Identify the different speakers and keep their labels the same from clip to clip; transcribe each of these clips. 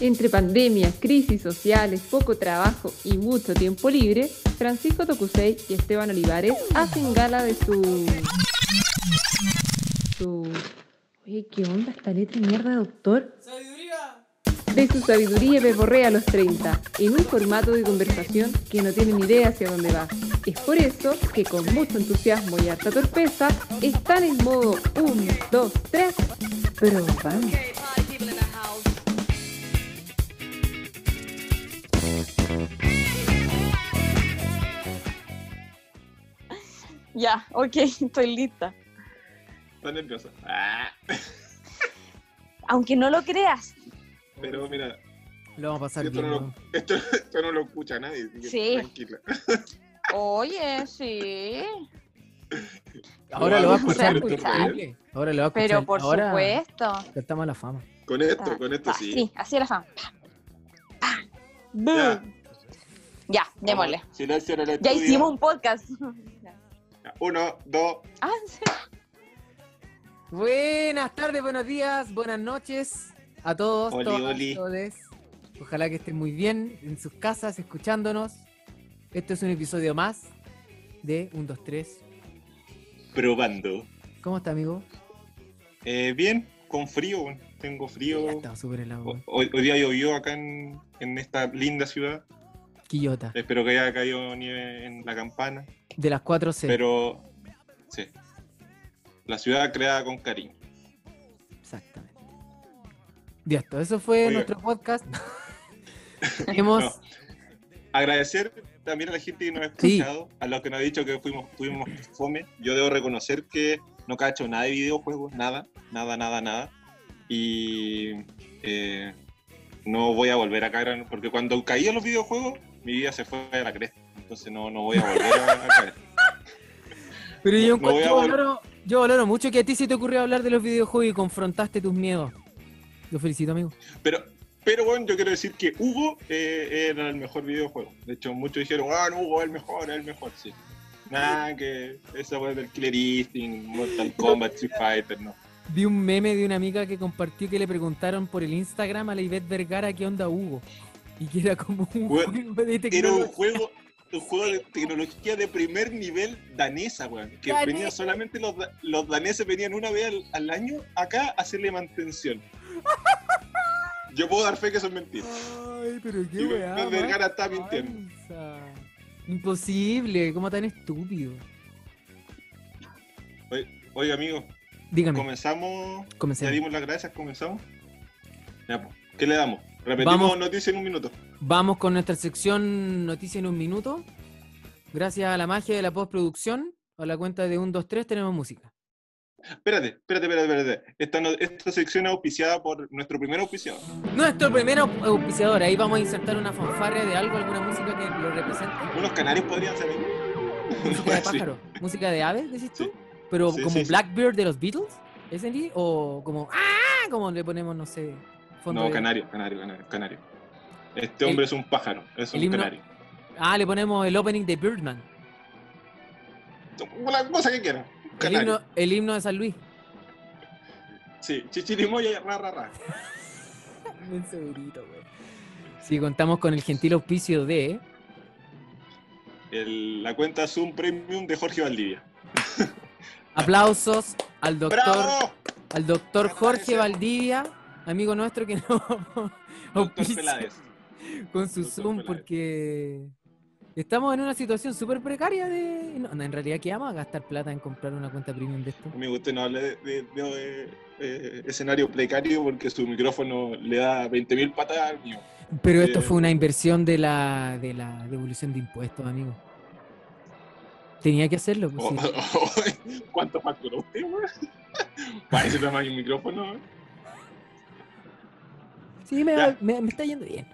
Speaker 1: Entre pandemias, crisis sociales, poco trabajo y mucho tiempo libre, Francisco Tocusey y Esteban Olivares hacen gala de su... su... Oye, ¿qué onda esta letra mierda, doctor? De su sabiduría beborrea a los 30, en un formato de conversación que no tiene ni idea hacia dónde va. Es por eso que con mucho entusiasmo y harta torpeza, están en modo 1, 2, 3, probando.
Speaker 2: Ya, ok, estoy lista.
Speaker 3: Estás nerviosa. Ah,
Speaker 2: Aunque no lo creas.
Speaker 3: Pero mira,
Speaker 4: Lo vamos a pasar
Speaker 3: esto
Speaker 4: bien.
Speaker 3: no, lo,
Speaker 4: weón.
Speaker 3: esto, esto no lo escucha nadie, así que
Speaker 2: Sí.
Speaker 3: tranquila.
Speaker 2: Oye, sí.
Speaker 4: Ahora lo va a
Speaker 2: vamos a
Speaker 4: escuchar.
Speaker 2: escuchar.
Speaker 4: increíble. Ahora lo va a escuchar.
Speaker 2: Pero por
Speaker 4: Ahora
Speaker 2: supuesto.
Speaker 4: Ya estamos a la fama.
Speaker 3: Con esto, con esto
Speaker 2: Pa,
Speaker 3: sí.
Speaker 2: así era fama. Pa, pa,
Speaker 3: Ya,
Speaker 2: boom. Ya, démosle.
Speaker 3: Silencio en el
Speaker 2: Ya
Speaker 3: estudio.
Speaker 2: hicimos un podcast.
Speaker 3: Uno, dos.
Speaker 2: Ah, sí.
Speaker 4: Buenas tardes, buenos días, buenas noches a todos,
Speaker 3: Oli,
Speaker 4: todas,
Speaker 3: oli.
Speaker 4: todes. Ojalá que estén muy bien en sus casas escuchándonos. Esto es un episodio más de 1, 2, 3.
Speaker 3: Probando.
Speaker 4: ¿Cómo está, amigo?
Speaker 3: Eh, bien, con frío, bueno, tengo
Speaker 4: Ya
Speaker 3: frío.
Speaker 4: está súper helado.
Speaker 3: Ho- Hoy, hoy día llovió acá en, en esta linda ciudad.
Speaker 4: Quillota.
Speaker 3: Espero que haya caído nieve en la campana.
Speaker 4: De las 4 C.
Speaker 3: Pero sí. La ciudad creada con cariño.
Speaker 4: Exactamente. Ya está. Eso fue
Speaker 3: Oye.
Speaker 4: nuestro podcast. Hemos.
Speaker 3: No. Agradecer también a la gente que nos ha
Speaker 4: Sí.
Speaker 3: escuchado, a los que nos ha dicho que fuimos, tuvimos fome. Yo debo reconocer que no cacho nada de videojuegos, nada, nada, nada, nada. Y eh, no voy a volver a caer, porque cuando caí en los videojuegos, mi vida se fue a la cresta. Entonces no, no voy a volver a, a caer.
Speaker 4: Pero yo,
Speaker 3: No voy a
Speaker 4: encuentro-
Speaker 3: vol-
Speaker 4: valoro, yo valoro mucho que a ti se te ocurrió hablar de los videojuegos y confrontaste tus miedos. Lo felicito, amigo.
Speaker 3: Pero, pero bueno, yo quiero decir que Hugo eh, era el mejor videojuego. De hecho, muchos dijeron, ah, no, Hugo es el mejor, es el mejor, sí. Nada, que esa weá del Killer Instinct, Mortal Kombat, Street Fighter, no.
Speaker 4: Vi un meme de una amiga que compartió que le preguntaron por el Instagram a la Ivette Vergara qué onda Hugo. Y que era como un
Speaker 3: Weón,
Speaker 4: juego de
Speaker 3: Era un
Speaker 4: tecnología.
Speaker 3: juego, un juego de tecnología de primer nivel danesa, weón. Que
Speaker 4: Danesa.
Speaker 3: venía solamente los, da- los daneses venían una vez al, al año acá a hacerle mantención. Yo puedo dar fe que eso es mentira.
Speaker 4: Ay, pero qué
Speaker 3: Y
Speaker 4: weá.
Speaker 3: Ivette
Speaker 4: más
Speaker 3: Vergara está mintiendo.
Speaker 4: falsa. Imposible, ¿cómo tan estúpido?
Speaker 3: Oye, amigos,
Speaker 4: Dígame,
Speaker 3: comenzamos Ya
Speaker 4: comencemos.
Speaker 3: dimos las gracias, comenzamos. Ya, po. ¿Qué le damos? Repetimos
Speaker 4: Vamos.
Speaker 3: noticias en un minuto.
Speaker 4: Vamos con nuestra sección Noticia en un minuto. Gracias a la magia de la postproducción, a la cuenta de 123 tenemos música.
Speaker 3: Espérate, espérate, espérate, espérate. Esta, no- esta sección es auspiciada por nuestro primer auspiciador.
Speaker 4: Nuestro primer au- auspiciador, ahí vamos a insertar una fanfarria de algo, alguna música que lo represente.
Speaker 3: Unos canarios podrían ser.
Speaker 4: Música
Speaker 3: Sí.
Speaker 4: de pájaro, música de aves, decís tú,
Speaker 3: Sí.
Speaker 4: pero
Speaker 3: Sí,
Speaker 4: como
Speaker 3: sí, sí.
Speaker 4: Blackbird de los Beatles, ¿es en ti? O como, ¡ah! Como le ponemos, no sé, fondo
Speaker 3: No,
Speaker 4: de-
Speaker 3: canario, canario, canario, canario. Este
Speaker 4: El-
Speaker 3: hombre es un pájaro, es
Speaker 4: el
Speaker 3: un
Speaker 4: himno-
Speaker 3: canario.
Speaker 4: Ah, le ponemos el opening de Birdman,
Speaker 3: La cosa que quieran. un
Speaker 4: el
Speaker 3: Canario.
Speaker 4: himno, el himno de San Luis.
Speaker 3: Sí, chichirimoya, ra, ra, ra.
Speaker 4: Un segurito, güey. Sí, contamos con el gentil auspicio de...
Speaker 3: El- la cuenta Zoom Premium de Jorge Valdivia.
Speaker 4: Aplausos al doctor,
Speaker 3: ¡Bravo!
Speaker 4: al doctor Jorge
Speaker 3: Agradecemos.
Speaker 4: Valdivia, amigo nuestro que no
Speaker 3: Doctor
Speaker 4: auspicia
Speaker 3: Peláez.
Speaker 4: con su
Speaker 3: Doctor
Speaker 4: Zoom
Speaker 3: Peláez.
Speaker 4: porque estamos en una situación súper precaria de... no, no, en realidad, ¿qué vamos a gastar plata en comprar una cuenta premium de esto?
Speaker 3: Amigo, usted no hable de, de- de- de, eh, escenario precario porque su micrófono le da 20.000 patadas al mío.
Speaker 4: Pero esto
Speaker 3: Eh.
Speaker 4: fue una inversión de la, de la devolución de impuestos, amigo. Tenía que hacerlo. pues,
Speaker 3: Oh,
Speaker 4: sí.
Speaker 3: oh, oh, ¿Cuánto facturó usted, weón? Para ese tamaño de micrófono, weón.
Speaker 4: Sí, me,
Speaker 3: Ya.
Speaker 4: me- me está yendo bien.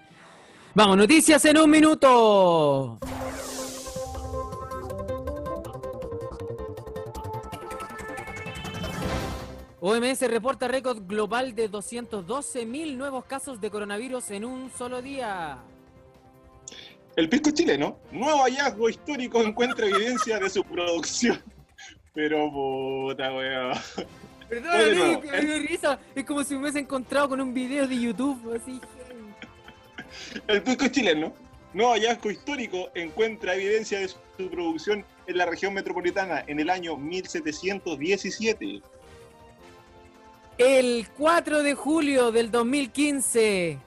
Speaker 4: Vamos, noticias en un minuto. OMS reporta récord global de 212.000 nuevos casos de coronavirus en un solo día.
Speaker 3: El pisco chileno, nuevo hallazgo histórico, encuentra evidencia de su producción. Pero puta, weón.
Speaker 4: Perdón,
Speaker 3: Oye,
Speaker 4: amigo,
Speaker 3: no,
Speaker 4: que me dio risa. Es como si me hubiese encontrado con un video de YouTube. Así,
Speaker 3: El cuico chileno, nuevo hallazgo histórico, encuentra evidencia de su producción en la región metropolitana en el año 1717.
Speaker 4: El 4 de julio del 2015,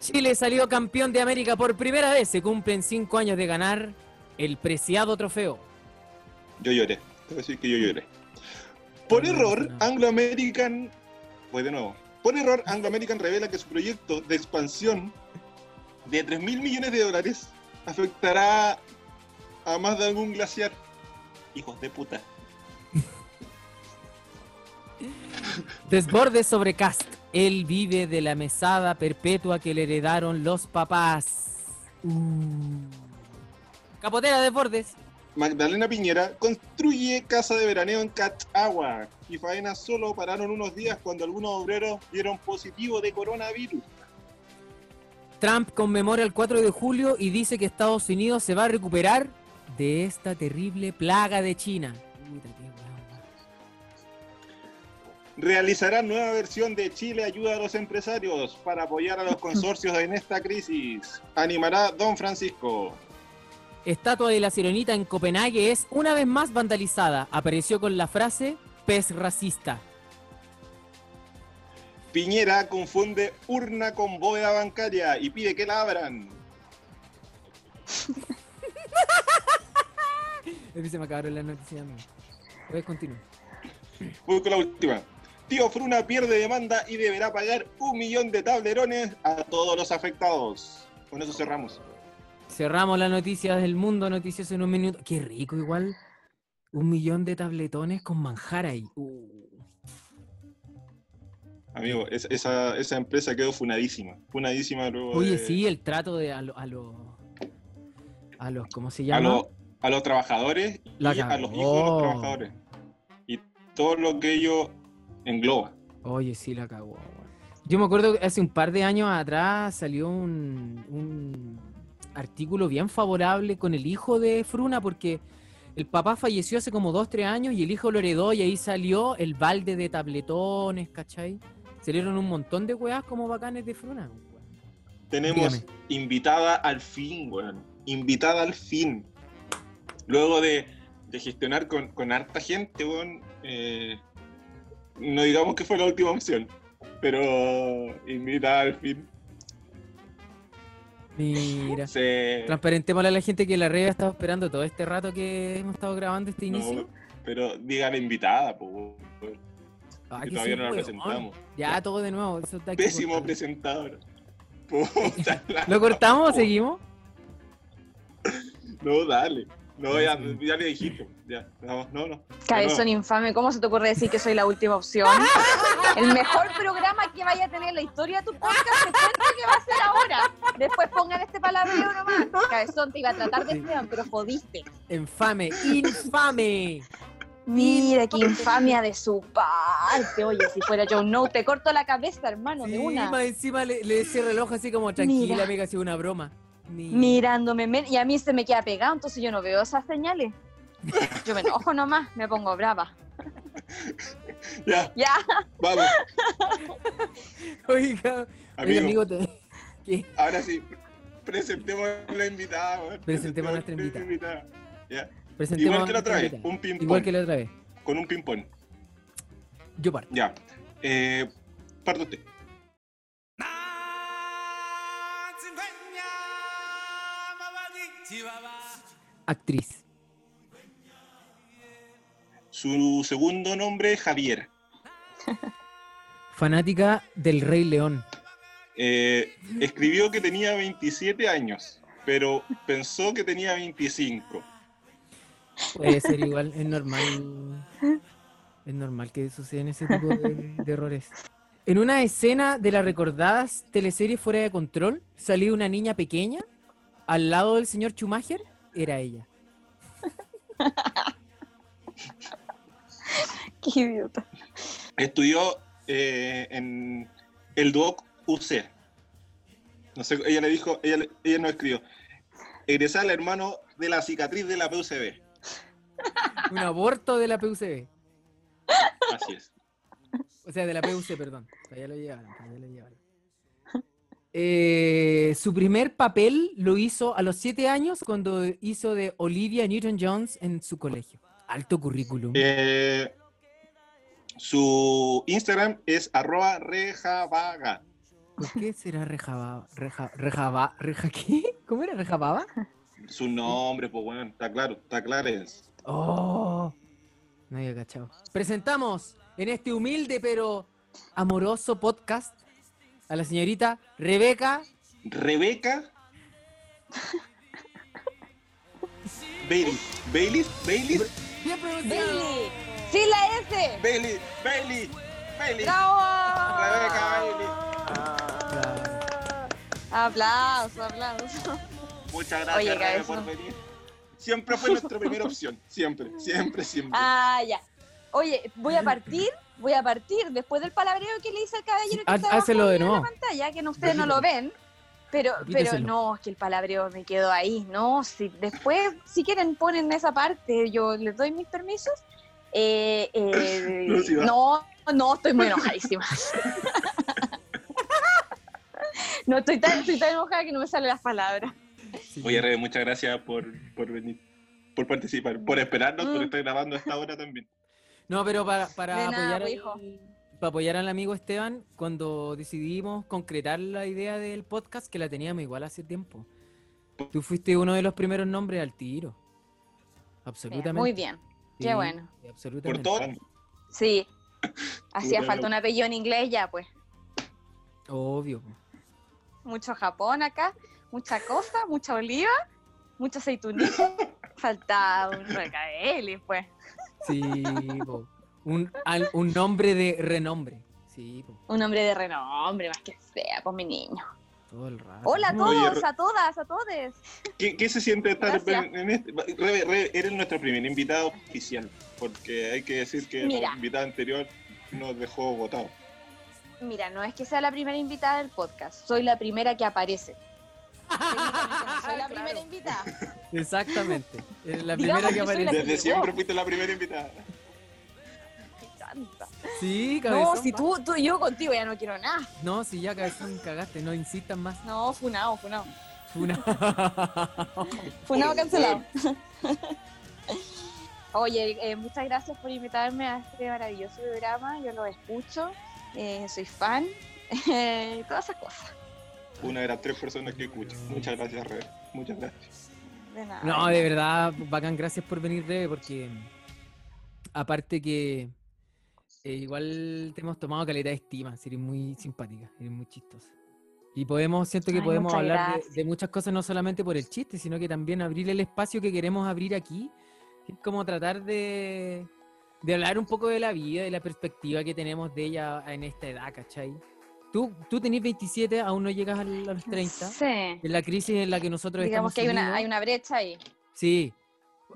Speaker 4: Chile salió campeón de América por primera vez. Se cumplen cinco años de ganar el preciado trofeo.
Speaker 3: Yo lloré, te voy a decir que yo lloré. Por
Speaker 4: No,
Speaker 3: error,
Speaker 4: no.
Speaker 3: Anglo American. Voy de nuevo. Por error, Anglo American revela que su proyecto de expansión de 3 mil millones de dólares afectará a más de algún glaciar. Hijos de puta.
Speaker 4: Desborde sobre Cast. Él vive de la mesada perpetua que le heredaron los papás. Capotera de bordes.
Speaker 3: Magdalena Piñera construye casa de veraneo en Cachagua y faenas solo pararon unos días cuando algunos obreros dieron positivo de coronavirus.
Speaker 4: Trump conmemora el 4 de julio y dice que Estados Unidos se va a recuperar de esta terrible plaga de China. Puta, qué weón.
Speaker 3: Realizará nueva versión de Chile Ayuda a los Empresarios para apoyar a los consorcios en esta crisis. Animará Don Francisco.
Speaker 4: Estatua de la Sirenita en Copenhague es una vez más vandalizada. Apareció con la frase pez racista.
Speaker 3: Piñera confunde urna con bóveda bancaria y pide que la abran.
Speaker 4: A mí se me acabaron las noticias. amigo. Pues, Voy a continuar.
Speaker 3: Voy con la última. Tío Fruna pierde demanda y deberá pagar un millón de tablerones a todos los afectados. Con eso cerramos.
Speaker 4: Cerramos las noticias del mundo noticioso en un minuto. Qué rico igual. Un millón de tabletones con manjar ahí. Uh.
Speaker 3: Amigo, es- esa, esa empresa quedó funadísima. Funadísima luego.
Speaker 4: Oye,
Speaker 3: de-
Speaker 4: sí, el trato de a los... A lo- a los, ¿cómo se
Speaker 3: a,
Speaker 4: llama?
Speaker 3: lo- a los trabajadores
Speaker 4: La
Speaker 3: y a los hijos de
Speaker 4: cagó.
Speaker 3: los trabajadores. Y todo lo que ello engloba.
Speaker 4: Oye, sí, la cagó. weón. Yo me acuerdo que hace un par de años atrás salió un, un artículo bien favorable con el hijo de Fruna porque el papá falleció hace como dos, tres años y el hijo lo heredó y ahí salió el balde de tabletones, ¿cachai? Salieron un montón de weas como bacanes de Fruna. weón.
Speaker 3: Tenemos
Speaker 4: Dígame.
Speaker 3: invitada al fin, weón. Invitada al fin. Luego de, de gestionar con, con harta gente, weón. eh, no digamos que fue la última opción. Pero invitada al fin.
Speaker 4: Mira.
Speaker 3: Se,
Speaker 4: Transparentémosle a la gente que la red ha estado esperando todo este rato que hemos estado grabando este
Speaker 3: no,
Speaker 4: inicio.
Speaker 3: pero diga la invitada, pues, weón.
Speaker 4: Ah,
Speaker 3: Que
Speaker 4: que
Speaker 3: todavía
Speaker 4: sí,
Speaker 3: no la
Speaker 4: weón.
Speaker 3: presentamos.
Speaker 4: Ya, todo de nuevo. eso está aquí
Speaker 3: Pésimo
Speaker 4: cortado.
Speaker 3: presentador. Puta la-
Speaker 4: ¿Lo cortamos o seguimos?
Speaker 3: No, dale. No, ya, ya le dijiste. Ya, no, no, no.
Speaker 2: Cabezón infame, ¿cómo se te ocurre decir que soy la última opción? El mejor programa que vaya a tener en la historia de tu podcast, te cuento que va a ser ahora. Después pongan este palabreo nomás. Cabezón, te iba a tratar de feo, pero jodiste.
Speaker 4: Infame, infame.
Speaker 2: Mira qué infamia de su parte. Oye, si fuera Joe No, te corto la cabeza, hermano,
Speaker 4: Sí,
Speaker 2: de una.
Speaker 4: más encima le, le cierra el ojo así como tranquila,
Speaker 2: Mira.
Speaker 4: amiga, ha sido una broma. Ni-
Speaker 2: Mirándome, men- y a mí se me queda pegado, entonces yo no veo esas señales. Yo me enojo nomás, me pongo brava.
Speaker 3: Ya,
Speaker 2: Ya,
Speaker 3: vamos.
Speaker 4: Oiga, oiga,
Speaker 3: Amigo,
Speaker 4: amigo, te- ¿qué?
Speaker 3: ahora sí. Presentemos a la invitada. weón.
Speaker 4: Presentemos a nuestra
Speaker 3: Ya.
Speaker 4: Presentemos
Speaker 3: Igual que la
Speaker 4: a
Speaker 3: otra
Speaker 4: nuestra
Speaker 3: vez,
Speaker 4: invitada.
Speaker 3: un ping
Speaker 4: Igual que
Speaker 3: pong.
Speaker 4: la otra vez.
Speaker 3: Con un ping pong.
Speaker 4: Yo parto.
Speaker 3: Ya. Eh, parte usted.
Speaker 4: Actriz.
Speaker 3: Su segundo nombre es Javiera.
Speaker 4: Fanática del Rey León.
Speaker 3: Eh, escribió que tenía 27 años, pero pensó que tenía 25.
Speaker 4: Puede ser igual, es normal. Es normal que sucedan ese tipo de, de errores. En una escena de las recordadas teleseries fuera de control, salió una niña pequeña al lado del señor Schumacher, era ella.
Speaker 2: qué idiota.
Speaker 3: Estudió eh, en el Duoc UC. No sé, ella le dijo, ella, le- ella no escribió. Egresar al hermano de la cicatriz de la PUCB.
Speaker 4: Un aborto de la PUCB.
Speaker 3: Así es.
Speaker 4: O sea, de la PUC, perdón. Para allá lo llevaron, para allá lo llevaron. eh, su primer papel lo hizo a los siete años cuando hizo de Olivia Newton-Jones en su colegio. Alto currículum.
Speaker 3: Eh, su Instagram es arroba rejavaga.
Speaker 4: ¿Por qué será rejaba, reja, rejaba, reja qué? ¿Cómo era rejababa?
Speaker 3: Su nombre, pues bueno, está claro, está claro. es.
Speaker 4: Oh, no había cachado. Presentamos en este humilde pero amoroso podcast a la señorita Rebeca.
Speaker 3: Rebeca. Bailey, Bailey, Bailey,
Speaker 4: Bien pronunciado.
Speaker 2: Bailey. Sí, la S.
Speaker 3: Bailey, Bailey, Bailey.
Speaker 2: Bravo.
Speaker 3: Rebeca Bailey.
Speaker 2: Aplauso, aplauso.
Speaker 3: Muchas
Speaker 2: Oye,
Speaker 3: gracias, Rebe,
Speaker 2: Gabriel.
Speaker 3: por venir. Siempre fue nuestra primera opción. Siempre, siempre, siempre.
Speaker 2: Ah, ya. Oye, voy a partir, voy a partir después del palabreo que le hice al caballero que
Speaker 4: Há-
Speaker 2: está
Speaker 4: hácelo
Speaker 2: abajo
Speaker 4: de
Speaker 2: en la
Speaker 4: nuevo.
Speaker 2: pantalla, que no, ustedes no lo ven. Pero, pero
Speaker 4: Repíteselo.
Speaker 2: no, es que el palabreo me quedó ahí, ¿no? Si, después, si quieren, ponen esa parte, yo les doy mis permisos. Eh, eh,
Speaker 3: No, sí va.
Speaker 2: no, no, estoy muy enojadísima. no, estoy tan, estoy tan enojada que no me salen las palabras.
Speaker 4: Sí.
Speaker 3: Oye, Rebe, muchas gracias por, por venir, por participar, por esperarnos,
Speaker 2: Mm.
Speaker 3: por estar grabando a esta hora también.
Speaker 4: No, pero para, para
Speaker 2: De nada,
Speaker 4: apoyar
Speaker 2: pues,
Speaker 4: al-
Speaker 2: hijo.
Speaker 4: para apoyar al amigo Esteban, cuando decidimos concretar la idea del podcast, que la teníamos igual hace tiempo. Tú fuiste uno de los primeros nombres al tiro. Absolutamente.
Speaker 2: Bien, Muy bien, qué
Speaker 4: Sí,
Speaker 2: bueno.
Speaker 3: Por
Speaker 4: Absolutamente.
Speaker 3: todo.
Speaker 2: Sí. Hacía
Speaker 3: Puta,
Speaker 2: falta un apellido en inglés ya, pues.
Speaker 4: Obvio.
Speaker 2: Mucho Japón acá, mucha cosa, mucha oliva, mucha aceitunita. Faltaba un recaeli, pues.
Speaker 4: Sí, po. Un, al- un nombre de renombre. Sí, po,
Speaker 2: Un hombre de renombre, más que sea, pues mi niño.
Speaker 4: todo el rato.
Speaker 2: Hola a
Speaker 4: No,
Speaker 3: Oye,
Speaker 2: todos,
Speaker 3: Re-
Speaker 2: a todas, a todos.
Speaker 3: ¿Qué, qué se siente estar
Speaker 2: Gracias.
Speaker 3: en, en este? Rebe, Rebe, eres nuestro primer invitado oficial, porque hay que decir que
Speaker 2: Mira.
Speaker 3: el invitado anterior nos dejó votado.
Speaker 2: Mira, no es que sea la primera invitada del podcast, soy la primera que aparece. Técnicamente no soy la
Speaker 4: Claro.
Speaker 2: primera invitada.
Speaker 4: Exactamente. Es la
Speaker 2: Digamos que
Speaker 4: primera
Speaker 2: soy
Speaker 4: que
Speaker 2: la
Speaker 4: aparece.
Speaker 3: Desde
Speaker 2: llegó.
Speaker 3: siempre fuiste la primera invitada.
Speaker 2: Qué chanta.
Speaker 4: Sí, cabezón.
Speaker 2: No, si tú, tú, yo contigo ya no quiero nada.
Speaker 4: No, si ya cabezón cagaste, no insistas más.
Speaker 2: No, funado, funado.
Speaker 4: Una-
Speaker 2: Funado
Speaker 3: Por
Speaker 2: cancelado. eh. Oye, eh, muchas gracias por invitarme a este maravilloso programa. Yo lo escucho, eh, soy fan, y todas esas cosas.
Speaker 3: Una de las tres personas que escuchan. Muchas gracias, Rebe. Muchas gracias.
Speaker 2: De nada.
Speaker 4: No, de verdad, bacán, gracias por venir, Rebe, porque aparte que eh, igual te hemos tomado caleta de estima, si eres muy simpática, eres muy chistosa. Y podemos, siento que
Speaker 2: Ay,
Speaker 4: podemos
Speaker 2: muchas
Speaker 4: hablar de- de,
Speaker 2: gracias.
Speaker 4: muchas cosas, no solamente por el chiste, sino que también abrir el espacio que queremos abrir aquí, que es como tratar de, de hablar un poco de la vida, de la perspectiva que tenemos de ella en esta edad, ¿cachai? Tú, tú tenés 27, aún no llegas al- a los 30.
Speaker 2: Sí.
Speaker 4: En la crisis en la que nosotros
Speaker 2: Digamos
Speaker 4: estamos.
Speaker 2: que hay una,
Speaker 4: sumidos.
Speaker 2: hay una brecha ahí.
Speaker 4: Sí.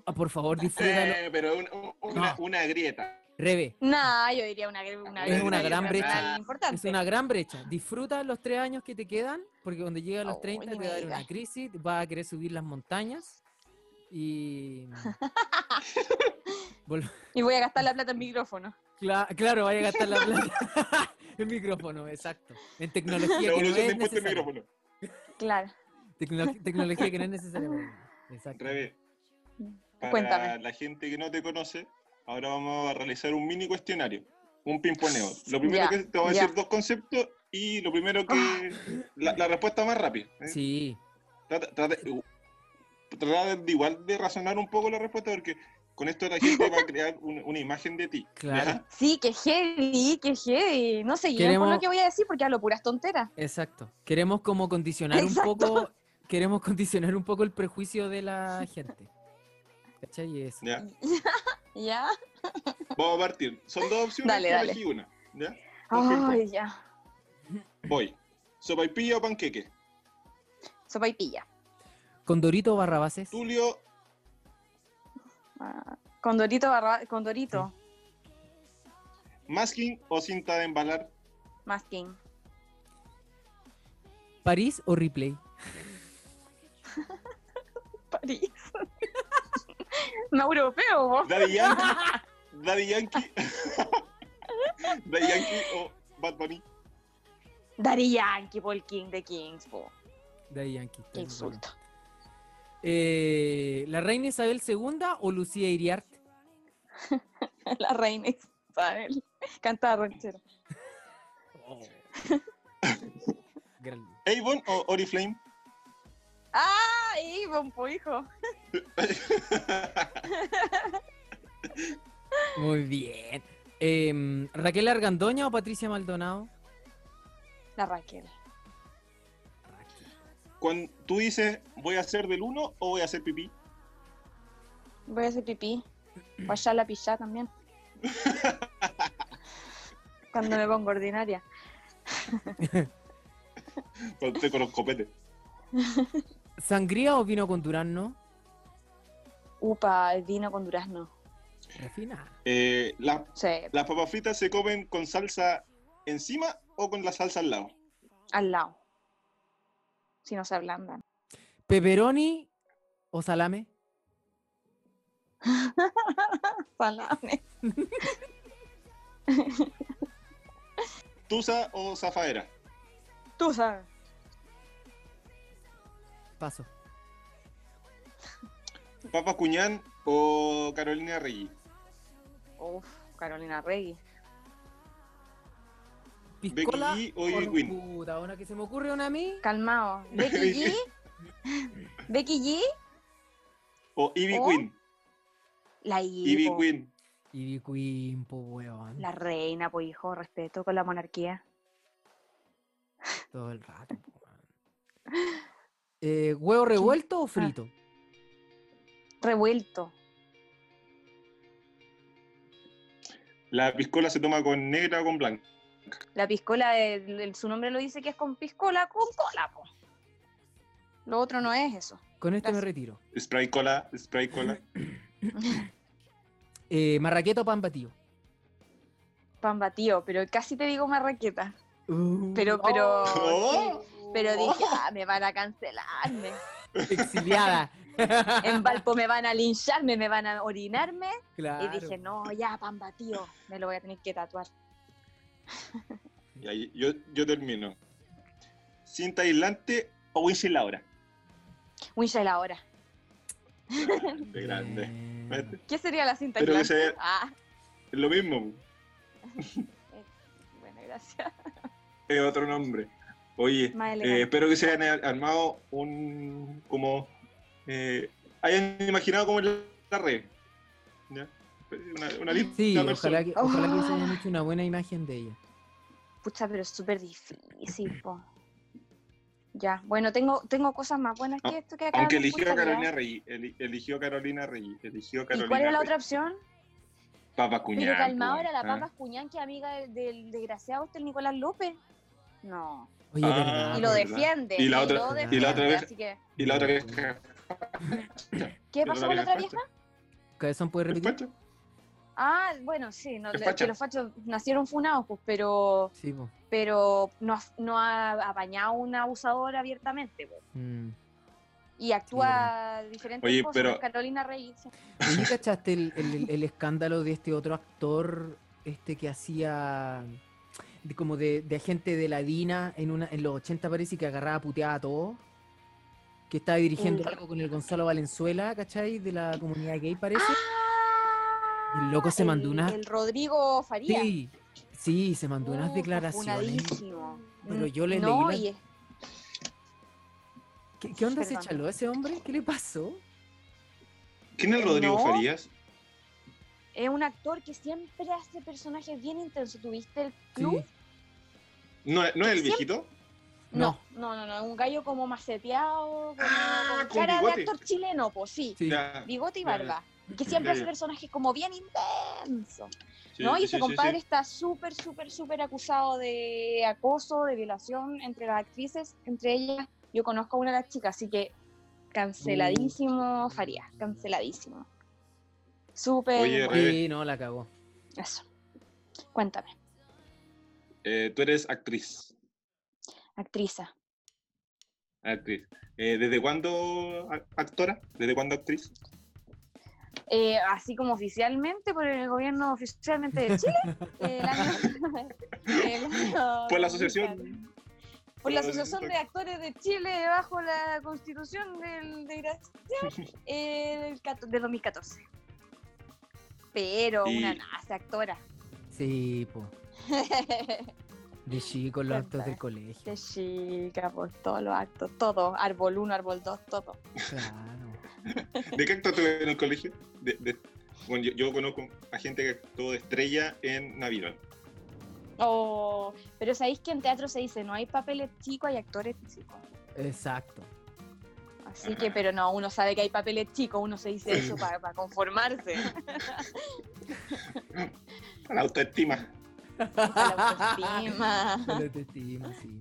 Speaker 4: Ah, Por favor, disfrútalo.
Speaker 3: Eh, pero una, una-
Speaker 4: No.
Speaker 3: una grieta.
Speaker 4: Rebe,
Speaker 2: No, yo diría una, una
Speaker 3: Es una
Speaker 2: brecha
Speaker 3: gran
Speaker 2: generacional
Speaker 3: brecha.
Speaker 2: Importante.
Speaker 4: es una gran brecha. Disfruta los tres años que te quedan, porque cuando llegue a
Speaker 3: Oh,
Speaker 4: los
Speaker 2: Ay,
Speaker 4: 30
Speaker 2: ni
Speaker 4: te va
Speaker 2: me
Speaker 4: a dar una
Speaker 2: digas.
Speaker 4: crisis, vas a querer subir las montañas y... Vol-
Speaker 2: Y voy a gastar la plata en micrófono.
Speaker 4: Cla- claro, vaya a gastar la plata. El micrófono, exacto. En tecnología
Speaker 3: La
Speaker 4: que no
Speaker 3: evolución
Speaker 4: es
Speaker 3: del puesto de
Speaker 4: necesaria.
Speaker 3: micrófono.
Speaker 2: Claro.
Speaker 4: Tecno- tecnología que no es necesaria. Exacto.
Speaker 3: Rebe, para
Speaker 2: Cuéntame.
Speaker 3: la gente que no te conoce, ahora vamos a realizar un mini cuestionario, un pimponeo. Lo primero
Speaker 2: Ya,
Speaker 3: que te voy a
Speaker 2: ya. Ah.
Speaker 3: decir dos conceptos y lo primero que. la, la respuesta más rápida. ¿eh?
Speaker 4: Sí.
Speaker 3: Trata, trata- u- trata de igual de razonar un poco la respuesta porque con esto la gente va a crear un- una imagen de ti.
Speaker 4: Claro.
Speaker 3: ¿ya?
Speaker 2: Sí, que heavy, que heavy. No se guíen por
Speaker 4: Queremos-
Speaker 2: lo que voy a decir porque hablo puras tonteras.
Speaker 4: Exacto. Queremos como condicionar
Speaker 2: Exacto.
Speaker 4: un poco, queremos condicionar un poco el prejuicio de la gente. ¿Cachai? Y Eso.
Speaker 3: ¿Ya?
Speaker 2: ¿Ya?
Speaker 3: Vamos a partir. Son dos opciones,
Speaker 2: Dale,
Speaker 3: tú
Speaker 2: dale.
Speaker 3: elegí una. ¿ya? Un ping-pong.
Speaker 2: Ay, ya.
Speaker 3: Voy. ¿Sopaipilla o panqueque?
Speaker 2: Sopa y pilla.
Speaker 4: Condorito Barrabases.
Speaker 3: Tulio,
Speaker 2: Ah, Condorito, barra, Condorito,
Speaker 3: masking o cinta de embalar.
Speaker 2: masking.
Speaker 4: París o Replay.
Speaker 2: París. no europeo, vos.
Speaker 3: Daddy Yankee. Daddy Yankee. Daddy Yankee o Bad Bunny.
Speaker 2: Daddy Yankee por el King de Kings, po.
Speaker 4: Daddy Yankee. está
Speaker 2: Qué
Speaker 4: muy bueno.
Speaker 2: insulto.
Speaker 4: Eh, ¿La reina Isabel II o Lucía Iriart?
Speaker 2: La reina Isabel. Cantaba ranchero. Oh.
Speaker 4: Gran-
Speaker 3: ¿Avon o Oriflame?
Speaker 2: ¡Ah! Ivonne, po, hijo.
Speaker 4: Muy bien. Em, ¿Raquel Argandoña o Patricia Maldonado?
Speaker 2: La Raquel.
Speaker 3: Cuando tú dices, ¿voy a hacer del 1 o voy a hacer pipí?
Speaker 2: Voy a hacer pipí. Voy a echar la pichá también. Cuando me pongo ordinaria.
Speaker 3: Cuando estoy con los copetes.
Speaker 4: ¿Sangría o vino con durazno?
Speaker 2: Upa, el vino con durazno.
Speaker 4: Refinada.
Speaker 3: Eh, ¿la-
Speaker 2: Sí,
Speaker 3: ¿Las papas fritas se comen con salsa encima o con la salsa al lado?
Speaker 2: al lado. Si no se ablandan.
Speaker 4: ¿Pepperoni o salame?
Speaker 2: Salame.
Speaker 3: ¿Tusa o zafaera?
Speaker 2: Tú sabes.
Speaker 4: Paso.
Speaker 3: ¿Papa Cuñán o Carolina Reyes?
Speaker 2: Uf, Carolina Rey.
Speaker 4: ¿Piscola
Speaker 3: Becky G o Ivy Queen.
Speaker 4: Puta, ahora que se me ocurre una a mí.
Speaker 2: Calmao. Becky G. Becky G.
Speaker 3: ¿O Ivy
Speaker 2: ¿O?
Speaker 3: Queen?
Speaker 2: La
Speaker 3: Ivy
Speaker 2: hijo.
Speaker 3: Queen.
Speaker 4: Ivy Queen, po weón.
Speaker 2: La reina, pues hijo, respeto con la monarquía.
Speaker 4: Todo el rato, po, weón. Eh, ¿Huevo revuelto
Speaker 2: Ah.
Speaker 4: o frito?
Speaker 2: Revuelto.
Speaker 3: ¿La piscola se toma con negra o con blanca?
Speaker 2: La piscola, el- el- su nombre lo dice que es con piscola, con cola, po. Lo otro no es eso.
Speaker 4: Con este me
Speaker 2: Gracias.
Speaker 4: retiro.
Speaker 3: ¿Spray cola? ¿Spray cola?
Speaker 4: Eh, ¿Marraqueta o pan batido?
Speaker 2: Pan batido, pero casi te digo marraqueta.
Speaker 4: Uh,
Speaker 2: Pero, pero.
Speaker 3: Oh.
Speaker 2: sí, Pero dije, ah, me van a cancelarme.
Speaker 4: Exiliada.
Speaker 2: En Valpo me van a lincharme, me van a orinarme.
Speaker 4: claro.
Speaker 2: Y dije, no, ya, pan batido, me lo voy a tener que tatuar.
Speaker 3: Y ahí yo, yo termino. ¿Cinta aislante o Laura?
Speaker 2: Winchell ahora.
Speaker 3: Grande, grande.
Speaker 4: Bien.
Speaker 2: ¿Qué sería la cinta
Speaker 3: Pero que
Speaker 2: aislante?
Speaker 3: se-
Speaker 2: Ah,
Speaker 3: Es lo mismo.
Speaker 2: bueno, gracias.
Speaker 3: Es otro nombre. Oye,
Speaker 2: Más
Speaker 3: eh,
Speaker 2: elegante.
Speaker 3: espero que se hayan armado un. como. eh, hayan imaginado cómo es la red. ¿Ya? Una, una lista.
Speaker 4: Sí,
Speaker 3: de
Speaker 4: ojalá
Speaker 3: personas.
Speaker 4: que, ojalá que se
Speaker 2: Oh.
Speaker 4: hayan hecho una buena imagen de ella.
Speaker 2: Pucha, pero es súper difícil, po. Ya, bueno, tengo, tengo cosas más buenas que
Speaker 3: Ah,
Speaker 2: esto que acá.
Speaker 3: Aunque eligió a Carolina Reyes, eli- eligió a Carolina Reyes, eligió a Carolina
Speaker 2: ¿Y cuál era la otra
Speaker 3: Reyes.
Speaker 2: opción?
Speaker 3: Papa Cuñán.
Speaker 2: pero calmado
Speaker 3: pues,
Speaker 2: era la
Speaker 3: ah.
Speaker 2: papa Cuñán, que es amiga del, del desgraciado este Nicolás López. No.
Speaker 4: Oye,
Speaker 3: Ah,
Speaker 4: verdad,
Speaker 2: y lo
Speaker 4: po.
Speaker 3: de- ¿verdad?
Speaker 2: defiende.
Speaker 3: Y la otra-
Speaker 2: lo
Speaker 4: y la
Speaker 2: defiende,
Speaker 4: otra
Speaker 3: vez-
Speaker 2: Así que,
Speaker 3: Y la otra que es
Speaker 2: ¿Qué pasó con la otra vieja?
Speaker 4: Cabezón, ¿puedes repetir?
Speaker 3: Despacho.
Speaker 2: Ah, bueno, sí, no,
Speaker 3: Es
Speaker 2: la-
Speaker 3: facha.
Speaker 2: que los fachos nacieron funados, pues, pero,
Speaker 4: Sí, po.
Speaker 2: pero no, ha- no ha apañado a un abusador abiertamente, pues.
Speaker 4: Mm.
Speaker 2: Y actúa diferente. pues,
Speaker 3: Oye, pero-
Speaker 2: Carolina Reyes.
Speaker 4: ¿Sí cachaste el, el- el escándalo de este otro actor este que hacía de- como de, de agente de la DINA en una en los 80 parece y que agarraba puteada a todos? Que estaba dirigiendo
Speaker 2: Mm.
Speaker 4: algo con el Gonzalo Valenzuela, ¿cachai? De la comunidad gay parece.
Speaker 2: ¡Ah!
Speaker 4: El loco se mandó
Speaker 2: El-
Speaker 4: una-
Speaker 2: El Rodrigo Faría.
Speaker 4: Sí, sí, se mandó unas
Speaker 2: Uh,
Speaker 4: declaraciones.
Speaker 2: funadísimo.
Speaker 4: Pero yo le
Speaker 2: no,
Speaker 4: leí la-
Speaker 2: y es-
Speaker 4: ¿Qué, qué onda se
Speaker 2: Perdón.
Speaker 4: chaló ese hombre? ¿Qué le pasó?
Speaker 3: ¿Quién es Rodrigo
Speaker 2: Eh, No.
Speaker 3: Farías?
Speaker 2: es un actor que siempre hace personajes bien intensos. ¿Tuviste el
Speaker 4: Sí.
Speaker 2: club?
Speaker 3: ¿No, no es el viejito?
Speaker 4: No.
Speaker 2: No, no, no. Es un gallo como maceteado, como, con
Speaker 3: Ah, con
Speaker 2: cara
Speaker 3: bigote.
Speaker 2: de actor chileno, pues sí.
Speaker 4: Sí.
Speaker 3: Ya.
Speaker 2: Bigote y
Speaker 3: Ya, ya.
Speaker 2: barba. Que siempre
Speaker 3: Ya,
Speaker 2: hace
Speaker 3: ya.
Speaker 2: personajes como bien intensos.
Speaker 3: Sí,
Speaker 2: ¿no? Y este ese
Speaker 3: sí, sí,
Speaker 2: compadre
Speaker 3: sí.
Speaker 2: está súper, súper, súper acusado de acoso, de violación entre las actrices, entre ellas. Yo conozco a una de las chicas, así que canceladísimo,
Speaker 3: Mm.
Speaker 2: Faría, canceladísimo.
Speaker 3: Oye,
Speaker 2: Súper. bueno,
Speaker 3: Rebe.
Speaker 4: Sí, no, la cagó.
Speaker 2: Eso. Cuéntame,
Speaker 3: Eh, tú eres actriz.
Speaker 2: actriz.
Speaker 3: actriz. Eh, ¿Desde cuándo a- actora? ¿Desde cuándo actriz?
Speaker 2: Eh, así como oficialmente, por el gobierno oficialmente de Chile, eh, el año- el año
Speaker 3: Por
Speaker 2: 2014.
Speaker 3: la asociación.
Speaker 2: por la Asociación de Actores de Chile bajo la Constitución del, de Gracia el, cato- de 2014. Pero
Speaker 3: Y-
Speaker 2: una nace actora.
Speaker 4: Sí, po. De chico, los actos del colegio.
Speaker 2: Qué chica, por todos los actos, todo. Árbol 1, árbol 2, todo.
Speaker 4: Claro.
Speaker 3: ¿De qué actor en el colegio? De- de- bueno, yo, yo conozco a gente que actuó de estrella en Navidad.
Speaker 2: Oh, pero sabéis que en teatro se dice, no hay papeles chicos, hay actores chicos.
Speaker 4: Exacto.
Speaker 2: Así que, pero no, uno sabe que hay papeles chicos, uno se dice eso para conformarse.
Speaker 3: La autoestima.
Speaker 2: Para la autoestima.
Speaker 4: Lo te estimo, sí.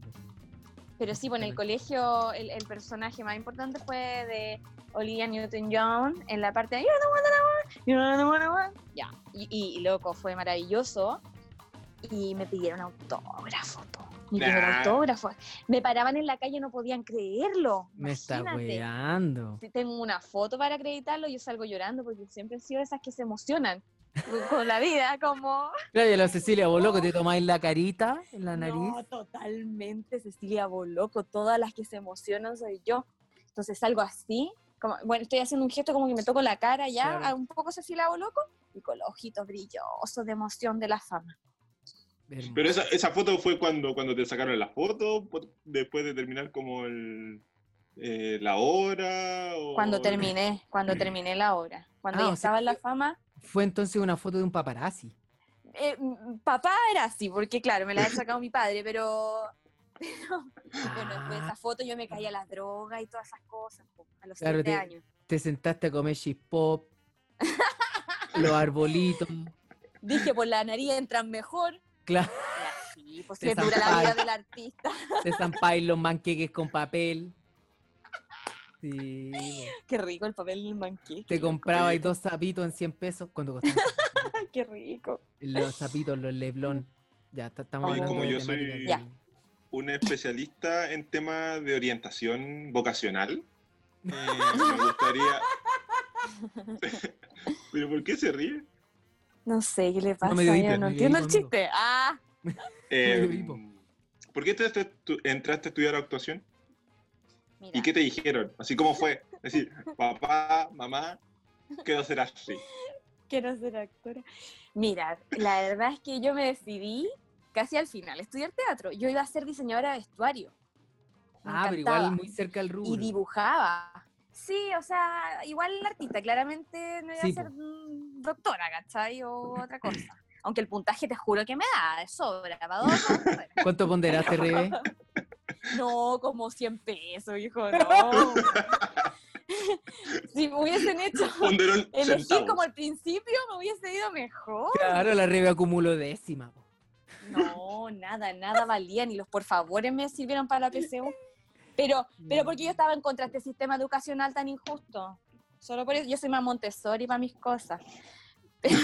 Speaker 2: Pero sí, bueno, en el colegio el, el personaje más importante fue de Olivia Newton-John en la parte de You don't wanna know, you don't wanna know. Ya, y, y, loco, fue maravilloso. Y me pidieron autógrafo, po. Mi primer
Speaker 3: Nah.
Speaker 2: autógrafo. Me paraban en la calle, no podían creerlo.
Speaker 4: Me está
Speaker 2: Imagínate.
Speaker 4: weando.
Speaker 2: Si tengo una foto para acreditarlo, yo salgo llorando porque siempre he sido de esas que se emocionan con la vida, como
Speaker 4: Claro, y a la Cecilia, vos loco, te tomáis la carita, en la nariz.
Speaker 2: No, totalmente, Cecilia Boloco. Todas las que se emocionan soy yo. Entonces salgo así, como, bueno, estoy haciendo un gesto como que me toco la cara ya,
Speaker 4: Claro.
Speaker 2: a un poco Cecilia Boloco, y con los ojitos brillosos de emoción de la fama.
Speaker 4: Hermoso.
Speaker 3: Pero esa, esa foto fue cuando, cuando te sacaron la foto, po- después de terminar como el, eh, la hora. o-
Speaker 2: Cuando terminé, cuando terminé la obra, cuando ya
Speaker 4: Ah, o sea
Speaker 2: estaba en la
Speaker 4: que-
Speaker 2: fama,
Speaker 4: Fue entonces una foto de un paparazzi.
Speaker 2: eh, mm, papá era así, porque claro, me la había sacado mi padre, pero... pero, Bueno, después de
Speaker 4: Ah,
Speaker 2: esa foto yo me caí a las drogas y todas esas cosas, po, a los
Speaker 4: Claro,
Speaker 2: siete
Speaker 4: te-
Speaker 2: años.
Speaker 4: te sentaste a comer chip pop, los arbolitos.
Speaker 2: Dije, por la nariz entran mejor,
Speaker 4: Claro,
Speaker 2: Y así, pues
Speaker 4: Te
Speaker 2: que dura la
Speaker 4: zampáis.
Speaker 2: vida del artista.
Speaker 4: se zampáis los manqueques con papel. Sí, bo.
Speaker 2: Qué rico el papel del manqué.
Speaker 4: te comprabas dos zapitos en 100 pesos. ¿Cuánto costaban?
Speaker 2: Ay, qué rico.
Speaker 4: Los zapitos, los leblón. Ya, ta- estamos
Speaker 2: Oye,
Speaker 4: hablando
Speaker 2: como
Speaker 4: de
Speaker 3: yo
Speaker 4: temática
Speaker 3: soy-
Speaker 4: que-
Speaker 2: Ya.
Speaker 3: Un especialista en temas de orientación vocacional. Eh, me gustaría. ¿Pero por qué se ríe?
Speaker 2: No sé qué le pasa.
Speaker 4: me dio hipo,
Speaker 2: yo no
Speaker 4: me dio
Speaker 2: entiendo el
Speaker 4: hipo, amigo.
Speaker 2: chiste. Ah,
Speaker 3: Eh,
Speaker 4: Medio hipo.
Speaker 3: ¿Por qué te- te- tu- entraste a estudiar actuación?
Speaker 2: mira.
Speaker 3: ¿Y qué te dijeron? Así como fue. Es decir, papá, mamá, quiero ser así.
Speaker 2: Quiero ser actora. Mira, la verdad es que yo me decidí casi al final estudiar teatro. Yo iba a ser diseñadora de vestuario. Me
Speaker 4: Ah, pero
Speaker 2: encantaba.
Speaker 4: igual muy cerca al rubro.
Speaker 2: Y dibujaba. Sí, o sea, igual el artista, claramente no iba
Speaker 4: Sí,
Speaker 2: a ser
Speaker 4: po.
Speaker 2: mm, doctora, ¿cachai? O otra cosa. Aunque el puntaje te juro que me da, de sobra, para dos, para dos,
Speaker 4: ¿Cuánto ponderaste, Rebe?
Speaker 2: No, como 100 pesos, hijo, no. si me hubiesen hecho
Speaker 3: Ponderón
Speaker 2: elegir
Speaker 3: centavo.
Speaker 2: como al principio, me hubiese ido mejor.
Speaker 4: Claro, la Rebe acumuló décima. bo.
Speaker 2: No, nada, nada valía, ni los por favores me sirvieron para la PCU. Pero, pero porque yo estaba en contra de este sistema educacional tan injusto. Solo por eso, yo soy más Montessori para mis cosas. Pero,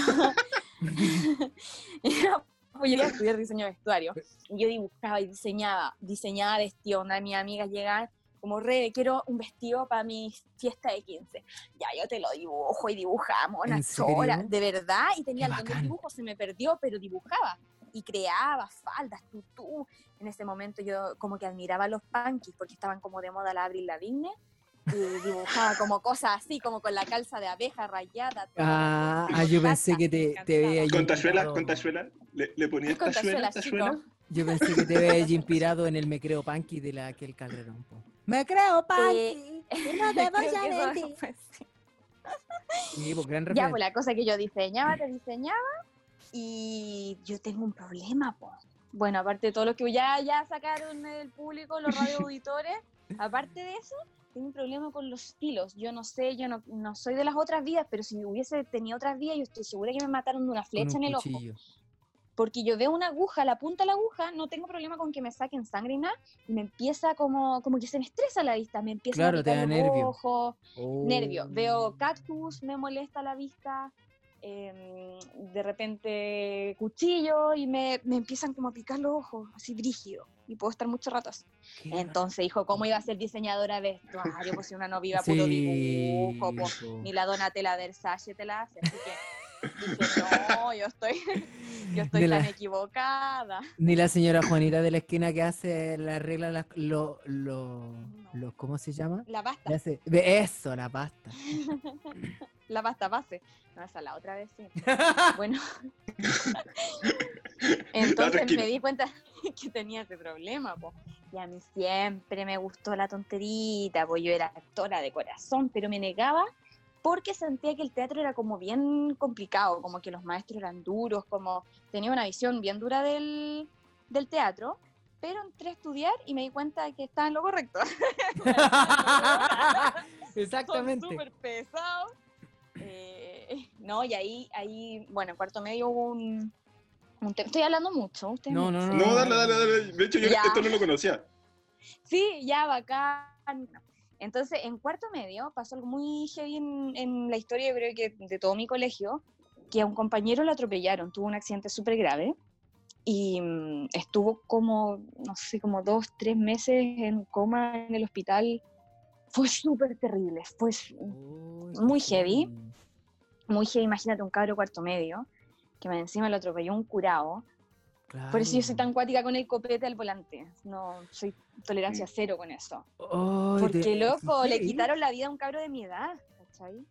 Speaker 2: yo pues yo iba a estudiar diseño de vestuario.
Speaker 4: Pues.
Speaker 2: Y yo dibujaba y diseñaba, diseñaba vestido. Una de mis amigas llegaba como, Rebe, quiero un vestido para mi fiesta de 15. Ya, yo te lo dibujo y dibujamos
Speaker 4: ¿En
Speaker 2: una chora,
Speaker 4: serio?
Speaker 2: de verdad. Y tenía
Speaker 4: Qué
Speaker 2: algún
Speaker 4: bacán.
Speaker 2: dibujo, se me perdió, pero dibujaba y creaba faldas, tutú. En ese momento yo como que admiraba a los punkies porque estaban como de moda la Abril Lavigne y dibujaba como cosas así, como con la calza de abeja rayada. todo.
Speaker 4: Ah, ah, yo pensé que te, te veía
Speaker 3: Con
Speaker 4: yo
Speaker 3: tachuela,
Speaker 4: inspirado.
Speaker 3: con tachuela. Le, le
Speaker 2: Y
Speaker 3: ponías
Speaker 2: con
Speaker 3: tachuela,
Speaker 2: tachuelas,
Speaker 3: tachuela.
Speaker 2: chicos.
Speaker 4: Yo pensé que te veía inspirado en el me creo punky de la aquel Calderón. po. Me creo punky. no te voy
Speaker 2: Creo que
Speaker 4: a
Speaker 2: eso
Speaker 4: mentir.
Speaker 2: fue así.
Speaker 4: Sí, pues, gran
Speaker 2: Ya,
Speaker 4: referencia.
Speaker 2: pues la cosa que yo diseñaba, te diseñaba, y yo tengo un problema, po. Bueno, aparte de todos los que ya, ya sacaron el público, los radio auditores, aparte de eso, tengo un problema con los estilos. Yo no sé, yo no, no soy de las otras vías, pero si hubiese tenido otras vías, yo estoy segura que me mataron de una
Speaker 4: Con
Speaker 2: flecha en
Speaker 4: un
Speaker 2: el ojo.
Speaker 4: cuchillo.
Speaker 2: Porque yo veo una aguja, la punta de la aguja, no tengo problema con que me saquen sangre y nada, y me empieza como, como que se me estresa la vista, me empieza
Speaker 4: Claro,
Speaker 2: a
Speaker 4: te da
Speaker 2: picar los
Speaker 4: nervio.
Speaker 2: ojos,
Speaker 4: Oh.
Speaker 2: nervio. Veo cactus, me molesta la vista, em, de repente cuchillo y me, me empiezan como a picar los ojos, así brígido. Y puedo estar mucho rato así.
Speaker 4: Qué
Speaker 2: Entonces, hijo, ¿cómo iba a ser diseñadora de vestuario? Pues si una no viva
Speaker 4: Sí,
Speaker 2: puro dibujo, po.
Speaker 4: po.
Speaker 2: ni la Donatella Versace te la hace. Así que Dije, no, yo estoy, yo estoy
Speaker 4: De
Speaker 2: tan
Speaker 4: la-
Speaker 2: equivocada.
Speaker 4: Ni la señora Juanita de la esquina que hace la regla, las- lo, lo, lo- ¿cómo se llama?
Speaker 2: La
Speaker 4: Le
Speaker 2: pasta,
Speaker 4: hace- ve- eso, la pasta.
Speaker 2: la pasta base. No, esa la otra vez sí. Bueno. Entonces
Speaker 3: esquina.
Speaker 2: me di cuenta que tenía ese problema, po. Y a mí siempre me gustó la tonterita, pues yo era actora de corazón, pero me negaba porque sentía que el teatro era como bien complicado, como que los maestros eran duros, como tenía una visión bien dura del, del teatro, pero entré a estudiar y me di cuenta de que estaba en lo correcto.
Speaker 4: Exactamente.
Speaker 2: Son súper pesados. Eh, no, y ahí, ahí, bueno, en cuarto medio hubo un, un tema. Estoy hablando mucho. ustedes
Speaker 4: No,
Speaker 2: me
Speaker 4: no, no,
Speaker 2: dicen.
Speaker 3: No, dale, dale, dale. De hecho, yo
Speaker 2: Ya.
Speaker 3: esto no lo conocía.
Speaker 2: Sí, ya, bacán. Entonces, en cuarto medio pasó algo muy heavy en, en la historia, yo creo que de todo mi colegio, que a un compañero lo atropellaron, tuvo un accidente súper grave y mm, estuvo como, no sé, como dos, tres meses en coma en el hospital. Fue súper terrible, fue su-
Speaker 4: Uy,
Speaker 2: Muy
Speaker 4: qué
Speaker 2: heavy.
Speaker 4: heavy.
Speaker 2: muy heavy, imagínate un cabro cuarto medio, que más encima lo atropelló un curado. Por eso yo soy tan
Speaker 4: Claro.
Speaker 2: cuática con el copete al volante. No, soy tolerancia
Speaker 3: Mm.
Speaker 2: cero con eso.
Speaker 4: Ay,
Speaker 2: Porque
Speaker 4: de-
Speaker 2: loco, le
Speaker 4: sí.
Speaker 2: quitaron la vida a un cabro de mi edad, ¿cachai?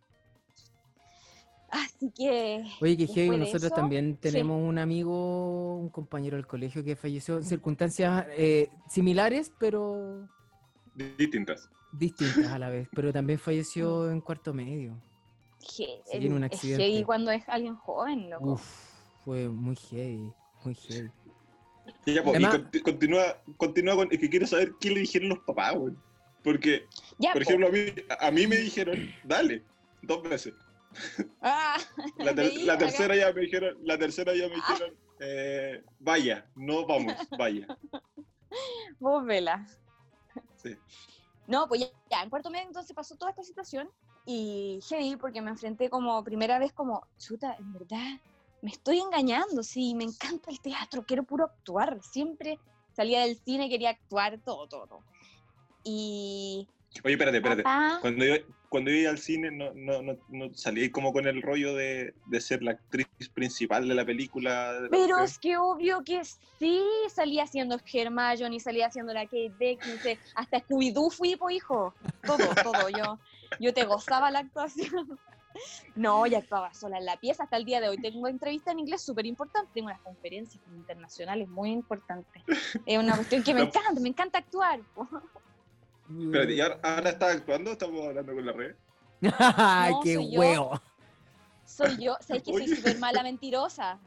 Speaker 2: Así que.
Speaker 4: Oye, que
Speaker 2: después
Speaker 4: heavy,
Speaker 2: de
Speaker 4: nosotros
Speaker 2: eso,
Speaker 4: también tenemos un amigo, un compañero del colegio que falleció en circunstancias eh, similares, pero
Speaker 3: Distintas.
Speaker 4: distintas a la vez. Pero también falleció en cuarto medio.
Speaker 2: je-
Speaker 4: se tiene un
Speaker 2: es
Speaker 4: accidente.
Speaker 2: heavy cuando es alguien joven, loco.
Speaker 4: Uf, fue muy heavy, muy heavy.
Speaker 3: Ya, pues,
Speaker 4: Además-
Speaker 3: y conti- continúa, continúa con. Es que quiero saber qué le dijeron los papás, güey. Porque,
Speaker 2: ya,
Speaker 3: por
Speaker 2: po.
Speaker 3: ejemplo, a mí, a mí me dijeron, dale, dos veces.
Speaker 2: Ah,
Speaker 3: La, ter-
Speaker 2: leí
Speaker 3: la
Speaker 2: acá.
Speaker 3: tercera ya me dijeron, la tercera ya me dijeron, eh, vaya, no vamos, vaya.
Speaker 2: Vos vela.
Speaker 3: Sí.
Speaker 2: No, pues ya, ya, en cuarto medio entonces pasó toda esta situación y heavy porque me enfrenté como primera vez como, chuta, en verdad, me estoy engañando, sí, me encanta el teatro, quiero puro actuar, siempre salía del cine, quería actuar, todo, todo, todo. Y...
Speaker 3: Oye, espérate, espérate.
Speaker 2: papá,
Speaker 3: Cuando yo, cuando yo iba al cine, no, no, no, no salí como con el rollo de, de ser la actriz principal de la película. Eh, de la
Speaker 2: Pero
Speaker 3: cuestión.
Speaker 2: es que obvio que sí, salía haciendo Hermione, salía haciendo la Kate Beckinsale, hasta Scooby-Doo fui, po, hijo. Todo, todo, yo, yo te gozaba la actuación. No, ya actuaba sola en la pieza hasta el día de hoy. Tengo entrevista en inglés súper importante, tengo unas conferencias internacionales muy importantes. Es una cuestión que me
Speaker 3: No.
Speaker 2: encanta, me encanta actuar. po.
Speaker 3: Espérate, ¿y ahora, ahora estás actuando? o Estamos hablando con la red.
Speaker 4: ¡Ay,
Speaker 2: No,
Speaker 4: qué
Speaker 2: soy yo.
Speaker 4: huevo!
Speaker 2: Soy yo, sabes que soy
Speaker 3: Oye.
Speaker 2: súper mala mentirosa.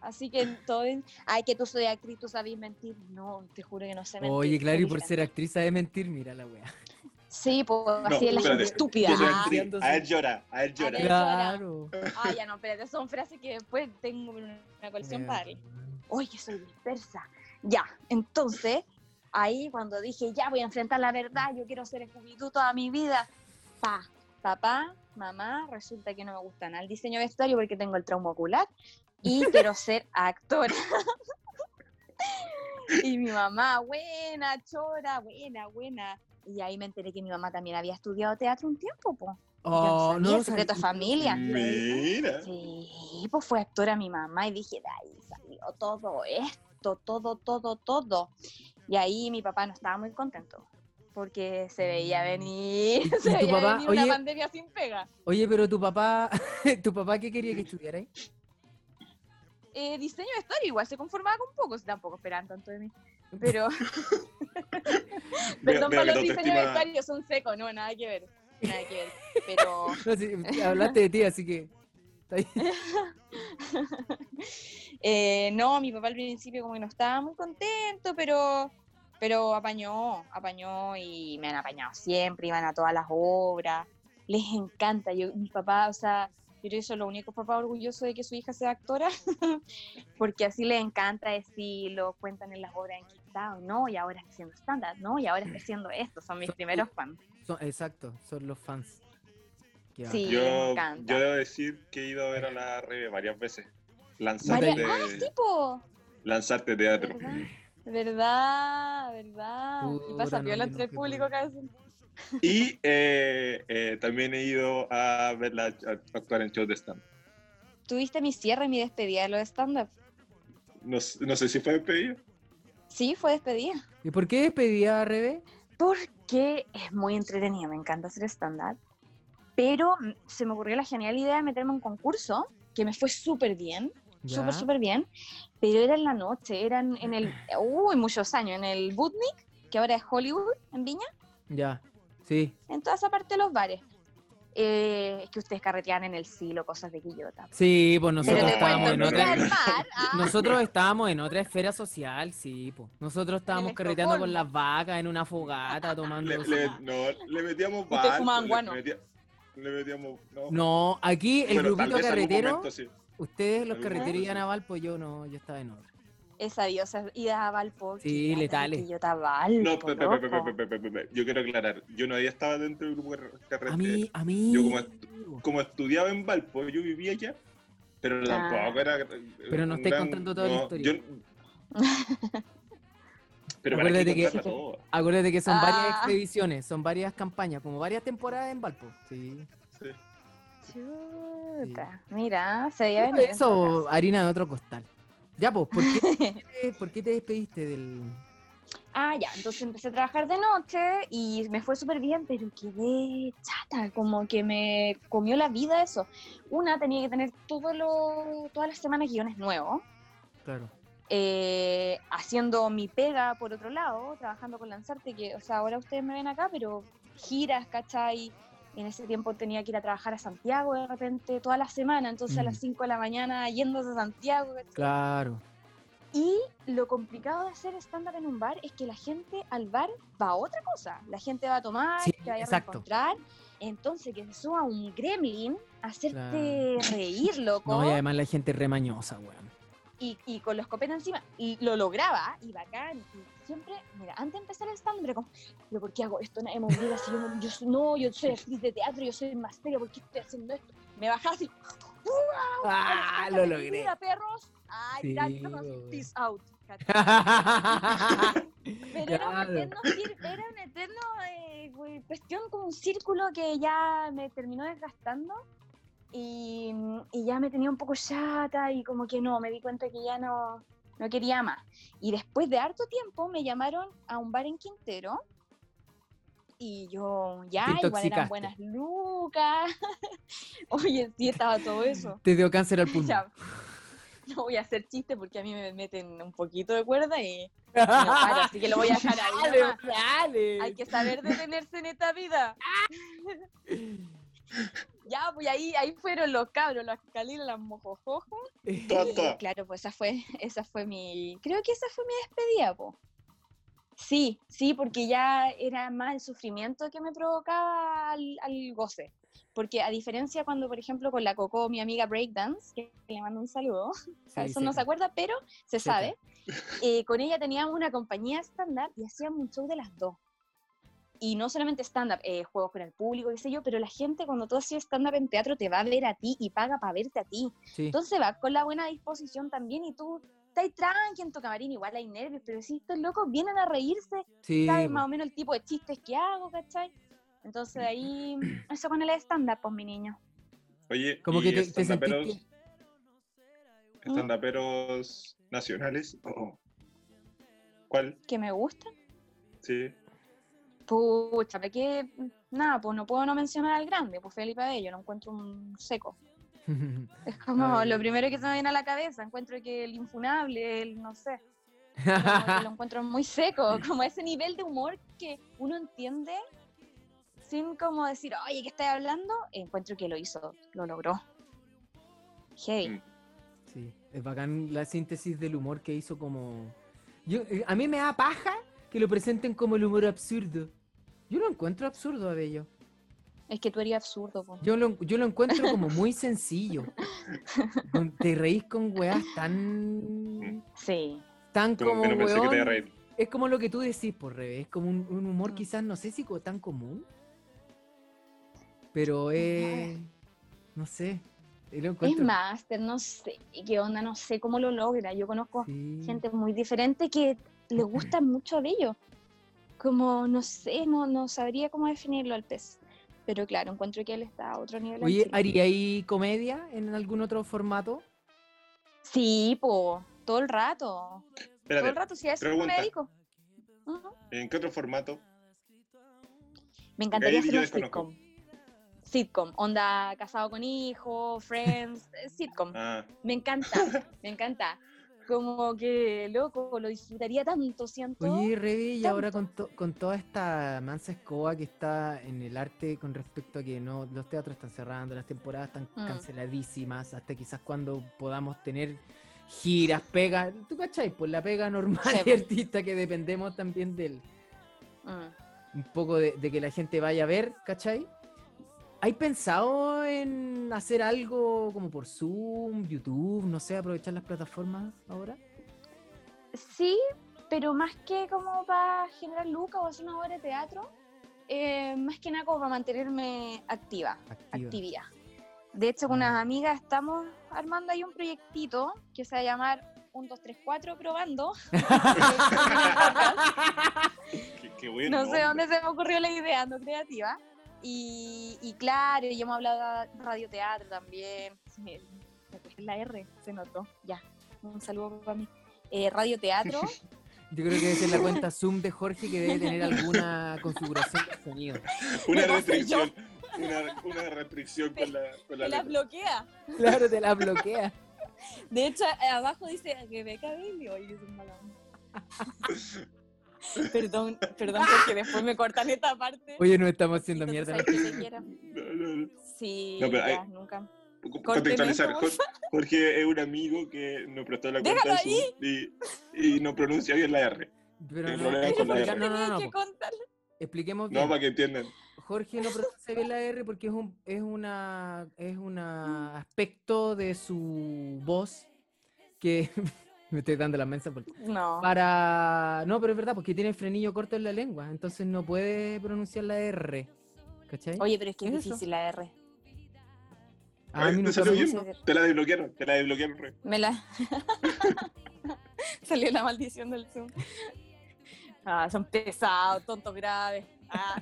Speaker 2: Así que todo es, ay, que tú soy actriz, tú sabes mentir. No, te juro que no sé mentir.
Speaker 4: Oye, claro, y
Speaker 2: soy
Speaker 4: por
Speaker 2: diferente.
Speaker 4: ser actriz sabe mentir, mira la wea.
Speaker 2: Sí, pues así es la
Speaker 3: espérate.
Speaker 2: gente estúpida.
Speaker 3: Yo soy
Speaker 2: Ah,
Speaker 3: actriz.
Speaker 4: haciéndose-
Speaker 3: A él llora, a él llora.
Speaker 2: A ver.
Speaker 4: Claro.
Speaker 2: ah, ya no, espérate, son frases que después tengo una colección para darle. Oye, que soy dispersa. Ya, entonces, ahí cuando dije, ya voy a enfrentar la verdad, yo quiero ser esclavitud toda mi vida, pa, papá, mamá, resulta que no me gusta nada el diseño de vestuario porque tengo el trauma ocular y quiero ser actora. y mi mamá, buena, chora, buena, buena. Y ahí me enteré que mi mamá también había estudiado teatro un tiempo, pues.
Speaker 4: Oh,
Speaker 2: Yo no
Speaker 4: no
Speaker 2: sabía,
Speaker 4: lo
Speaker 2: secreto de
Speaker 4: sabía.
Speaker 2: familia.
Speaker 3: Mira.
Speaker 2: Sí, pues fue actora mi mamá y dije, de ahí salió todo esto, todo, todo, todo. Y ahí mi papá no estaba muy contento porque se
Speaker 3: Mm.
Speaker 2: veía venir,
Speaker 4: ¿Y- y
Speaker 2: se
Speaker 4: tu
Speaker 2: veía
Speaker 4: papá?
Speaker 2: venir una
Speaker 4: Oye.
Speaker 2: pandemia sin pega.
Speaker 4: Oye, pero tu papá, ¿tu papá qué quería que estudiara ahí?
Speaker 2: Eh, diseño de historia igual se conformaba con poco, si tampoco esperaban tanto de mí. Pero,
Speaker 3: Veo-
Speaker 2: perdón, para
Speaker 3: veo que
Speaker 2: los
Speaker 3: tu
Speaker 2: diseños de
Speaker 3: autoestima-
Speaker 2: vestuario son secos, no, nada que ver, nada que ver. Pero
Speaker 4: No, sí, hablaste de ti, así que. está bien.
Speaker 2: Eh, no, mi papá al principio como que no estaba muy contento, pero, pero apañó, apañó y me han apañado siempre, iban a todas las obras, les encanta. Yo, mi papá, o sea, yo creo que son los únicos papás orgullosos de que su hija sea actora, porque así les encanta decirlo, cuentan en las obras en que están, no, y ahora está haciendo stand-up, no, y ahora está haciendo esto, son mis
Speaker 4: Son-
Speaker 2: primeros fans.
Speaker 4: Son- exacto, son los fans. Qué
Speaker 2: Sí.
Speaker 4: bacán.
Speaker 3: Yo,
Speaker 2: me encanta.
Speaker 3: yo debo decir que he ido a ver a la Rebe varias veces. Lanzarte,
Speaker 4: Varias-
Speaker 2: Tipo,
Speaker 3: lanzarte teatro.
Speaker 2: ¿verdad? ¿Verdad? ¿Verdad? Y
Speaker 4: Puta,
Speaker 2: pasa
Speaker 4: no,
Speaker 2: viola
Speaker 4: yo no
Speaker 2: entre el
Speaker 4: fui
Speaker 2: público
Speaker 4: por-
Speaker 2: casi.
Speaker 3: Y eh, eh, también he ido a verla a- a actuar en shows de stand.
Speaker 2: tuviste mi cierre y mi despedida de los stand-up.
Speaker 3: No, s- no sé si fue despedido.
Speaker 2: Sí, fue despedida.
Speaker 4: ¿Y por qué despedía a Rebe?
Speaker 2: Porque es muy entretenido, me encanta hacer stand-up. Pero m- se me ocurrió la genial idea de meterme a un concurso, que me fue súper bien,
Speaker 4: Ya.
Speaker 2: súper, súper bien. Pero era en la noche, eran en el. Uy, muchos años, en el Butnik, que ahora es Hollywood, en Viña,
Speaker 4: Ya, sí,
Speaker 2: en toda esa parte de los bares. Eh, es que ustedes carretean en el silo, cosas de Quillota.
Speaker 4: sí, pues nosotros
Speaker 2: Pero te
Speaker 4: estábamos
Speaker 2: cuento,
Speaker 4: en
Speaker 2: me fui
Speaker 4: otra,
Speaker 2: al mar, ah,
Speaker 4: nosotros estábamos en otra esfera social, sí, pues. Nosotros estábamos
Speaker 2: En
Speaker 4: carreteando con
Speaker 2: Estocolmo.
Speaker 4: las vacas en una fogata tomando.
Speaker 3: Le, le- no, le metíamos
Speaker 2: Ustedes
Speaker 3: bar,
Speaker 2: fumaban guano.
Speaker 3: Le, metía- le metíamos. No,
Speaker 4: No, aquí el
Speaker 3: Bueno, tal
Speaker 4: grupito
Speaker 3: vez en algún
Speaker 4: carretero,
Speaker 3: momento sí.
Speaker 4: ustedes los
Speaker 3: algún
Speaker 4: carreteros
Speaker 3: momento
Speaker 4: iban
Speaker 3: sí.
Speaker 4: a Valpo, yo no, yo estaba en otra.
Speaker 2: Esa diosa ida a Valpo.
Speaker 4: Sí,
Speaker 2: Quillota,
Speaker 4: letales.
Speaker 2: Quillota, Valpo,
Speaker 3: No, pe- pe- pe- pe-
Speaker 2: loco.
Speaker 3: pe- pe- pe- pe- yo quiero aclarar. Yo no había estado dentro del grupo carre- carretero.
Speaker 4: A mí, a mí.
Speaker 3: Yo como Como estudiaba en Valpo, yo vivía allá,
Speaker 2: Ah.
Speaker 3: pero tampoco era.
Speaker 4: Pero no
Speaker 3: un
Speaker 4: estáis contando toda la historia.
Speaker 3: yo- pero para
Speaker 4: Acuérdate
Speaker 3: qué
Speaker 4: que-
Speaker 3: contarla toda.
Speaker 4: Acuérdate que son varias
Speaker 2: Ah.
Speaker 4: expediciones, son varias campañas, como varias temporadas en Valpo. Sí.
Speaker 3: Sí.
Speaker 2: Chuta, mira, se veía ¿eh? venir.
Speaker 4: Eso, harina de otro costal. Ya, pues, ¿por qué, por qué te despediste del.
Speaker 2: Ah, ya, entonces empecé a trabajar de noche y me fue súper bien, pero quedé chata, como que me comió la vida eso. Una, tenía que tener todo lo, todas las semanas guiones nuevos,
Speaker 4: Claro.
Speaker 2: eh, haciendo mi pega por otro lado, trabajando con Lanzarte, que, o sea, ahora ustedes me ven acá, pero giras, ¿cachai? En ese tiempo tenía que ir a trabajar a Santiago de repente toda la semana, entonces a las
Speaker 4: Mm.
Speaker 2: 5 de la mañana yéndose a Santiago, ¿cachai?
Speaker 4: Claro.
Speaker 2: Y lo complicado de hacer stand-up en un bar es que la gente al bar va a otra cosa. La gente va a tomar,
Speaker 4: Sí,
Speaker 2: te va a
Speaker 4: exacto.
Speaker 2: encontrar. Entonces, que se suba un gremlin, a hacerte
Speaker 4: Claro.
Speaker 2: reír, loco,
Speaker 4: No, y además la gente es remañosa, weón.
Speaker 2: y, y con los copetes encima. Y lo lograba, y bacán. Y siempre, mira, antes de empezar el stand-up, era como, ¿pero por qué hago esto? Nadie me obliga, si yo, no, yo soy- no, yo soy actriz de teatro, yo soy más seria, ¿por qué estoy haciendo esto? Me bajaba así,
Speaker 4: ¡Ah!
Speaker 2: ¡ay,
Speaker 4: Lo
Speaker 2: mi
Speaker 4: logré.
Speaker 2: vida, perros! ¡Ay,
Speaker 4: Sí,
Speaker 2: perros!
Speaker 4: weón.
Speaker 2: ¡Peace out! Pero era, un
Speaker 4: Claro.
Speaker 2: eterno, cir- era un eterno eh, güey, cuestión como un círculo que ya me terminó desgastando y, y ya me tenía un poco chata y como que no, me di cuenta que ya no, no quería más. Y después de harto tiempo me llamaron a un bar en Quintero y yo
Speaker 4: Te
Speaker 2: ya, igual
Speaker 4: intoxicaste.
Speaker 2: eran buenas lucas. Oye, sí estaba todo eso.
Speaker 4: Te dio cáncer al pulmón.
Speaker 2: Ya, No voy a hacer chiste porque a mí me meten un poquito de cuerda y... no paro, así que lo voy a dejar ahí
Speaker 4: Dale,
Speaker 2: nomás.
Speaker 4: dale.
Speaker 2: Hay que saber detenerse en esta vida. ya, pues ahí, ahí fueron los cabros, las calilas, las mojojojo. Y,
Speaker 3: Tata.
Speaker 2: claro, pues esa fue, esa fue mi. Creo que esa fue mi despedida, po. Sí, sí, porque ya era más el sufrimiento que me provocaba al, al goce. Porque a diferencia cuando, por ejemplo, con la Coco, mi amiga Breakdance, que le mando un saludo,
Speaker 4: Sí,
Speaker 2: eso no
Speaker 4: sí.
Speaker 2: se acuerda, pero se
Speaker 4: Seca.
Speaker 2: sabe. Eh, con ella teníamos una compañía stand-up y hacíamos un show de las dos. Y no solamente stand-up, eh, juegos con el público, qué sé yo, pero la gente cuando tú haces stand-up en teatro te va a ver a ti y paga para verte a ti.
Speaker 4: Sí.
Speaker 2: Entonces va con la buena disposición también y tú estás tranqui en tu camarín, igual hay nervios, pero si estos locos vienen a reírse,
Speaker 4: Sí, pues.
Speaker 2: sabes
Speaker 4: po.
Speaker 2: más o menos el tipo de chistes que hago, ¿cachai? Entonces ahí, eso con el stand-up, pues mi niño.
Speaker 3: Oye,
Speaker 4: Como
Speaker 3: y
Speaker 4: que te- te
Speaker 3: estandaperos-
Speaker 4: sentiste-
Speaker 2: ¿Mm?
Speaker 3: estandaperos nacionales. Oh. ¿Cuál?
Speaker 2: Que me gusta.
Speaker 3: Sí.
Speaker 2: Pucha, pero que nada, pues no puedo no mencionar al grande, pues Felipe Abello, lo encuentro un seco. Es como
Speaker 4: Ay.
Speaker 2: lo primero que se me viene a la cabeza, encuentro que el infunable, el no sé, como que lo encuentro muy seco, como ese nivel de humor que uno entiende sin como decir, oye, ¿qué estás hablando? Encuentro que lo hizo, lo logró. Hey,
Speaker 3: Mm.
Speaker 4: Sí, es bacán la síntesis del humor que hizo como... Yo, eh, a mí me da paja que lo presenten como el humor absurdo. Yo lo encuentro absurdo a Bello.
Speaker 2: es que tú eres absurdo, po.
Speaker 4: Yo lo, yo lo encuentro como muy sencillo. Con- Te reís con weas tan...
Speaker 2: Sí,
Speaker 4: Tan
Speaker 3: Como,
Speaker 4: como...
Speaker 3: que no pensé que te iba a
Speaker 4: weón,
Speaker 3: reír.
Speaker 4: es como lo que tú decís, por revés. Es como un, un
Speaker 2: Mm.
Speaker 4: humor quizás, no sé si co- tan común. Pero es... No sé. yo Lo
Speaker 2: es
Speaker 4: encuentro.
Speaker 2: máster, no sé qué onda, no sé cómo lo logra, yo conozco
Speaker 4: sí.
Speaker 2: gente muy diferente que le gusta mucho a Bello. Como, no sé, no, no sabría cómo definirlo al pez. Pero claro, encuentro que él está a otro nivel. en
Speaker 4: Oye,
Speaker 2: Chile.
Speaker 4: ¿haría ahí comedia en algún otro formato?
Speaker 2: Sí, po, todo el rato. Todo el
Speaker 3: Espérate,
Speaker 2: rato, si a eso
Speaker 3: pregunta.
Speaker 2: me dedico. Ujú.
Speaker 3: ¿en qué otro formato?
Speaker 2: Me encantaría
Speaker 3: ahí yo
Speaker 2: hacer un
Speaker 3: desconozco.
Speaker 2: sitcom. Sitcom, onda casado con hijo, friends, eh, sitcom.
Speaker 3: Ah,
Speaker 2: Me encanta, me encanta. Como que, loco, lo disfrutaría tanto, siento.
Speaker 4: Oye, Rebe, y ahora con, to- con toda esta mansa escoba que está en el arte con respecto a que no los teatros están cerrando, las temporadas están
Speaker 2: Mm.
Speaker 4: canceladísimas, hasta quizás cuando podamos tener giras, pegas, ¿tú cachai? Pues la pega normal
Speaker 2: Sí.
Speaker 4: de artista que dependemos también del
Speaker 2: Mm.
Speaker 4: un poco de, de que la gente vaya a ver, ¿cachai? ¿Hay pensado en hacer algo como por Zoom, YouTube, no sé, aprovechar las plataformas ahora?
Speaker 2: Sí, pero más que como para generar lucas o hacer una obra de teatro, eh, más que nada como para mantenerme activa,
Speaker 4: Activa.
Speaker 2: actividad. De hecho, con unas amigas estamos armando ahí un proyectito que se va a llamar 1, 2, 3, 4 probando.
Speaker 3: qué, qué buen
Speaker 2: no sé
Speaker 3: nombre.
Speaker 2: dónde se me ocurrió la idea, ando creativa. Y, y claro, ya hemos hablado de radioteatro también. Se me- me cuesta la R, se notó. Ya, un saludo para mí. Eh, radioteatro.
Speaker 4: Yo creo que debe ser la cuenta Zoom de Jorge que debe tener alguna configuración de sonido.
Speaker 3: Una
Speaker 2: Lo pasé yo.
Speaker 3: restricción. Una, una restricción con la, con la
Speaker 2: que la
Speaker 3: letra.
Speaker 2: bloquea.
Speaker 4: Claro, te la bloquea.
Speaker 2: De hecho, a- abajo dice Rebeca Billy. Oye, es un mala onda. Perdón, perdón, porque después me cortan esta parte.
Speaker 4: Oye, no estamos haciendo
Speaker 2: Ah. Entonces, ahí que
Speaker 4: mierda.
Speaker 2: te quiera.
Speaker 3: No, no, no.
Speaker 2: Sí,
Speaker 3: No, pero
Speaker 2: ya,
Speaker 3: hay-
Speaker 2: nunca.
Speaker 3: contextualizar.
Speaker 2: ¿cómo se-
Speaker 3: Jor- Jorge es un amigo que nos prestó la cuenta
Speaker 2: Déjalo
Speaker 3: de Zoom y, y no pronuncia bien la R.
Speaker 4: Pero
Speaker 3: El
Speaker 4: no,
Speaker 3: problema
Speaker 4: hay que
Speaker 3: con la
Speaker 4: explicar-
Speaker 3: R.
Speaker 4: no, pues. no, no,
Speaker 2: Tenía que
Speaker 4: po.
Speaker 2: contar.
Speaker 3: No,
Speaker 4: Expliquemos bien.
Speaker 3: para que entiendan.
Speaker 4: Jorge no pronuncia bien la R porque es un es una es una aspecto de su voz que me estoy dando la mensa porque
Speaker 2: No.
Speaker 4: para no, pero es verdad porque tiene el frenillo corto en la lengua, entonces no puede pronunciar la R. ¿Cachai?
Speaker 2: Oye, pero es que es
Speaker 4: ¿Qué es eso?
Speaker 2: difícil la R.
Speaker 4: Ah, a mí
Speaker 3: Ay,
Speaker 4: nunca
Speaker 3: te salió
Speaker 4: me
Speaker 3: bien,
Speaker 4: pasó.
Speaker 2: pasó.
Speaker 3: Te la desbloquearon, te la desbloquearon. re.
Speaker 2: Me la. Salió la maldición del Zoom. Ah, son pesados, tontos graves. Ah.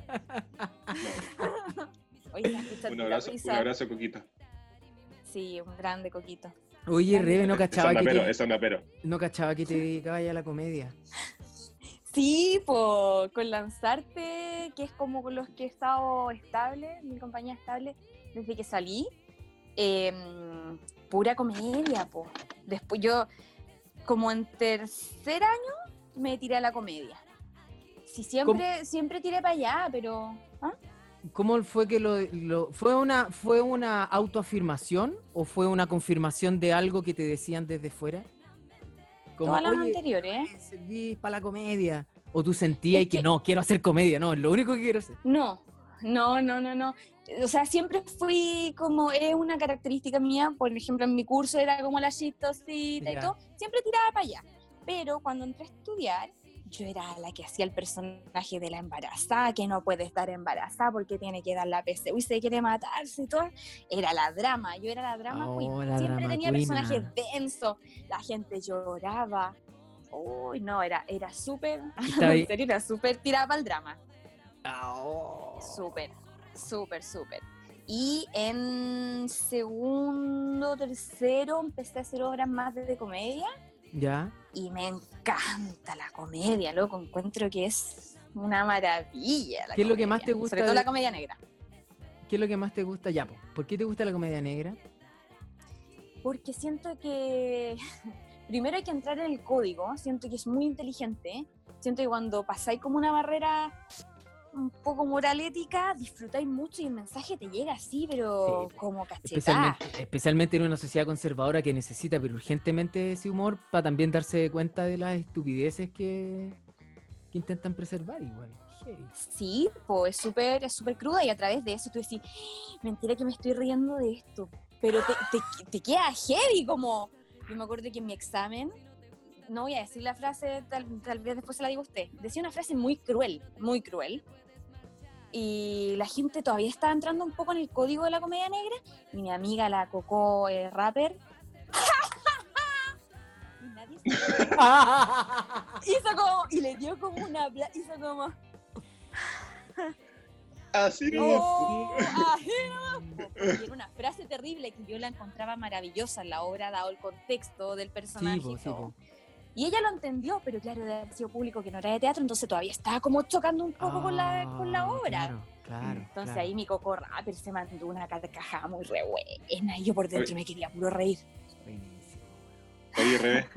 Speaker 2: Oye, me escucha
Speaker 3: Un
Speaker 2: la
Speaker 3: abrazo, un
Speaker 2: risa.
Speaker 3: abrazo, Coquita.
Speaker 2: Sí, un grande coquito.
Speaker 4: Oye, Rebe, no
Speaker 3: Es
Speaker 4: cachaba
Speaker 3: onda
Speaker 4: que
Speaker 3: pero,
Speaker 4: te-
Speaker 3: es onda pero.
Speaker 4: No cachaba que te dedicaba ya a la comedia.
Speaker 2: Sí, po, con Lanzarte, que es como con los que he estado estable, mi compañía estable, desde que salí. em, pura comedia, po. Después yo, como en tercer año, me tiré a la comedia. Sí, siempre, siempre tiré para allá, pero... ¿ah?
Speaker 4: ¿Cómo fue que lo, lo- fue una fue una autoafirmación o fue una confirmación de algo que te decían desde fuera? Como,
Speaker 2: Todas las
Speaker 4: "Oye,
Speaker 2: anteriores, ¿eh?
Speaker 4: servís para la comedia. O tú sentías
Speaker 2: Es
Speaker 4: que...
Speaker 2: que-
Speaker 4: no, quiero hacer comedia, no, es lo único que quiero hacer.
Speaker 2: No, no, no, no, no. O sea, siempre fui como, es una característica mía, por ejemplo, en mi curso era como la chistosita
Speaker 4: Ya.
Speaker 2: y todo, siempre tiraba para allá. Pero cuando entré a estudiar, yo era la que hacía el personaje de la embarazada, que no puede estar embarazada porque tiene que dar la PCU y se quiere matarse y todo. Era la drama, yo era la drama queen.
Speaker 4: Oh, la
Speaker 2: siempre
Speaker 4: drama
Speaker 2: tenía
Speaker 4: queen,
Speaker 2: personajes
Speaker 4: ah.
Speaker 2: densos, la gente lloraba. Uy, no, era, era súper,
Speaker 4: Está bien.
Speaker 2: en serio, era súper tirada para el drama.
Speaker 4: Eso.
Speaker 2: Súper, súper, súper. Y en segundo, tercero empecé a hacer obras más de comedia
Speaker 4: ¿Ya?
Speaker 2: y me encanta la comedia, loco. Encuentro que es una maravilla. la
Speaker 4: ¿Qué es lo que más
Speaker 2: comedia,
Speaker 4: te gusta
Speaker 2: Sobre todo
Speaker 4: de-
Speaker 2: la comedia negra.
Speaker 4: ¿Qué es lo que más te gusta? Ya, po. ¿por qué te gusta la comedia negra?
Speaker 2: Porque siento que primero hay que entrar en el código, siento que es muy inteligente, siento que cuando pasáis como una barrera un poco moral ética, disfrutáis mucho y el mensaje te llega así, pero
Speaker 4: Sí,
Speaker 2: como cachetada.
Speaker 4: Especialmente, especialmente en una sociedad conservadora que necesita pero urgentemente ese humor para también darse cuenta de las estupideces que, que intentan preservar igual. Heavy.
Speaker 2: Sí, po, es súper es súper cruda y a través de eso tú decís, mentira que me estoy riendo de esto, pero te, te- te queda heavy como... Yo me acuerdo que en mi examen, no voy a decir la frase, tal, tal vez después se la digo a usted, decía una frase muy cruel, muy cruel. Y la gente todavía estaba entrando un poco en el código de la comedia negra y mi amiga, la Coco eh, Rapper, y nadie se hizo como y le dio como una bla- hizo como
Speaker 3: Así no.
Speaker 2: Oh, ay, no. Porque Era una frase terrible que yo la encontraba maravillosa en la obra, dado el contexto del personaje.
Speaker 4: Sí, po,
Speaker 2: y
Speaker 4: sí,
Speaker 2: todo.
Speaker 4: po.
Speaker 2: Y ella lo entendió, pero claro, era un sido público que no era de teatro, entonces todavía estaba como chocando un poco con, la, con la
Speaker 4: Ah,
Speaker 2: obra.
Speaker 4: Claro, claro.
Speaker 2: Entonces
Speaker 4: claro.
Speaker 2: ahí mi coco rapper se mandó una carcajada muy re buena y yo por dentro me quería puro reír.
Speaker 4: Buenísimo.
Speaker 3: Oye, Rebe.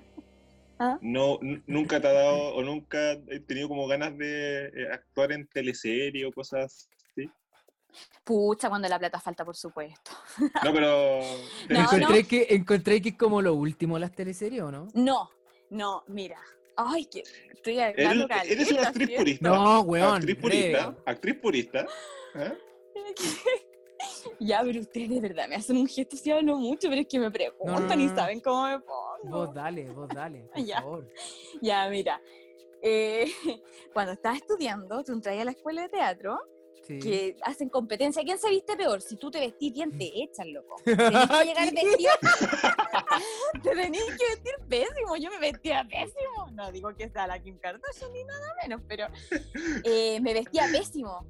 Speaker 2: ¿Ah?
Speaker 3: No, n- nunca te ha dado o nunca he tenido como ganas de eh, actuar en teleserie o cosas así.
Speaker 2: Pucha, cuando la plata falta, por supuesto.
Speaker 3: No, pero.
Speaker 2: No, no.
Speaker 4: encontré, Que, encontré que es como lo último las teleseries, ¿o no?
Speaker 2: No, no, mira. Ay, que estoy hablando
Speaker 3: ¿Eres, eres una
Speaker 2: caleta,
Speaker 3: actriz
Speaker 2: ¿sí?
Speaker 3: purista.
Speaker 4: No, weón.
Speaker 3: actriz
Speaker 4: breve.
Speaker 3: purista. Actriz purista. ¿eh?
Speaker 2: Ya, pero ustedes de verdad me hacen un gesto si hablo mucho, pero es que me
Speaker 4: No, no,
Speaker 2: preguntan
Speaker 4: no,
Speaker 2: y
Speaker 4: no.
Speaker 2: saben cómo me pongo.
Speaker 4: Vos dale, vos dale, por
Speaker 2: Ya.
Speaker 4: favor.
Speaker 2: Ya, mira. eh, cuando estaba estudiando, tú entras a la escuela de teatro,
Speaker 4: Sí.
Speaker 2: que hacen competencia. ¿Quién se viste peor? Si tú te vestís bien, te echan, loco. Tenés que llegar vestido. te tenés que vestir pésimo. Yo me vestía pésimo. No digo que sea la Kim Kardashian ni nada menos, pero eh, me vestía pésimo.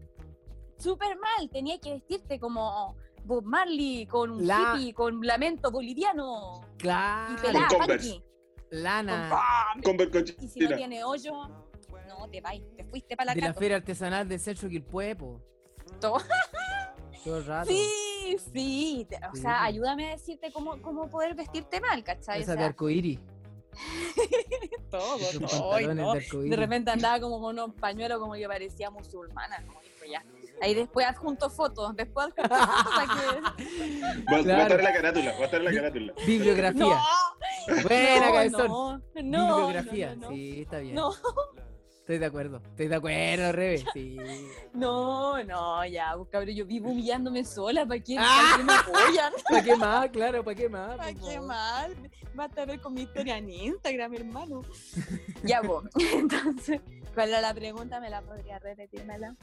Speaker 2: Súper mal. Tenía que vestirte como Bob Marley, con un
Speaker 4: La- Ah.
Speaker 2: hippie, con lamento boliviano. Y pelá,
Speaker 4: Claro,
Speaker 3: Con Converse.
Speaker 2: panqui.
Speaker 4: lana.
Speaker 3: Con
Speaker 2: Ah, Y si no
Speaker 3: Belcochina.
Speaker 2: tiene hoyo, no te vais. Te fuiste para
Speaker 4: De
Speaker 2: la
Speaker 4: la
Speaker 2: casa.
Speaker 4: feria artesanal de Sergio Quilpué, po.
Speaker 2: Todo.
Speaker 4: Todo el rato.
Speaker 2: Sí, sí. te- O sea,
Speaker 4: Sí, pues.
Speaker 2: ayúdame a decirte cómo, cómo poder vestirte mal, ¿cachai? O
Speaker 4: Esa de
Speaker 2: sea,
Speaker 4: arcoíris.
Speaker 2: todo,
Speaker 4: Esos
Speaker 2: todo, ay,
Speaker 4: pantalones
Speaker 2: no.
Speaker 4: de arcoíris.
Speaker 2: De repente andaba como con unos pañuelos como que parecía musulmana, como dijo ya. Ahí después adjunto fotos, después adjunto fotos para que...
Speaker 3: Va, va a
Speaker 4: Claro.
Speaker 3: estar en la carátula. Va a estar en la carátula.
Speaker 4: Bibliografía.
Speaker 2: ¡No!
Speaker 4: Buena,
Speaker 2: no,
Speaker 4: cabezón.
Speaker 2: No, no,
Speaker 4: Bibliografía.
Speaker 2: no, no, no.
Speaker 4: Sí, está bien.
Speaker 2: No.
Speaker 4: Estoy de acuerdo. Estoy de acuerdo, Rebe. Sí.
Speaker 2: No, no, ya, pues, cabrón, yo vivo humillándome sola, ¿para qué, ¿para
Speaker 4: Ah.
Speaker 2: qué me apoyan?
Speaker 4: ¿Para qué más? Claro, ¿para qué más?
Speaker 2: Ay,
Speaker 4: po,
Speaker 2: qué
Speaker 4: po?
Speaker 2: mal. Basta ver con mi historia en Instagram, hermano. Ya, vos. Entonces, ¿cuál era la pregunta? ¿Me la podría repetírmela?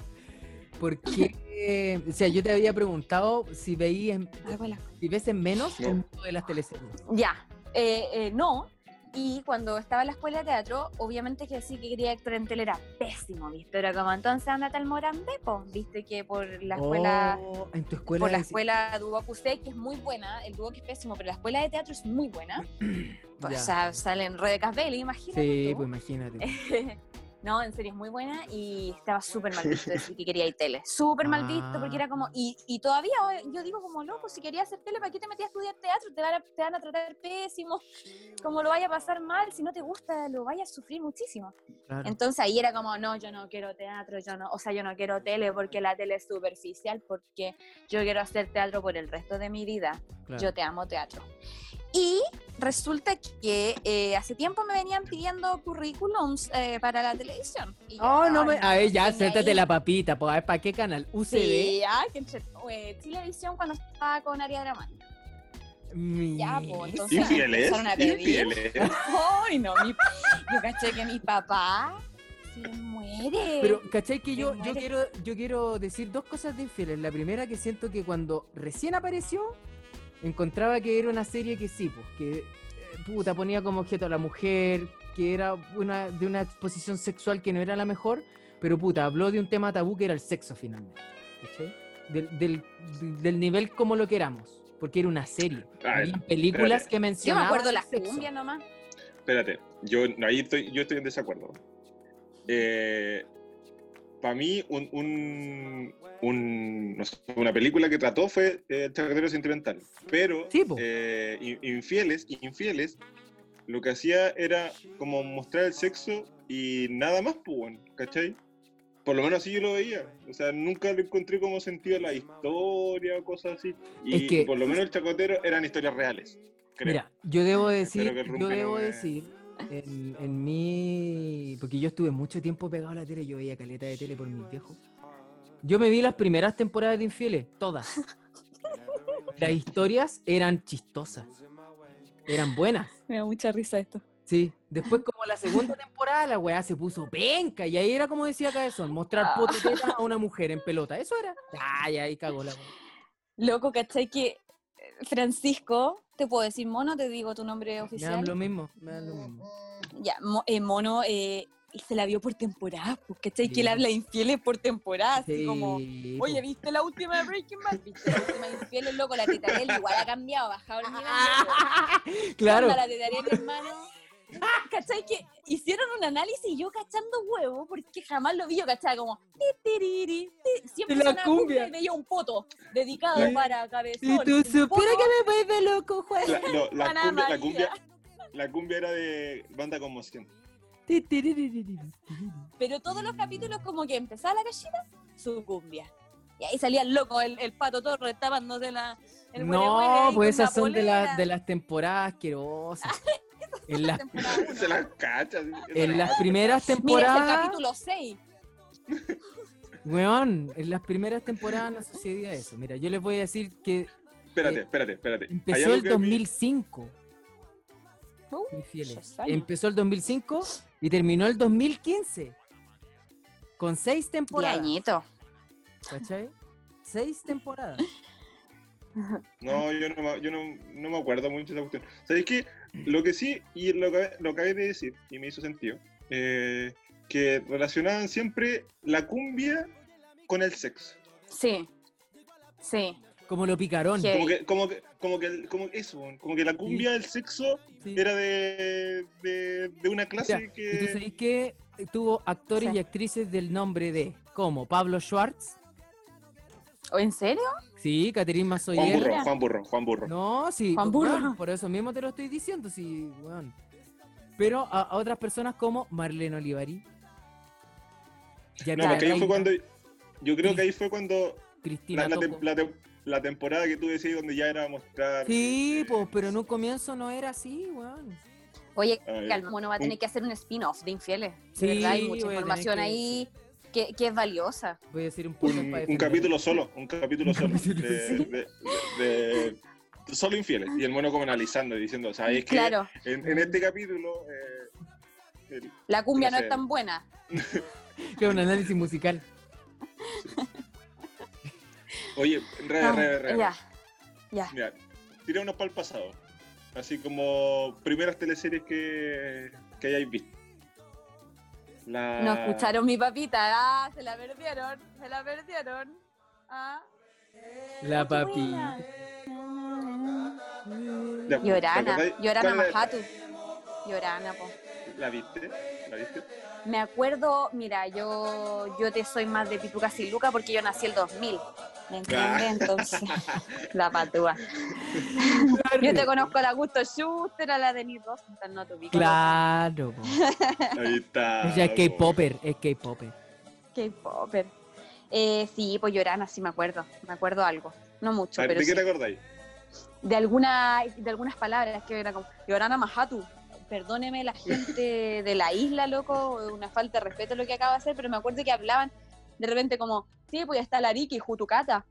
Speaker 4: ¿Por qué? O sea, yo te había preguntado si veías,
Speaker 2: Ay, Ah, bueno.
Speaker 4: si ves en menos
Speaker 3: No.
Speaker 4: el mundo de las teleseries.
Speaker 2: Ya. Eh, eh, no. Y cuando estaba en la escuela de teatro, obviamente que sí que quería actuar en tele era pésimo, ¿viste? Pero como entonces anda tal Morandepo, ¿viste? Que por la escuela...
Speaker 4: Oh, en tu escuela.
Speaker 2: Por la
Speaker 4: de-
Speaker 2: escuela Duoc Cusé, que es muy buena, el Duoc es pésimo, pero la escuela de teatro es muy buena. O
Speaker 4: Ya.
Speaker 2: sea, Eh, salen Rebeca Belli, imagínate.
Speaker 4: Sí,
Speaker 2: tú.
Speaker 4: pues imagínate.
Speaker 2: No, en serio, es muy buena y estaba súper mal visto decir que quería ir tele. Súper mal visto porque era como, y, y todavía hoy yo digo como, loco, si querías hacer tele, ¿para qué te metías a estudiar teatro? Te van a, te van a tratar pésimo, como lo vaya a pasar mal, si no te gusta, lo vayas a sufrir muchísimo.
Speaker 4: Claro.
Speaker 2: Entonces ahí era como, no, yo no quiero teatro, yo no, o sea, yo no quiero tele porque la tele es superficial, porque yo quiero hacer teatro por el resto de mi vida.
Speaker 4: claro.
Speaker 2: Yo te amo teatro. Y resulta que eh, hace tiempo me venían pidiendo currículums eh, para la televisión. Y yo,
Speaker 4: Oh, no me. A ver, ya,
Speaker 2: tenía
Speaker 4: suéltate
Speaker 2: ahí-
Speaker 4: la papita, pues. A ver, ¿para qué canal? UCB.
Speaker 2: Sí, ah, que entre- eh, Televisión cuando estaba con Ariadna Mann.
Speaker 4: Mi-
Speaker 2: Ya, pues, entonces
Speaker 3: Infieles.
Speaker 2: empezaron a pedir.
Speaker 3: Infieles.
Speaker 2: Ay, no, mi, yo caché que mi papá se muere.
Speaker 4: Pero, ¿cachai? Que
Speaker 2: te
Speaker 4: yo, yo,
Speaker 2: mueres.
Speaker 4: quiero, yo quiero decir dos cosas de infieles. La primera, que siento que cuando recién apareció, encontraba que era una serie que sí, pues, que eh, puta, ponía como objeto a la mujer, que era una, de una exposición sexual que no era la mejor, pero puta, habló de un tema tabú que era el sexo finalmente. ¿Cachai? Del, del, del nivel como lo queramos, porque era una serie.
Speaker 3: A ver,
Speaker 4: Habían películas
Speaker 3: espérate.
Speaker 4: que
Speaker 2: yo me
Speaker 4: mencionaban.
Speaker 2: acuerdo las
Speaker 4: sexo.
Speaker 2: cumbias nomás.
Speaker 3: Espérate, yo ahí estoy, yo estoy en desacuerdo. Para mí, un, un- un- no sé, una película que trató fue eh, Charretero Sentimental. Pero
Speaker 4: Sí, po.
Speaker 3: eh, in- Infieles, Infieles, lo que hacía era como mostrar el sexo y nada más, pues, bueno, ¿cachai? Por lo menos así yo lo veía. O sea, nunca le encontré como sentido a la historia o cosas así. Y
Speaker 4: Es que-
Speaker 3: por lo menos el chacotero eran historias reales. Creo.
Speaker 4: Mira, yo debo decir,
Speaker 3: que el
Speaker 4: yo
Speaker 3: Rumpi no
Speaker 4: debo
Speaker 3: me-
Speaker 4: decir, en, en mi, porque yo estuve mucho tiempo pegado a la tele, yo veía caleta de tele por mis viejos. Yo me vi las primeras temporadas de Infieles, todas. Las historias eran chistosas, eran buenas.
Speaker 2: Me da mucha risa esto.
Speaker 4: Sí, después como la segunda temporada la weá se puso penca y ahí era como decía Cabezón,
Speaker 5: Ah.
Speaker 4: mostrar poto y teta a una mujer en pelota, eso era. Ay, ahí cagó la weá.
Speaker 2: Loco, ¿cachai? Que eh, Francisco, te puedo decir mono, te digo tu nombre
Speaker 4: Me dan
Speaker 2: oficial.
Speaker 4: lo mismo, me dan lo mismo.
Speaker 2: Ya, mo- eh, mono eh,
Speaker 5: él se la vio por temporada, pues, ¿cachai?
Speaker 4: Sí.
Speaker 5: Que él habla de infieles por temporada, así como,
Speaker 4: Sí,
Speaker 5: oye,
Speaker 4: po.
Speaker 5: ¿viste la última de Breaking Bad? ¿Viste la última de infieles, loco? La tetarel igual ha cambiado, ha bajado el nivel. loco.
Speaker 4: claro.
Speaker 5: Onda, La tetarel, hermano. ¿Cachai? Que hicieron un análisis y yo cachando huevo, porque jamás lo vi, yo cachaba como, ti, ti, ri, ri, ti. siempre
Speaker 4: Y la
Speaker 5: sonaba cumbia.
Speaker 4: cumbia.
Speaker 5: y veía un poto dedicado
Speaker 4: Sí.
Speaker 5: para cabezón.
Speaker 4: Si tú
Speaker 5: Un
Speaker 4: supieras
Speaker 5: poto
Speaker 4: que me vuelve loco, Juan.
Speaker 3: La, no, la
Speaker 5: Ana
Speaker 3: cumbia, la,
Speaker 5: María.
Speaker 3: cumbia, la cumbia era de banda conmoción.
Speaker 4: Ti, ti, ri, ri, ri, ri.
Speaker 5: Pero todos
Speaker 2: Mm.
Speaker 5: los capítulos como que empezaba la gallina, su cumbia. Y ahí salía el loco, el, el pato torre tapándose la... el huele, huele
Speaker 4: No,
Speaker 5: ahí
Speaker 4: pues
Speaker 5: con
Speaker 4: esas
Speaker 5: la
Speaker 4: son de, las
Speaker 5: polera.
Speaker 4: de las temporadas asquerosas. en, las,
Speaker 5: Temporada uno.
Speaker 3: Se las cachas.
Speaker 4: en las
Speaker 5: Mira,
Speaker 4: primeras
Speaker 5: es el
Speaker 4: temporadas,
Speaker 5: capítulo 6.
Speaker 4: weón, en las primeras temporadas no sucedía eso. Mira, yo les voy a decir que
Speaker 3: Espérate, espérate, espérate. Hay
Speaker 4: empezó
Speaker 3: algo
Speaker 4: el
Speaker 3: que a mí-
Speaker 4: 2005.
Speaker 5: Uh,
Speaker 4: Infieles.
Speaker 5: esos años.
Speaker 4: Empezó el 2005 y terminó el 2015. Con seis temporadas.
Speaker 2: añito.
Speaker 4: ¿Cachai? Seis temporadas.
Speaker 3: No, yo, no, me- yo no, no me acuerdo mucho de esa cuestión. ¿Sabéis qué? Lo que sí, y lo que, lo acabé de decir, y me hizo sentido, eh, que relacionaban siempre la cumbia con el sexo.
Speaker 2: Sí. Sí.
Speaker 4: Como lo picaron.
Speaker 2: Qué-
Speaker 3: Como que, como que, como que, el- como que eso, como que la cumbia, el sexo,
Speaker 4: Sí.
Speaker 3: era de, de, de una clase
Speaker 4: Ya, Y tú
Speaker 3: que...
Speaker 4: sabés que tuvo actores
Speaker 2: Eh, Sí.
Speaker 4: y actrices del nombre de, como Pablo Schwartz,
Speaker 2: ¿O en serio?
Speaker 4: sí, Caterina
Speaker 3: Juan
Speaker 4: Mazoyer.
Speaker 3: Burro, Juan Burro, Juan Burro.
Speaker 4: No, sí,
Speaker 2: Juan
Speaker 4: weón,
Speaker 2: Burro.
Speaker 4: por eso mismo te lo estoy diciendo, sí, weón. Pero a, a otras personas como Marlene Olivari.
Speaker 3: No,
Speaker 4: Yanira
Speaker 3: porque ahí fue
Speaker 4: Reina,
Speaker 3: cuando... Yo creo que ahí fue cuando
Speaker 4: Cristina
Speaker 3: la, la, tem-
Speaker 4: Toco.
Speaker 3: la tem- la temporada que tú decías donde ya era mostrar... eh,
Speaker 4: Sí, pues, pero en un comienzo no era así, weón.
Speaker 2: Oye,
Speaker 3: A ver.
Speaker 2: que al mono va a tener que hacer un spin-off de infieles.
Speaker 4: Sí,
Speaker 2: De verdad, hay mucha
Speaker 4: voy a tener
Speaker 2: información
Speaker 4: que-
Speaker 2: ahí que, que es valiosa.
Speaker 4: Voy a decir un poco
Speaker 3: un, un capítulo solo, un capítulo solo. De, de- de- de- solo infieles. Y el mono como analizando y diciendo, ¿sabes que
Speaker 2: Claro,
Speaker 3: en, en este capítulo eh, el-
Speaker 2: la cumbia no,
Speaker 3: no sé.
Speaker 2: es tan buena.
Speaker 4: Que un análisis musical.
Speaker 3: Oye, re,
Speaker 2: Ah,
Speaker 3: re, re, re.
Speaker 2: ya, ya.
Speaker 3: Mira, tiré unos para el pasado. Así como primeras teleseries que, que hayáis visto. La...
Speaker 2: No escucharon mi papita. Ah, se la perdieron. Se la perdieron. Ah. eh.
Speaker 4: La papi.
Speaker 3: Ya, ¿te
Speaker 2: Llorana,
Speaker 3: acordáis?
Speaker 2: Llorana
Speaker 3: ¿Cuál era?
Speaker 2: Mahatu. Llorana, po.
Speaker 3: ¿La viste? ¿La viste?
Speaker 2: Me acuerdo, mira, yo, yo te soy más de Pitu y Luca porque yo nací el 2000. ¿Me entiendes?
Speaker 3: Ah.
Speaker 2: Entonces, la patúa. Yo te conozco a la Gusto Schuster, a la Denise Rosenthal, no te ubico.
Speaker 4: Claro, po.
Speaker 3: Ahí está.
Speaker 4: Ella es
Speaker 3: po.
Speaker 4: K-Popper, es K-Popper.
Speaker 2: K-Popper. Eh, sí, pues Llorana, sí me acuerdo. Me acuerdo algo. No mucho,
Speaker 3: A ver,
Speaker 2: pero
Speaker 3: ¿De
Speaker 2: sí.
Speaker 3: qué te acordáis?
Speaker 2: de, alguna, de algunas palabras que era como Yorana Mahatu. Perdóneme la gente de la isla, loco, una falta de respeto lo que acaba de hacer, pero me acuerdo que hablaban de repente como, sí, pues ya está Lariki, Jutucata.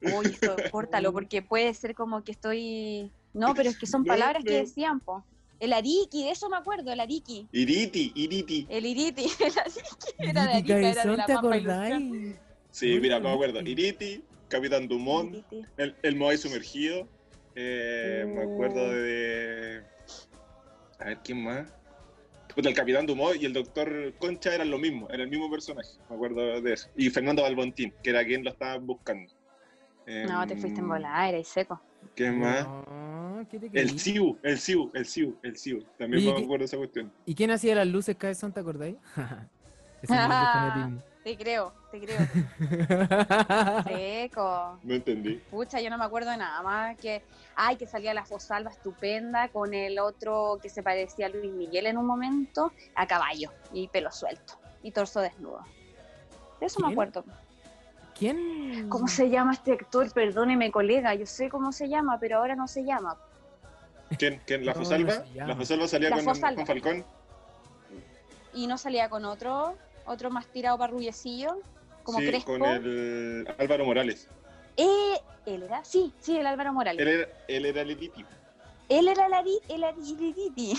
Speaker 2: Uy, esto, córtalo, porque puede ser como que estoy... No, pero es que son
Speaker 3: No,
Speaker 2: palabras que
Speaker 3: no.
Speaker 2: decían, po. El Ariki, de eso me acuerdo, el Ariki.
Speaker 3: Iriti, Iriti.
Speaker 2: El Iriti, el Ariki era de Arica, era de la
Speaker 4: ¿te
Speaker 2: Pampa Ilusión.
Speaker 4: acordáis?
Speaker 3: Sí,
Speaker 4: Muy
Speaker 3: mira, me acuerdo.
Speaker 4: bonito.
Speaker 3: Iriti, Capitán Dumont,
Speaker 2: Iriti.
Speaker 3: el, el Moai sumergido. eh, Me acuerdo
Speaker 2: Uh.
Speaker 3: de. A ver, ¿quién más? Puta, el Capitán Dumont y el Doctor Concha eran lo mismo, era el mismo personaje. Me acuerdo de eso. Y Fernando Balbontín, que era quien lo estaba buscando.
Speaker 2: No, te
Speaker 3: Em,
Speaker 2: fuiste en volada, eres seco.
Speaker 3: ¿Qué más?
Speaker 4: No, ¿qué te creí?
Speaker 3: El Siu, el Siu, el Siu, el Siu. También
Speaker 4: Oye,
Speaker 3: me
Speaker 4: ¿qué-
Speaker 3: acuerdo de esa cuestión.
Speaker 4: ¿Y quién hacía las luces, Cabezón? ¿Te acordáis? Ese no lo
Speaker 2: Te creo, te creo.
Speaker 4: dijo Nati.
Speaker 2: Seco.
Speaker 3: No entendí.
Speaker 2: Pucha, yo no me acuerdo de nada más que, ay, que salía la Fosalva estupenda con el otro que se parecía a Luis Miguel en un momento, a caballo y pelo suelto y torso desnudo. De eso me
Speaker 4: ¿Quién?
Speaker 2: acuerdo.
Speaker 4: ¿Quién?
Speaker 2: ¿Cómo se llama este actor? Perdóneme, colega, yo sé cómo se llama, pero ahora no se llama.
Speaker 3: ¿Quién? quién? ¿La
Speaker 4: No, no
Speaker 3: Fosalva?
Speaker 4: se llama.
Speaker 3: ¿La Fosalva salía
Speaker 2: La
Speaker 3: con,
Speaker 2: Fosalva.
Speaker 3: con Falcón?
Speaker 2: Y no salía con otro, otro más tirado parrullecillo, como
Speaker 3: sí,
Speaker 2: Crespo.
Speaker 3: con el Álvaro Morales.
Speaker 2: Eh, él era, sí, sí, el Álvaro Morales.
Speaker 3: Él era, él era el Iriti.
Speaker 2: Él era el Ari- el Aririti.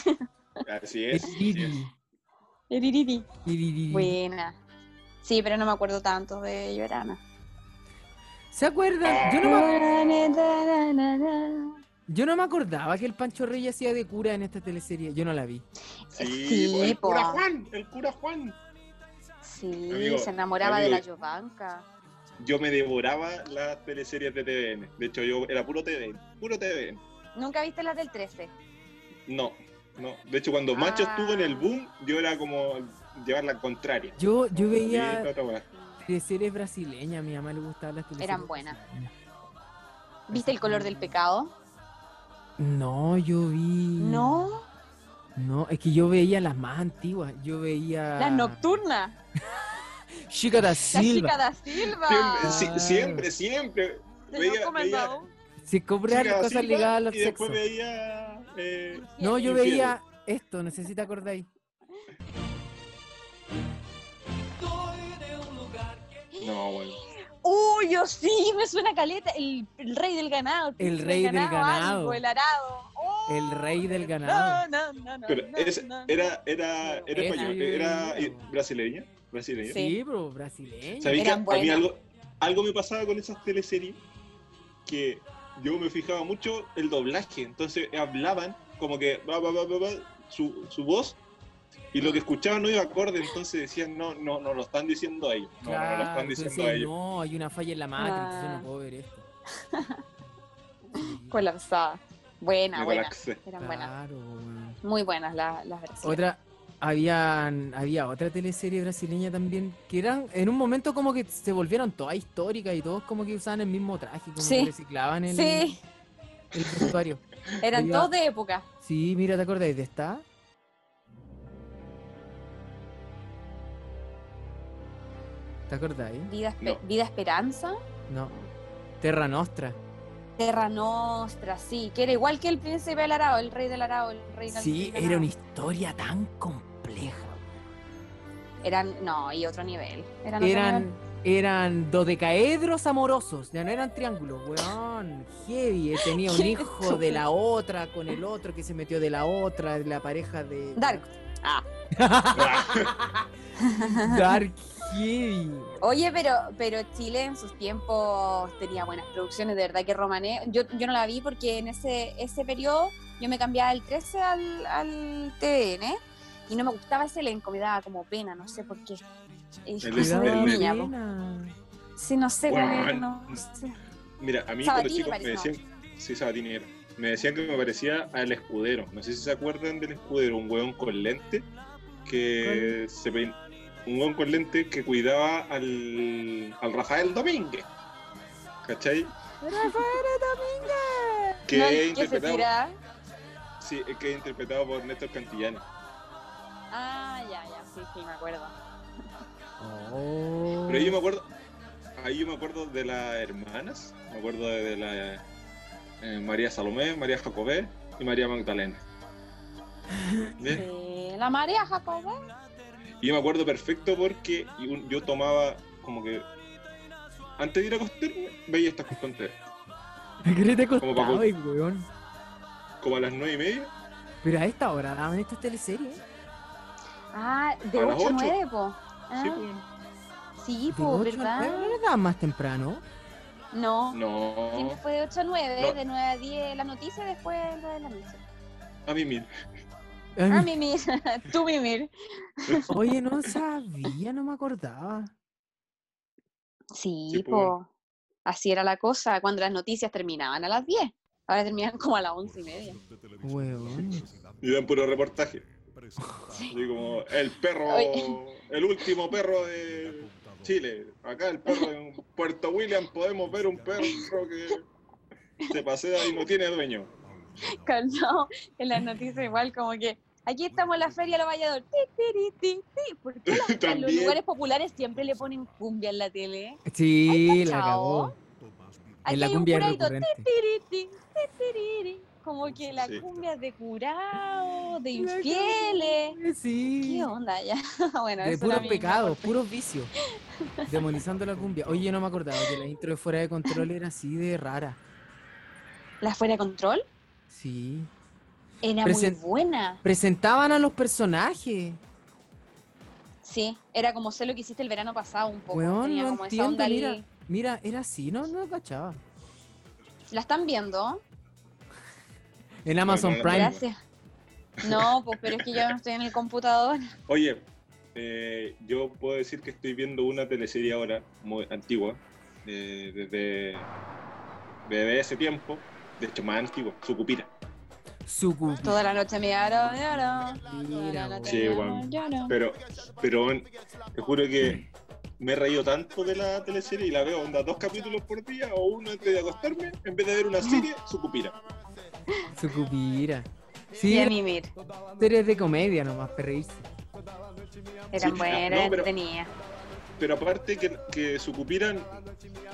Speaker 3: Así es. así es.
Speaker 4: Iriri,
Speaker 2: El Aririti.
Speaker 4: iriri.
Speaker 2: Buena. Sí, pero no me acuerdo tanto de Llorana.
Speaker 4: ¿Se acuerdan? Yo no me, Yo no me acordaba que el Pancho Rey hacía de cura en esta teleserie. Yo no la vi.
Speaker 3: Sí,
Speaker 2: Sí,
Speaker 3: po, el
Speaker 2: po.
Speaker 3: cura Juan, el cura Juan.
Speaker 2: Sí,
Speaker 3: Amigo,
Speaker 2: se enamoraba
Speaker 3: amigo.
Speaker 2: de la Yovanka.
Speaker 3: Yo me devoraba las teleseries de TVN. De hecho, yo era puro TVN. Puro TVN.
Speaker 2: ¿Nunca viste las del 13?
Speaker 3: No, no. De hecho, cuando Macho
Speaker 2: Ah.
Speaker 3: estuvo en el boom, yo era como llevar la contraria.
Speaker 4: Yo, yo
Speaker 3: Sí,
Speaker 4: veía
Speaker 3: no, no, no.
Speaker 4: teleseries brasileñas. A mi mamá le gustaban las teleseries.
Speaker 2: Eran buenas.
Speaker 4: brasileñas.
Speaker 2: ¿Viste el color del pecado?
Speaker 4: No, yo vi.
Speaker 2: No.
Speaker 4: No, es que yo veía las más antiguas. Yo veía.
Speaker 2: Las nocturnas.
Speaker 4: Chica da
Speaker 2: La chica
Speaker 4: Silva.
Speaker 2: da Silva.
Speaker 3: Siempre, sí,
Speaker 4: Ah.
Speaker 3: siempre, siempre.
Speaker 2: Señor
Speaker 3: Veía, veía
Speaker 2: comandado.
Speaker 4: Se compraban
Speaker 3: Chica
Speaker 4: las cosas
Speaker 3: Silva
Speaker 4: ligadas a los
Speaker 3: y después
Speaker 4: sexos.
Speaker 3: veía. eh,
Speaker 4: No, yo
Speaker 3: Infiel.
Speaker 4: veía esto. No sé si te acordáis.
Speaker 3: No, bueno.
Speaker 2: Uy, yo sí, me suena caleta. El, el rey del ganado.
Speaker 4: El rey del ganado.
Speaker 2: algo, el arado. Oh,
Speaker 4: El rey del ganado.
Speaker 2: No, no, no, no,
Speaker 3: Pero
Speaker 2: no,
Speaker 3: es-
Speaker 2: no, no.
Speaker 3: era, era, era
Speaker 4: Esa
Speaker 3: español,
Speaker 4: yo
Speaker 3: era
Speaker 4: veía.
Speaker 3: eh, brasileña. brasileña.
Speaker 2: Sí.
Speaker 4: Sí, pero brasileña.
Speaker 3: ¿Sabéis que a
Speaker 2: Eran
Speaker 3: mí
Speaker 2: buenas.
Speaker 3: algo, algo me pasaba con esas teleseries que yo me fijaba mucho el doblaje? Entonces hablaban como que va, va, va, va, va, su, su voz y lo que escuchaban no iba acorde, entonces decían, no, no, no lo están diciendo a ellos. No, no lo
Speaker 4: Claro,
Speaker 3: están
Speaker 4: tú
Speaker 3: diciendo
Speaker 4: decías,
Speaker 3: a ellos.
Speaker 4: No, hay una falla en la matriz, entonces yo
Speaker 2: Ah.
Speaker 4: no puedo ver esto. Sí,
Speaker 2: Colapsada. Buena,
Speaker 3: Me
Speaker 2: buena.
Speaker 3: colapsé.
Speaker 2: Eran buenas.
Speaker 4: claro, weón.
Speaker 2: Muy buenas las, las versiones.
Speaker 4: Ah. Otra, habían, había otra teleserie brasileña también, que eran, en un momento como que se volvieron todas históricas y todos como que usaban el mismo traje, como
Speaker 2: Sí.
Speaker 4: que reciclaban el,
Speaker 2: Sí,
Speaker 4: el vestuario.
Speaker 2: eran
Speaker 4: Había-
Speaker 2: todos de época.
Speaker 4: Sí, mira, ¿te acordáis de esta? ¿Te acordáis?
Speaker 2: Vida, Espe-
Speaker 3: No.
Speaker 2: Vida Esperanza.
Speaker 4: No. Terra Nostra.
Speaker 2: Terra Nostra, sí, que era igual que el príncipe del arado, el rey del arado, el rey del
Speaker 4: Sí,
Speaker 2: del
Speaker 4: era una
Speaker 2: Arao.
Speaker 4: historia tan compleja.
Speaker 2: Eran, no, y otro nivel. Eran, otro nivel.
Speaker 4: Eran, eran dodecaedros amorosos, ya no eran triángulos, weón. Heavy, eh, tenía un
Speaker 2: Qué
Speaker 4: hijo de la otra con el otro que se metió de la otra, de la pareja de.
Speaker 2: Dark. Ah.
Speaker 4: Dark Heavy.
Speaker 2: Oye, pero, pero Chile en sus tiempos tenía buenas producciones, de verdad que Romané, yo, yo no la vi porque en ese, ese periodo yo me cambiaba del 13 al, al TVN y no me gustaba ese elenco, me daba como pena, no sé por qué. Y dije,
Speaker 3: El-
Speaker 2: soy
Speaker 3: el- el-
Speaker 4: Cuidado,
Speaker 2: niña, po.
Speaker 4: Elena.
Speaker 2: Sí, no sé, como
Speaker 3: Bueno,
Speaker 2: que no, no sé.
Speaker 3: Mira, a mí
Speaker 2: Sabatini
Speaker 3: cuando chicos
Speaker 2: parece,
Speaker 3: me decían, sí, Sabatini era. me decían que me parecía al escudero. No sé si se acuerdan del escudero, un hueón con lente que se pein- un hueón con lente que cuidaba al, al Rafael Domínguez. ¿Cachai?
Speaker 2: Pues
Speaker 3: Que,
Speaker 2: No,
Speaker 3: es
Speaker 2: el que se
Speaker 3: interpretado,
Speaker 2: tira.
Speaker 3: sí, es que es interpretado por Néstor Cantillana.
Speaker 2: Ah, ya, ya, sí, sí, me acuerdo.
Speaker 4: Oh.
Speaker 3: Pero ahí yo me acuerdo, ahí yo me acuerdo de las hermanas, me acuerdo de, de la eh, María Salomé, María Jacobé y María Magdalena. ¿Ves?
Speaker 2: Sí, la marea Jacoba.
Speaker 3: Y yo me acuerdo perfecto porque yo- yo tomaba como que antes de ir a acostarme veía estas constantes.
Speaker 4: ¿Qué te
Speaker 3: Como para-
Speaker 4: acostabas, weón?
Speaker 3: Como a las nueve y media,
Speaker 4: Pero a esta hora daban estas teleseries.
Speaker 2: Ah, de
Speaker 3: A las
Speaker 2: 8 a
Speaker 3: ocho.
Speaker 2: 9, po. Ah,
Speaker 3: sí, pues,
Speaker 2: sí,
Speaker 4: De
Speaker 2: po,
Speaker 4: ocho a nueve,
Speaker 2: ¿verdad?
Speaker 4: ¿No daban más temprano?
Speaker 2: No, siempre
Speaker 3: no,
Speaker 2: fue de 8 a 9,
Speaker 3: No.
Speaker 2: de 9 a 10 la noticia y después lo de la noche.
Speaker 3: a mí mismo.
Speaker 2: Ah, mimir, tú mimir.
Speaker 4: Oye, no sabía, no me acordaba.
Speaker 2: Sí,
Speaker 3: Sí, po.
Speaker 2: po. Así era la cosa, cuando las noticias terminaban a las 10. Ahora terminan como a las 11 y media.
Speaker 4: Huevón.
Speaker 3: Y dan puro reportaje. Así como el perro,
Speaker 2: Oye.
Speaker 3: el último perro de Chile. Acá el perro en Puerto William podemos ver un perro que se pasea y no tiene dueño.
Speaker 2: Calmado, en las noticias igual como que aquí estamos en la feria de la Valladolid. Ti, tiri, ti, ti. ¿Por qué las- a los
Speaker 3: También.
Speaker 2: lugares populares siempre le ponen cumbia en la tele?
Speaker 4: Sí,
Speaker 2: Ay,
Speaker 4: la
Speaker 2: cachao.
Speaker 4: cagó.
Speaker 2: Aquí
Speaker 4: En la
Speaker 2: hay un
Speaker 4: cumbia es
Speaker 2: curadito,
Speaker 4: recurrente.
Speaker 2: Tiriti, titiriri. Como que la
Speaker 3: Sí.
Speaker 2: cumbia es de curado, de infieles.
Speaker 4: Sí.
Speaker 2: ¿Qué onda ya? bueno,
Speaker 4: De
Speaker 2: eso era
Speaker 4: puros
Speaker 2: mi-
Speaker 4: pecados, puros vicios. Demonizando la cumbia. Oye, yo no me acordaba que la intro de Fuera de Control era así de rara.
Speaker 2: ¿La fuera de control?
Speaker 4: Sí.
Speaker 2: Era
Speaker 4: Presen-
Speaker 2: muy buena.
Speaker 4: Presentaban a los personajes.
Speaker 2: Sí, era como sé lo que hiciste el verano pasado un poco.
Speaker 4: Weón,
Speaker 2: Tenía
Speaker 4: no
Speaker 2: como esa
Speaker 4: entiendo,
Speaker 2: onda ahí.
Speaker 4: mira. Mira, era así, no, no cachaba.
Speaker 2: ¿La están viendo?
Speaker 4: En Amazon
Speaker 3: Bueno,
Speaker 4: Prime.
Speaker 2: Gracias. No, pues, pero es que yo no estoy en el computador.
Speaker 3: Oye, eh, yo puedo decir que estoy viendo una teleserie ahora, muy antigua, eh, desde, desde ese tiempo, de hecho más antigua, Sucupira.
Speaker 4: Sucubi.
Speaker 2: Toda la noche me lloro, lloro. Toda la
Speaker 4: Mira, weón.
Speaker 2: noche
Speaker 3: Sí,
Speaker 2: me
Speaker 3: weón.
Speaker 2: lloro.
Speaker 3: Pero, pero bueno, te juro que me he reído tanto de la teleserie y la veo, onda, dos capítulos por día o uno antes de acostarme, en vez de ver una serie, Sucupira.
Speaker 4: Sucupira.
Speaker 2: Y
Speaker 4: Sí,
Speaker 2: a mimir.
Speaker 4: series de comedia nomás, para reírse.
Speaker 2: Eran
Speaker 3: Sí,
Speaker 2: buenas,
Speaker 3: no, pero-
Speaker 2: entretenidas.
Speaker 3: Pero aparte que, que Sucupira,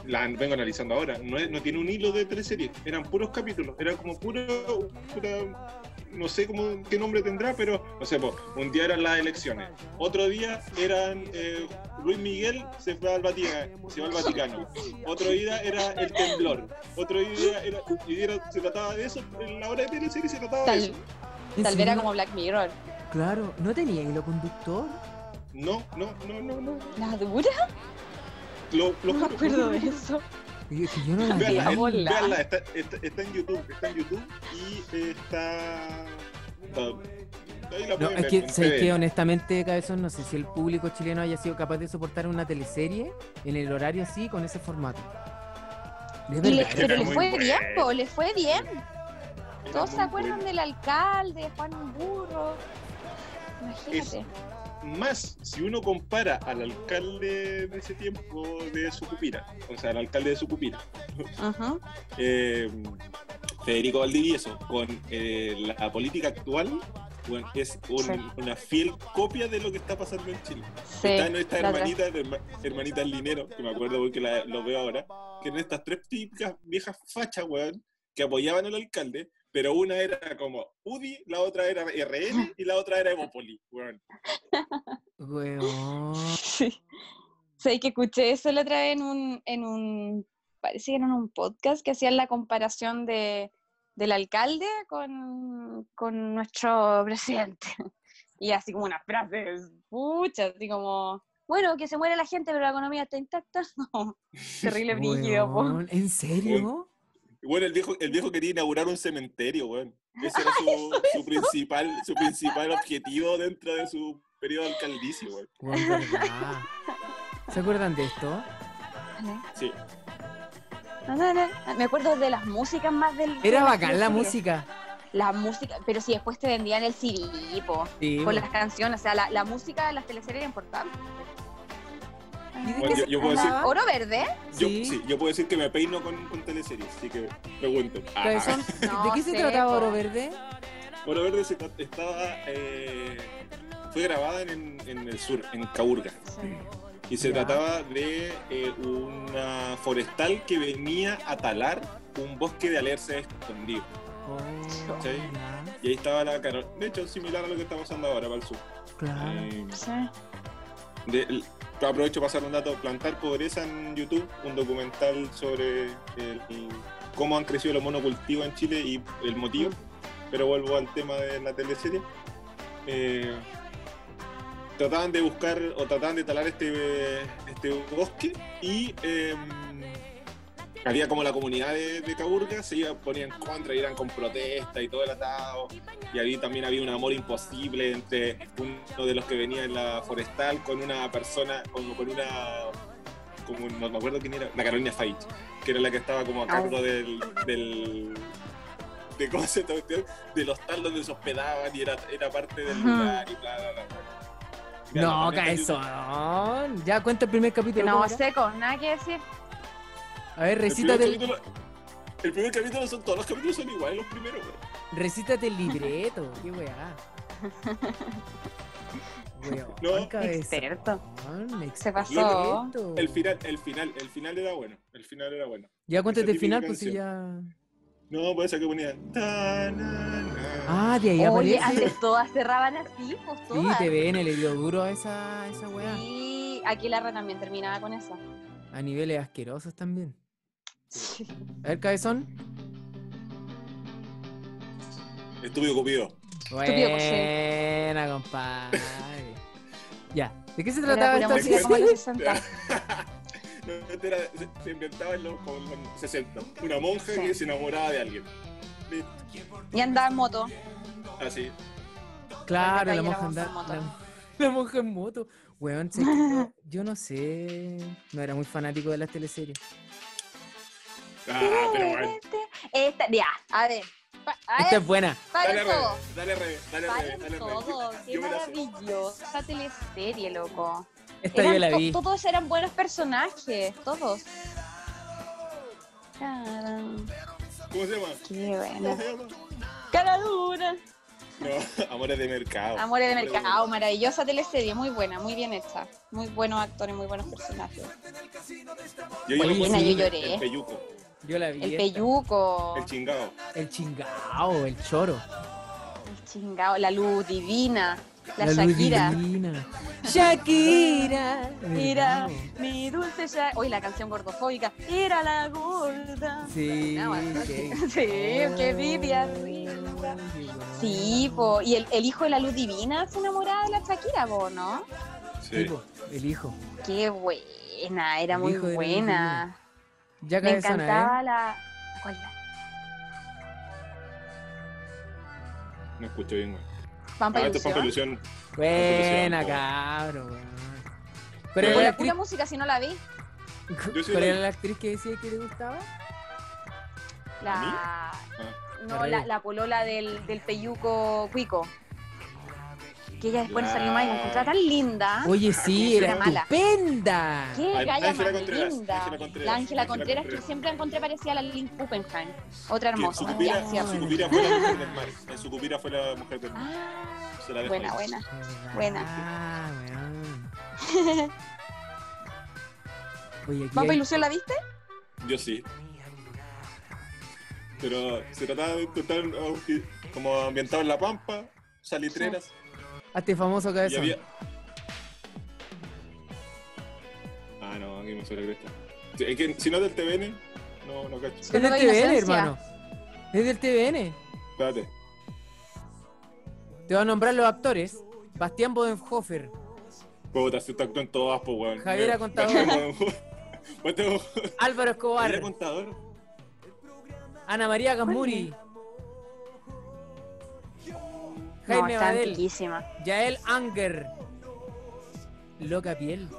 Speaker 3: la vengo analizando ahora, no, es- no tiene un hilo de teleseries, eran puros capítulos, era como puro, pura- no sé cómo, qué nombre tendrá, pero no sé, po, un día eran las elecciones, otro día eran eh, Luis Miguel se fue al Vaticano, se va al Vaticano, otro día era el temblor, otro día era, y era- se trataba de eso, en la hora de teleserie se trataba de
Speaker 2: Tal,
Speaker 3: eso.
Speaker 4: ¿En
Speaker 2: tal vez era
Speaker 4: serio?
Speaker 2: como Black Mirror.
Speaker 4: Claro, ¿no tenía hilo conductor?
Speaker 3: No, no, no, no, no.
Speaker 2: ¿La dura?
Speaker 3: Lo, lo
Speaker 2: No me
Speaker 3: juro,
Speaker 2: acuerdo de eso.
Speaker 4: Y- que yo no la
Speaker 3: Veanla,
Speaker 4: vi.
Speaker 2: Veamos.
Speaker 3: es-
Speaker 2: Hola.
Speaker 3: veanla, está, está- está en YouTube, está en YouTube y eh, está. está- ahí la
Speaker 4: No,
Speaker 3: pueden
Speaker 4: es
Speaker 3: ver,
Speaker 4: que,
Speaker 3: en
Speaker 4: ¿sabes
Speaker 3: TV.
Speaker 4: qué? honestamente, Cabezón, no sé si el público chileno haya sido capaz de soportar una teleserie en el horario así, con ese formato. De
Speaker 2: Y le-
Speaker 4: verdad,
Speaker 2: pero le
Speaker 3: muy
Speaker 2: fue
Speaker 3: buena.
Speaker 2: bien, po, le fue bien.
Speaker 3: Era
Speaker 2: Todos
Speaker 3: muy
Speaker 2: se acuerdan
Speaker 3: bueno.
Speaker 2: del alcalde, Juan Burro.
Speaker 3: Es-
Speaker 2: Imagínate.
Speaker 3: Más si uno compara al alcalde de ese tiempo de Sucupira, o sea, al alcalde de Sucupira,
Speaker 2: Ajá.
Speaker 3: eh, Federico Valdivieso, con eh, la política actual, bueno, es un-
Speaker 2: Sí.
Speaker 3: una fiel copia de lo que está pasando en Chile.
Speaker 2: Sí,
Speaker 3: Están estas
Speaker 2: la otra.
Speaker 3: hermanitas, herma- hermanitas Linero, que me acuerdo porque la, lo veo ahora, que eran estas tres típicas viejas fachas, weón, que apoyaban al alcalde, pero una era como UDI, la otra era
Speaker 2: Ah.
Speaker 3: RN y la otra era Evopoli, weón.
Speaker 4: weón.
Speaker 2: Sí. Sé que escuché eso la otra vez en un, en un, parece que era en un podcast que hacían la comparación de, del alcalde con, con nuestro presidente. Y así como unas frases, pucha, así como, bueno, que se muere la gente, pero la economía está intacta. No, terrible brígido, po.
Speaker 4: Weón, ¿En serio?
Speaker 3: Bueno, el viejo, el viejo quería inaugurar un cementerio, weón. Ese era su, su principal, su principal objetivo dentro de su periodo alcaldicio, weón.
Speaker 4: Weón, verdad. ¿Se acuerdan de esto?
Speaker 3: Sí.
Speaker 2: Na, na, na. Me acuerdo de las músicas más del... de
Speaker 4: Era
Speaker 2: las
Speaker 4: bacán la
Speaker 2: teleseries.
Speaker 4: música.
Speaker 2: La música, pero si después te vendían el CD, po.
Speaker 4: Sí,
Speaker 2: con
Speaker 4: weón.
Speaker 2: las canciones, o sea, la, la música de las teleseries era importante.
Speaker 4: ¿Y de
Speaker 3: Bueno,
Speaker 4: qué
Speaker 3: yo-
Speaker 4: se
Speaker 3: yo puedo decir-
Speaker 4: trataba?
Speaker 2: ¿Oro verde?
Speaker 3: Yo,
Speaker 4: Sí.
Speaker 3: sí, yo puedo decir que me peino con, con teleseries, así que pregunto. Ah.
Speaker 4: Cabezón, ¿de
Speaker 2: No
Speaker 4: qué se
Speaker 2: sé,
Speaker 4: trataba
Speaker 2: po.
Speaker 4: Oro Verde?
Speaker 3: Oro Verde se tra- estaba. eh, fue grabada en, en el sur, en Caburga. Y se
Speaker 4: Ya.
Speaker 3: trataba de eh, una forestal que venía a talar un bosque de alerces escondido.
Speaker 4: Oh,
Speaker 3: Sí.
Speaker 4: ya,
Speaker 3: Y ahí estaba la Carol. De hecho, similar a lo que está pasando ahora para el sur.
Speaker 4: Claro.
Speaker 3: Eh, de- el- aprovecho para pasar un dato: Plantar Pobreza en YouTube, un documental sobre el- el- cómo han crecido los monocultivos en Chile y el motivo. Pero vuelvo al tema de la teleserie. Eh, trataban de buscar o trataban de talar este, este bosque y eh, había como la comunidad de, de Caburga se iba, ponían en contra y eran con protesta y todo el atado y ahí también había un amor imposible entre uno de los que venía en la forestal con una persona como con una como no me acuerdo quién era la Carolina Faich que era la que estaba como a cargo del, del de cómo se llama esta cuestión, del hostal donde se hospedaban y era, era parte del
Speaker 2: Ajá.
Speaker 3: lugar y bla bla bla Mira,
Speaker 4: No,
Speaker 3: también está en YouTube.
Speaker 4: Cabezón. Ya cuenta el primer capítulo.
Speaker 2: No,
Speaker 4: ¿cómo era?
Speaker 2: seco, nada que decir.
Speaker 4: A ver,
Speaker 3: El primer,
Speaker 4: recítate el,
Speaker 3: capítulo, el primer capítulo son todos los capítulos son iguales los primeros. güey.
Speaker 4: recítate el libreto. Qué weá. Weón,
Speaker 3: No.
Speaker 4: Cabezón,
Speaker 2: Experto. Se pasó.
Speaker 4: experto.
Speaker 3: El final, el final, el final era bueno. El final era bueno.
Speaker 4: Ya cuéntate el
Speaker 3: típica
Speaker 4: final, pues si ya.
Speaker 3: No, por eso que ponía. ta, na, na.
Speaker 4: Ah, de ahí
Speaker 2: Oye,
Speaker 4: aparece.
Speaker 2: antes todas cerraban así, pues
Speaker 4: Sí,
Speaker 2: todas.
Speaker 4: TVN le dio duro a esa, a esa weá.
Speaker 2: Sí, aquí Larra también terminaba con eso.
Speaker 4: A niveles asquerosos también. A ver, Cabezón.
Speaker 3: Estuve ocupido.
Speaker 2: Estúpido, pues, sí.
Speaker 4: Buena, compadre. Ya. ¿De qué se
Speaker 2: Era
Speaker 4: trataba
Speaker 2: pura
Speaker 4: esta
Speaker 2: música como
Speaker 4: serie?
Speaker 2: los 60.
Speaker 3: No, este era- se, se inventaba en los, como en los 60. Una monja
Speaker 2: Sí.
Speaker 3: que se enamoraba de alguien.
Speaker 2: Y andaba en moto.
Speaker 3: Así.
Speaker 4: Claro, la
Speaker 2: calle, la
Speaker 4: monja
Speaker 2: monja
Speaker 4: anda-
Speaker 2: en moto.
Speaker 4: La, la monja en moto. Weón, sé que- yo no sé. No era muy fanático de las teleseries.
Speaker 3: Ah, pero bueno.
Speaker 2: Esta, ya, a ver. Pa- a
Speaker 4: Esta
Speaker 2: ver,
Speaker 4: es buena.
Speaker 3: Dale
Speaker 2: paren
Speaker 3: revés,
Speaker 2: todo.
Speaker 3: dale revés, dale revés, dale
Speaker 2: Paren
Speaker 3: revés.
Speaker 2: todo. Qué
Speaker 3: Yo me la sé.
Speaker 2: maravillosa teleserie, loco.
Speaker 4: Esta
Speaker 2: Eran
Speaker 4: yo la
Speaker 2: to-
Speaker 4: vi.
Speaker 2: Todos eran buenos personajes, todos. Cara,
Speaker 3: ¿Cómo se llama?
Speaker 2: qué
Speaker 3: ¿Cómo
Speaker 2: buena.
Speaker 3: se llama?
Speaker 2: Cara dura.
Speaker 3: No, Amores de Mercado.
Speaker 2: Amores de mercado, maravillosa teleserie, muy buena, muy bien hecha. Muy buenos actores, muy buenos personajes.
Speaker 3: Yo,
Speaker 4: Buena,
Speaker 3: me acuerdo
Speaker 2: yo
Speaker 3: del-
Speaker 2: lloré.
Speaker 3: del peyuco,
Speaker 4: Yo la vi.
Speaker 2: El
Speaker 4: esta.
Speaker 2: peyuco,
Speaker 3: el chingado.
Speaker 4: El chingao, el choro.
Speaker 2: el chingado, la luz divina, la,
Speaker 4: luz
Speaker 2: Shakira.
Speaker 4: divina. Shakira.
Speaker 2: Era
Speaker 4: Bravo.
Speaker 2: mi dulce Shakira. Uy, la canción gordofóbica. Era la gorda.
Speaker 4: Sí,
Speaker 2: No, bueno,
Speaker 4: qué-
Speaker 2: sí, qué envidia, rica.
Speaker 4: qué bueno.
Speaker 2: Sí, po. Y el, el hijo de la luz divina se enamoraba de la Shakira, po, ¿no?
Speaker 3: Sí.
Speaker 4: Sí, po, el hijo.
Speaker 2: Qué buena, era
Speaker 4: El
Speaker 2: muy
Speaker 4: hijo de la Luz
Speaker 2: buena.
Speaker 4: Ya
Speaker 2: Me
Speaker 4: cabezona,
Speaker 2: encantaba
Speaker 4: ¿eh?
Speaker 2: la. ¿Cuál era?
Speaker 3: No escucho bien, güey.
Speaker 2: Pampa
Speaker 3: Ah, esto es
Speaker 2: Ilusión.
Speaker 3: Pampa Ilusión.
Speaker 4: Buena,
Speaker 3: po.
Speaker 4: cabro. weón.
Speaker 2: Pero con
Speaker 4: Pero era la
Speaker 2: la pura
Speaker 4: actriz,
Speaker 2: música, si no la vi.
Speaker 3: Yo sí
Speaker 4: pero
Speaker 3: la
Speaker 4: era
Speaker 3: vi.
Speaker 4: la actriz que decía que le gustaba.
Speaker 2: La. No,
Speaker 4: Al
Speaker 2: la,
Speaker 4: revés.
Speaker 2: la polola del, del peyuco cuico. Que ella después no salió más y la encontraba tan linda.
Speaker 4: Oye, sí,
Speaker 2: Era
Speaker 4: era
Speaker 2: Ah, mala.
Speaker 4: estupenda.
Speaker 2: Qué
Speaker 3: Ángela
Speaker 2: galla más
Speaker 3: Contreras,
Speaker 2: linda.
Speaker 3: Ángela Contreras,
Speaker 2: La Ángela
Speaker 3: Ángela
Speaker 2: Contreras que
Speaker 3: Contreras.
Speaker 2: siempre la encontré parecía a la Lynn Kuppenheim. Otra
Speaker 3: Que
Speaker 2: hermosa.
Speaker 3: Sucupira,
Speaker 2: Ya, sí,
Speaker 4: Sucupira.
Speaker 2: sí.
Speaker 3: Sucupira fue la mujer del mar. En Sucupira fue la mujer del mar.
Speaker 2: Ah,
Speaker 3: Se la dejo
Speaker 2: buena,
Speaker 3: ahí.
Speaker 2: buena. Buena.
Speaker 4: Ah, weón. Oye, aquí
Speaker 2: ¿Pampa
Speaker 4: hay-
Speaker 2: Ilusión la viste?
Speaker 3: Yo sí. Pero se trataba de encontrar un outfit como ambientado en la pampa, salitreras.
Speaker 4: hazte famoso
Speaker 3: Y
Speaker 4: cabezón.
Speaker 3: había... Ah, no, aquí me suele cresta. Sí, Es que si no es del TVN, no, no cacho.
Speaker 4: Es del
Speaker 2: Solo hay
Speaker 4: TVN,
Speaker 2: inocencia.
Speaker 4: hermano. Es del TVN.
Speaker 3: Espérate.
Speaker 4: Te voy a nombrar los actores. Bastián Bodenhofer.
Speaker 3: Puta, se está actuando en todas, pues, weón.
Speaker 4: Javiera
Speaker 3: Me- Pues
Speaker 4: Contador.
Speaker 3: Mateo-
Speaker 4: Álvaro Escobar.
Speaker 3: Javiera Contador.
Speaker 4: Ana María Gasmuri.
Speaker 2: No,
Speaker 4: Jaime
Speaker 2: está
Speaker 4: Badel.
Speaker 2: antiquísima.
Speaker 4: Yael Anger. Loca piel.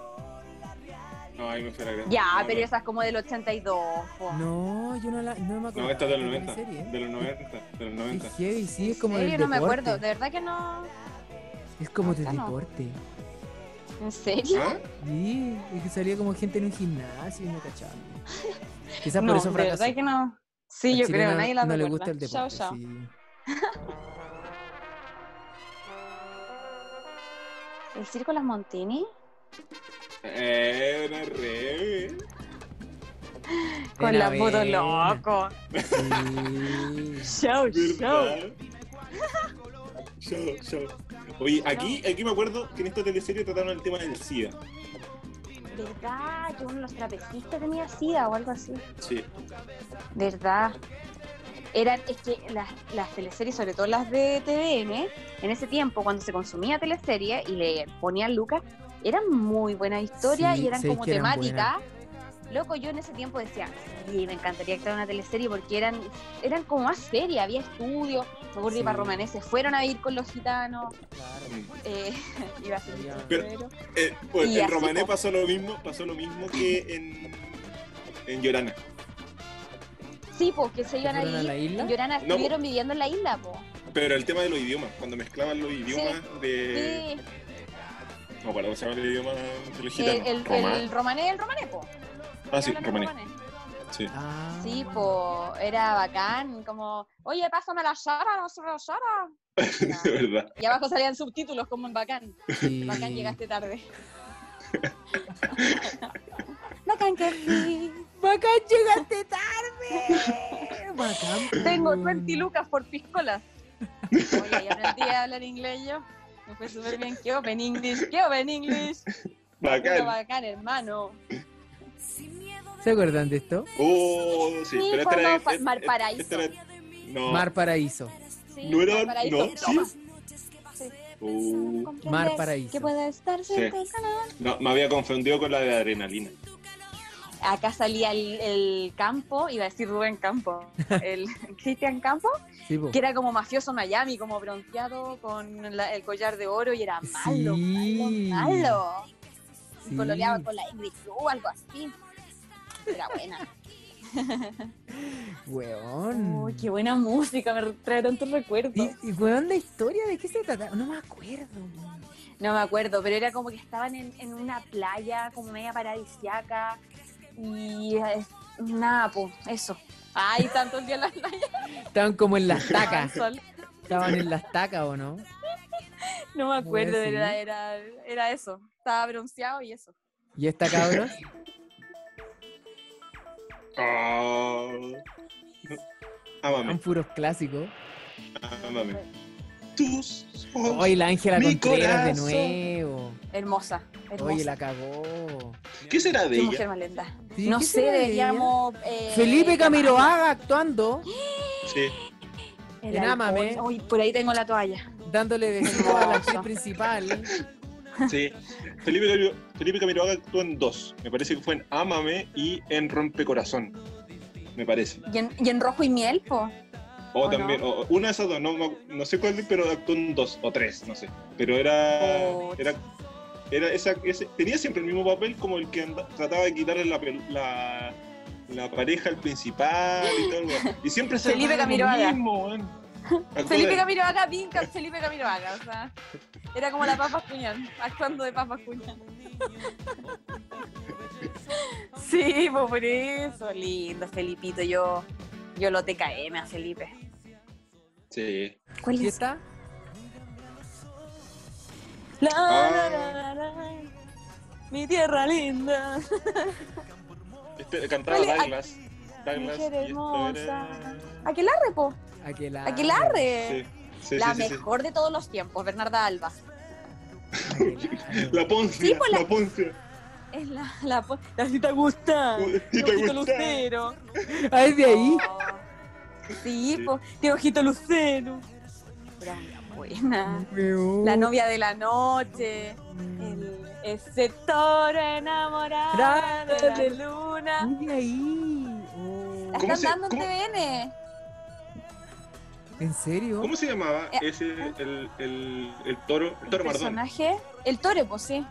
Speaker 3: No, ahí me fue la cresta. No,
Speaker 2: Ya,
Speaker 3: no.
Speaker 2: pero esa es como del 82. po.
Speaker 4: No, yo no, la, no me acuerdo.
Speaker 3: No, esta es de los
Speaker 4: la
Speaker 3: 90.
Speaker 4: serie, ¿eh?
Speaker 3: De los 90. De los
Speaker 4: Qué
Speaker 3: 90.
Speaker 4: heavy, sí, es como
Speaker 2: ¿En serio?
Speaker 4: del
Speaker 2: No me
Speaker 4: deporte.
Speaker 2: acuerdo. De verdad que no.
Speaker 4: Es como del
Speaker 2: Ah, no.
Speaker 4: deporte.
Speaker 2: ¿En serio?
Speaker 3: ¿Ah?
Speaker 4: Sí, es que salía como gente en un gimnasio y no cachaba. Quizás por
Speaker 2: No,
Speaker 4: eso
Speaker 2: de
Speaker 4: fracasó.
Speaker 2: verdad que no. Sí,
Speaker 4: Al
Speaker 2: yo
Speaker 4: chileno
Speaker 2: creo, nadie la
Speaker 4: no le
Speaker 2: recuerda.
Speaker 4: gusta el
Speaker 2: Chao,
Speaker 4: deporte.
Speaker 2: chao.
Speaker 4: sí.
Speaker 2: ¿El circo Las Montini?
Speaker 3: Eh, una re.
Speaker 2: Con
Speaker 4: Era
Speaker 2: la foto
Speaker 4: buena.
Speaker 2: loco.
Speaker 4: Sí.
Speaker 2: Chao, chao.
Speaker 3: ¿Verdad? Show, show. Oye, aquí, aquí me acuerdo que en esta teleserie trataron el tema del SIDA.
Speaker 2: ¿Verdad? Que uno de los trapecistas tenía sida o algo así.
Speaker 3: Sí.
Speaker 2: ¿Verdad? Eran, es que las, las teleseries, sobre todo las de TVN, en ese tiempo, cuando se consumía teleserie y le ponían Lucas, eran muy buenas historias
Speaker 4: Sí,
Speaker 2: y eran
Speaker 4: sé
Speaker 2: como
Speaker 4: que eran
Speaker 2: temáticas. Loco, yo en ese tiempo decía, sí, me encantaría estar en una teleserie porque eran eran como más serias, había estudios, me acuerdo que
Speaker 4: Sí.
Speaker 2: para Romanés se fueron a ir con los gitanos, eh, iba a ser
Speaker 4: Había-
Speaker 2: pero-
Speaker 3: Eh, pues,
Speaker 2: Y
Speaker 3: en
Speaker 2: así,
Speaker 3: Romané
Speaker 2: po.
Speaker 3: pasó lo mismo, pasó lo mismo que en, en Llorana.
Speaker 2: Sí, porque se iban a
Speaker 4: fueron a
Speaker 2: ir,
Speaker 4: la isla?
Speaker 2: en Llorana
Speaker 3: po.
Speaker 2: estuvieron viviendo en la isla, po.
Speaker 3: Pero el tema de los idiomas, cuando mezclaban los idiomas de.
Speaker 2: Sí,
Speaker 3: No, para cómo se llama el idioma de los
Speaker 2: el,
Speaker 3: gitanos.
Speaker 2: el, Eh, el
Speaker 3: Román.
Speaker 2: romané, el romané, po.
Speaker 3: ah, sí,
Speaker 2: Hablan en
Speaker 3: Romané.
Speaker 2: romanés.
Speaker 3: Sí.
Speaker 4: Ah.
Speaker 2: Sí, po, era bacán, como, oye, pásame la Sara, no soy la Sara.
Speaker 3: de verdad.
Speaker 2: Y abajo salían subtítulos como en bacán.
Speaker 4: Sí.
Speaker 2: Bacán, llegaste tarde. bacán que sí.
Speaker 4: Bacán, llegaste tarde. Eh, Bacán. po.
Speaker 2: Tengo
Speaker 3: Mm.
Speaker 2: 20 lucas por piscolas. Oye, y aprendí a hablar inglés yo. Me fue súper bien. Que open English, que open English. Puro
Speaker 3: Bacán.
Speaker 2: bacán, hermano.
Speaker 4: ¿Se acuerdan de esto?
Speaker 3: Oh, sí,
Speaker 2: Sí,
Speaker 3: pero esta
Speaker 2: cuando
Speaker 3: era.
Speaker 2: fa- Mar
Speaker 3: esta
Speaker 2: Paraíso.
Speaker 3: era- no,
Speaker 4: Mar Paraíso.
Speaker 2: Sí,
Speaker 3: no era.
Speaker 2: Valparaíso.
Speaker 3: No, sí.
Speaker 2: Toma.
Speaker 3: Oh.
Speaker 4: Mar Paraíso.
Speaker 2: Que pueda estar
Speaker 3: Sí.
Speaker 2: cerca.
Speaker 3: No, me había confundido con la de adrenalina.
Speaker 2: acá salía el, el campo, iba a decir Rubén Campo, el Cristian Campo,
Speaker 4: Sí, po.
Speaker 2: que era como mafioso Miami, como bronceado con la- el collar de oro y era malo,
Speaker 4: Sí.
Speaker 2: malo, malo.
Speaker 5: Y
Speaker 4: Sí.
Speaker 5: Pololeaba con la Ingrid o algo así. Era buena.
Speaker 4: Weón.
Speaker 2: Oh,
Speaker 5: Uy, qué buena música, me trae tantos recuerdos.
Speaker 4: Y, y, weón, la historia, ¿de qué se trata? No me acuerdo. weón.
Speaker 2: No me acuerdo, pero era como que estaban en, en una playa como media paradisiaca y eh, nada, pues eso. Ay, tantos días en la playa.
Speaker 4: Estaban como en las
Speaker 2: al
Speaker 4: tacas.
Speaker 2: sol.
Speaker 4: Estaban en las tacas, ¿o no?
Speaker 2: No me acuerdo,
Speaker 4: Pues, sí.
Speaker 2: era, era, era eso. Estaba bronceado y eso.
Speaker 4: ¿Y esta cabros?
Speaker 3: Ah. Ámame,
Speaker 4: Son puros clásicos.
Speaker 3: ámame. Tus ojos.
Speaker 4: Oye, la Ángela
Speaker 3: Oh, Mi
Speaker 4: Contreras de
Speaker 3: corazón.
Speaker 4: nuevo.
Speaker 2: Hermosa, hermosa.
Speaker 4: Oye, la cagó.
Speaker 3: ¿Qué será de
Speaker 2: Qué
Speaker 3: ella?
Speaker 2: mujer más linda.
Speaker 4: Sí,
Speaker 2: no
Speaker 4: ¿qué
Speaker 2: sé,
Speaker 4: será de ella?
Speaker 2: deberíamos... eh,
Speaker 4: Felipe
Speaker 2: llamarla.
Speaker 4: Camiroaga actuando,
Speaker 3: Sí.
Speaker 2: El
Speaker 4: en
Speaker 2: alcohol.
Speaker 4: Ámame.
Speaker 2: Uy, por ahí tengo la toalla.
Speaker 4: dándole besitos a la actriz principal.
Speaker 3: Sí. Felipe, Camiro- Felipe Camiroaga actuó en dos. Me parece que fue en Ámame y en Rompecorazón. Me parece.
Speaker 2: Y en, y en rojo y miel, po.
Speaker 3: O
Speaker 2: ¿O
Speaker 3: también, o- o una de esas dos, no, me acu- no sé cuál, pero actuó en dos o tres, no sé. Pero era.
Speaker 2: Oh.
Speaker 3: era, era esa, ese- tenía siempre el mismo papel como el que anda- trataba de quitarle la, pel- la, la pareja al principal y todo. weón. Y siempre se
Speaker 2: Felipe
Speaker 3: armaba lo
Speaker 2: Camiroaga.
Speaker 3: mismo, weón. Actuó
Speaker 2: Felipe
Speaker 3: de-
Speaker 2: Camiroaga, Vinca, Felipe Camiroaga, o sea, era como la Papa Cuñán, actuando de Papa Cuñán. Sí, pues por eso, lindo, Felipito, yo, yo lo te caeme a Felipe.
Speaker 3: Sí.
Speaker 2: ¿Cuál
Speaker 4: ¿Y esta?
Speaker 2: La,
Speaker 3: Ah.
Speaker 2: la, la, la, la, mi tierra linda.
Speaker 3: Este, cantaba
Speaker 2: Felipe-
Speaker 3: Douglas. Douglas.
Speaker 2: Mujer
Speaker 3: y este esto
Speaker 2: hermosa.
Speaker 3: era-
Speaker 2: Aquelarre, po,
Speaker 4: Aquelarre.
Speaker 2: Aquelarre.
Speaker 3: Sí, sí,
Speaker 2: la
Speaker 3: sí, sí, sí.
Speaker 2: mejor de todos los tiempos, Bernarda Alba.
Speaker 4: Aquelarre.
Speaker 3: La Poncia,
Speaker 2: Sí, pues,
Speaker 3: la...
Speaker 2: la-
Speaker 3: Poncia.
Speaker 2: Es la, la, po- la si te gusta.
Speaker 3: Si te
Speaker 2: Ojito
Speaker 3: gusta.
Speaker 2: lucero.
Speaker 4: Ah, es de ahí.
Speaker 2: Oh, Sí,
Speaker 3: Sí.
Speaker 2: pues, tiene ojito lucero. Era muy buena.
Speaker 4: Weón.
Speaker 2: Oh. La novia de la noche. El, ese toro enamorado de la luna.
Speaker 4: Uy, ahí. Oh.
Speaker 2: La
Speaker 3: ¿Cómo
Speaker 2: están
Speaker 3: se-
Speaker 2: dando en
Speaker 3: cómo-
Speaker 2: TVN.
Speaker 4: ¿En serio?
Speaker 3: ¿Cómo se llamaba
Speaker 2: Eh,
Speaker 3: ese,
Speaker 2: ah.
Speaker 3: el, el, el toro? El toro
Speaker 2: El
Speaker 3: Mardón.
Speaker 2: personaje. El toro, pues sí.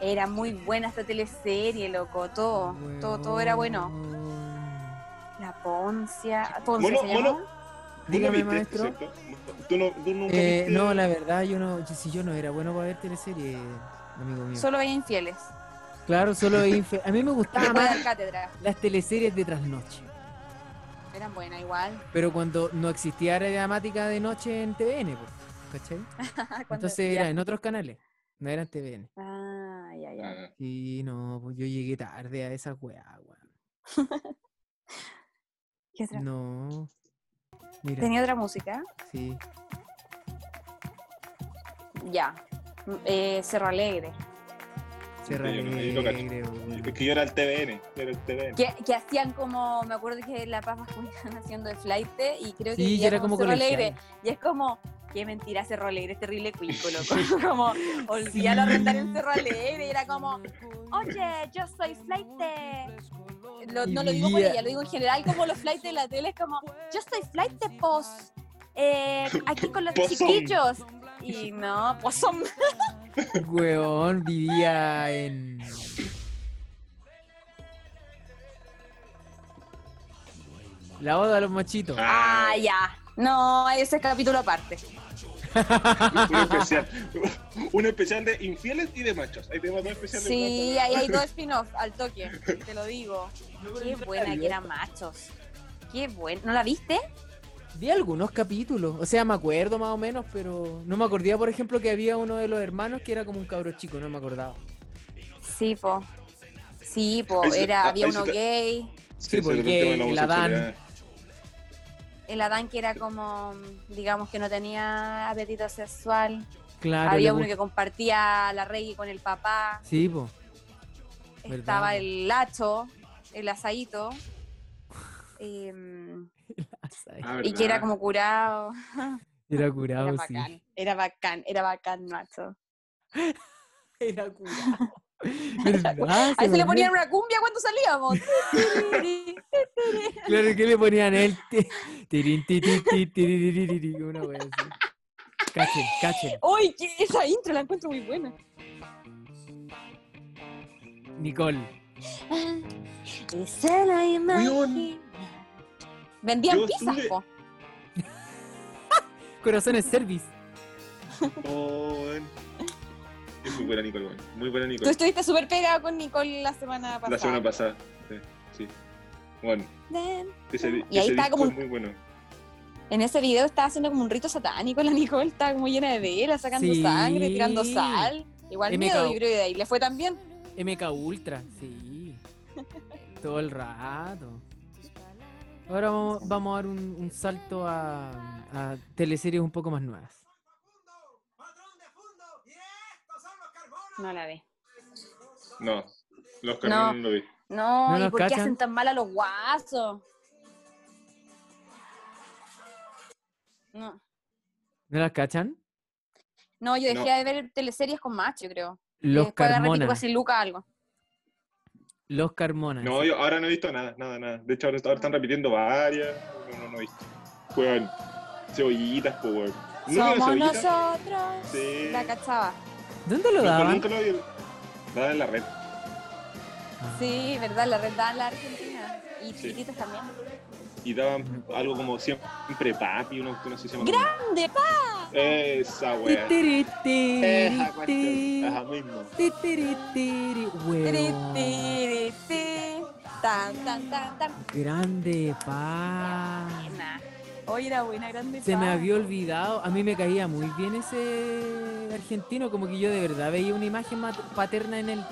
Speaker 2: Era muy buena esta teleserie, loco. Todo, todo, todo era bueno.
Speaker 4: Weón.
Speaker 2: La Poncia. Poncia
Speaker 3: Mono-
Speaker 2: se llamaba.
Speaker 3: mono- ¿Tú no
Speaker 4: Dígame,
Speaker 3: viste,
Speaker 4: maestro.
Speaker 3: cierto? ¿Tú, no, tú nunca
Speaker 4: Eh,
Speaker 3: viste?
Speaker 4: no, la verdad, yo no. Si yo no era bueno para ver teleserie, amigo mío.
Speaker 2: Solo veía infieles.
Speaker 4: Claro, solo infe- A mí me gustaban
Speaker 2: Voy a dar
Speaker 4: más
Speaker 2: cátedra.
Speaker 4: las teleseries de trasnoche.
Speaker 2: Eran buenas igual.
Speaker 4: Pero cuando no existía área dramática de noche en TVN, pues, ¿cachai?
Speaker 2: Cuando-
Speaker 4: Entonces
Speaker 2: ya.
Speaker 4: era en otros canales, no era en TVN.
Speaker 2: Ah, ya, ya.
Speaker 3: Ah,
Speaker 4: Y no, pues yo llegué tarde a esa weá, weón.
Speaker 2: ¿Qué otra?
Speaker 4: No. Mira,
Speaker 2: ¿Tenía otra música?
Speaker 4: sí.
Speaker 2: Ya. Mm, Eh, Cerro Alegre.
Speaker 4: Cerra
Speaker 3: yo no- yo no cacho.
Speaker 4: Alegre, weón.
Speaker 3: Es que yo era el TVN, yo era el TVN.
Speaker 2: Que, que hacían como, me acuerdo que la Paz Bascuñán haciendo el flight y creo que
Speaker 4: Sí, yo
Speaker 2: vivía
Speaker 4: era como
Speaker 2: Cerro
Speaker 4: colegial.
Speaker 2: Alegre. Y es como, qué mentira Cerro Alegre, es terrible cuico, loco. como, olvídalo rentar en Cerro Alegre. Y era como, oye, yo soy flight. Lo- no lo digo por
Speaker 4: Vivía-
Speaker 2: ella, lo digo en general, como los flights de la tele, es como, yo soy flight de pos, eh, aquí con los
Speaker 3: Pozón.
Speaker 2: chiquillos. Y no, pues son
Speaker 4: Weón, vivía en. La oda a los machitos.
Speaker 2: Ah, ya. No, ese es capítulo aparte.
Speaker 3: Un especial, un especial de infieles y de machos. Ahí tenemos dos especiales.
Speaker 2: Sí, ahí hay dos spin-off al toque, te lo digo. Qué buena
Speaker 3: eh.
Speaker 2: que eran machos. Qué buena. ¿No la viste?
Speaker 4: Vi algunos capítulos, o sea, me acuerdo más o menos, pero no me acordaba, por ejemplo, que había uno de los hermanos que era como un cabro chico, no me acordaba.
Speaker 2: Sí, po. Sí, po.
Speaker 3: Ahí se-
Speaker 2: Era,
Speaker 3: ah,
Speaker 2: había
Speaker 3: ahí
Speaker 2: uno
Speaker 3: se está-
Speaker 2: gay.
Speaker 4: Sí, porque la dan.
Speaker 2: El Adán que era como, digamos que no tenía apetito sexual.
Speaker 4: Claro.
Speaker 2: había
Speaker 4: le
Speaker 2: uno
Speaker 4: gust-
Speaker 2: que compartía la reggae con el papá.
Speaker 4: Sí, po. ¿Verdad?
Speaker 2: Estaba el lacho, el asadito. em,
Speaker 3: Ah,
Speaker 2: y que era como curado.
Speaker 4: Era curado,
Speaker 2: Era
Speaker 4: Ah, sí.
Speaker 2: bacán, era bacán, era bacán, macho.
Speaker 4: Era curado. ¿Verdad?
Speaker 2: Ahí se
Speaker 4: me
Speaker 2: le
Speaker 4: olvidó.
Speaker 2: ponían una cumbia, cuando salíamos.
Speaker 4: Claro que le ponían él. Tirin, ti, ti, ti, tiriririririri, una wea así. Cachen, cachen.
Speaker 2: Uy, que esa intro la encuentro muy buena.
Speaker 4: Nicole.
Speaker 2: Y se la imagina. Vendían
Speaker 3: Yo
Speaker 2: pizzas,
Speaker 3: estuve-
Speaker 2: po.
Speaker 4: Corazones service.
Speaker 3: Oh, weón. Es muy buena Nicole, weón. Muy buena
Speaker 2: Tú
Speaker 3: Nicole.
Speaker 2: estuviste súper pegado con Nicole la semana pasada.
Speaker 3: La semana pasada. Sí. sí. Bueno,
Speaker 2: Den.
Speaker 3: ese, di-
Speaker 2: Y ahí
Speaker 3: ese
Speaker 2: está
Speaker 3: disco
Speaker 2: como un-
Speaker 3: es muy bueno.
Speaker 2: En ese video estaba haciendo como un rito satánico la Nicole, estaba como llena de velas, sacando
Speaker 4: Sí.
Speaker 2: sangre, tirando sal. Igual
Speaker 4: Y me
Speaker 2: miedo,
Speaker 4: cago.
Speaker 2: yo creo que de ahí le fue también.
Speaker 4: MK Ultra, sí. Todo el rato. Ahora vamos, vamos a dar un, un salto a, a teleseries un poco más nuevas.
Speaker 2: No la ve.
Speaker 3: No, los carnavales no. lo vi.
Speaker 2: No,
Speaker 4: ¿No
Speaker 2: ¿y
Speaker 4: los
Speaker 2: por
Speaker 4: cachan?
Speaker 2: qué hacen tan mal a los guasos? No.
Speaker 4: ¿No las cachan?
Speaker 2: No, yo dejé
Speaker 3: No.
Speaker 2: de ver teleseries con macho, creo. Y
Speaker 4: Los
Speaker 2: después agarré
Speaker 4: Carmona.
Speaker 2: Típico sin Luca algo.
Speaker 4: Los Carmona.
Speaker 3: No, yo ahora no he visto nada, nada, nada. De hecho, ahora, ahora están repitiendo varias. No, no, no he visto. Weón, cebollitas, po, weón. Nunca
Speaker 2: Somos
Speaker 3: cebollitas.
Speaker 2: nosotros.
Speaker 3: Sí.
Speaker 2: La cachaba.
Speaker 4: ¿Dónde lo
Speaker 3: Nunca-
Speaker 4: daban?
Speaker 3: Nunca lo vi. Daban en la red.
Speaker 4: Ah.
Speaker 2: Sí, verdad, la red en la Argentina. Y
Speaker 3: Sí.
Speaker 2: chiquititas también.
Speaker 3: Y daban algo como siempre papi, uno que no sé si se llama.
Speaker 2: ¡Grande, pa!
Speaker 3: Esa weá.
Speaker 4: Tiri, tiri,
Speaker 3: Esa
Speaker 4: tiri,
Speaker 3: cuestión. Ajá, mismo.
Speaker 4: tiri, tiri,
Speaker 2: Tiri,
Speaker 4: tiri. Weón,
Speaker 2: tiri, ti. Tan, tan, tan, tan.
Speaker 4: Grande, pa.
Speaker 2: Buena. Hoy era buena, grande.
Speaker 4: Se me
Speaker 2: pa.
Speaker 4: había olvidado, a mí me caía muy bien ese argentino, como que yo de verdad veía una imagen mat- paterna en él.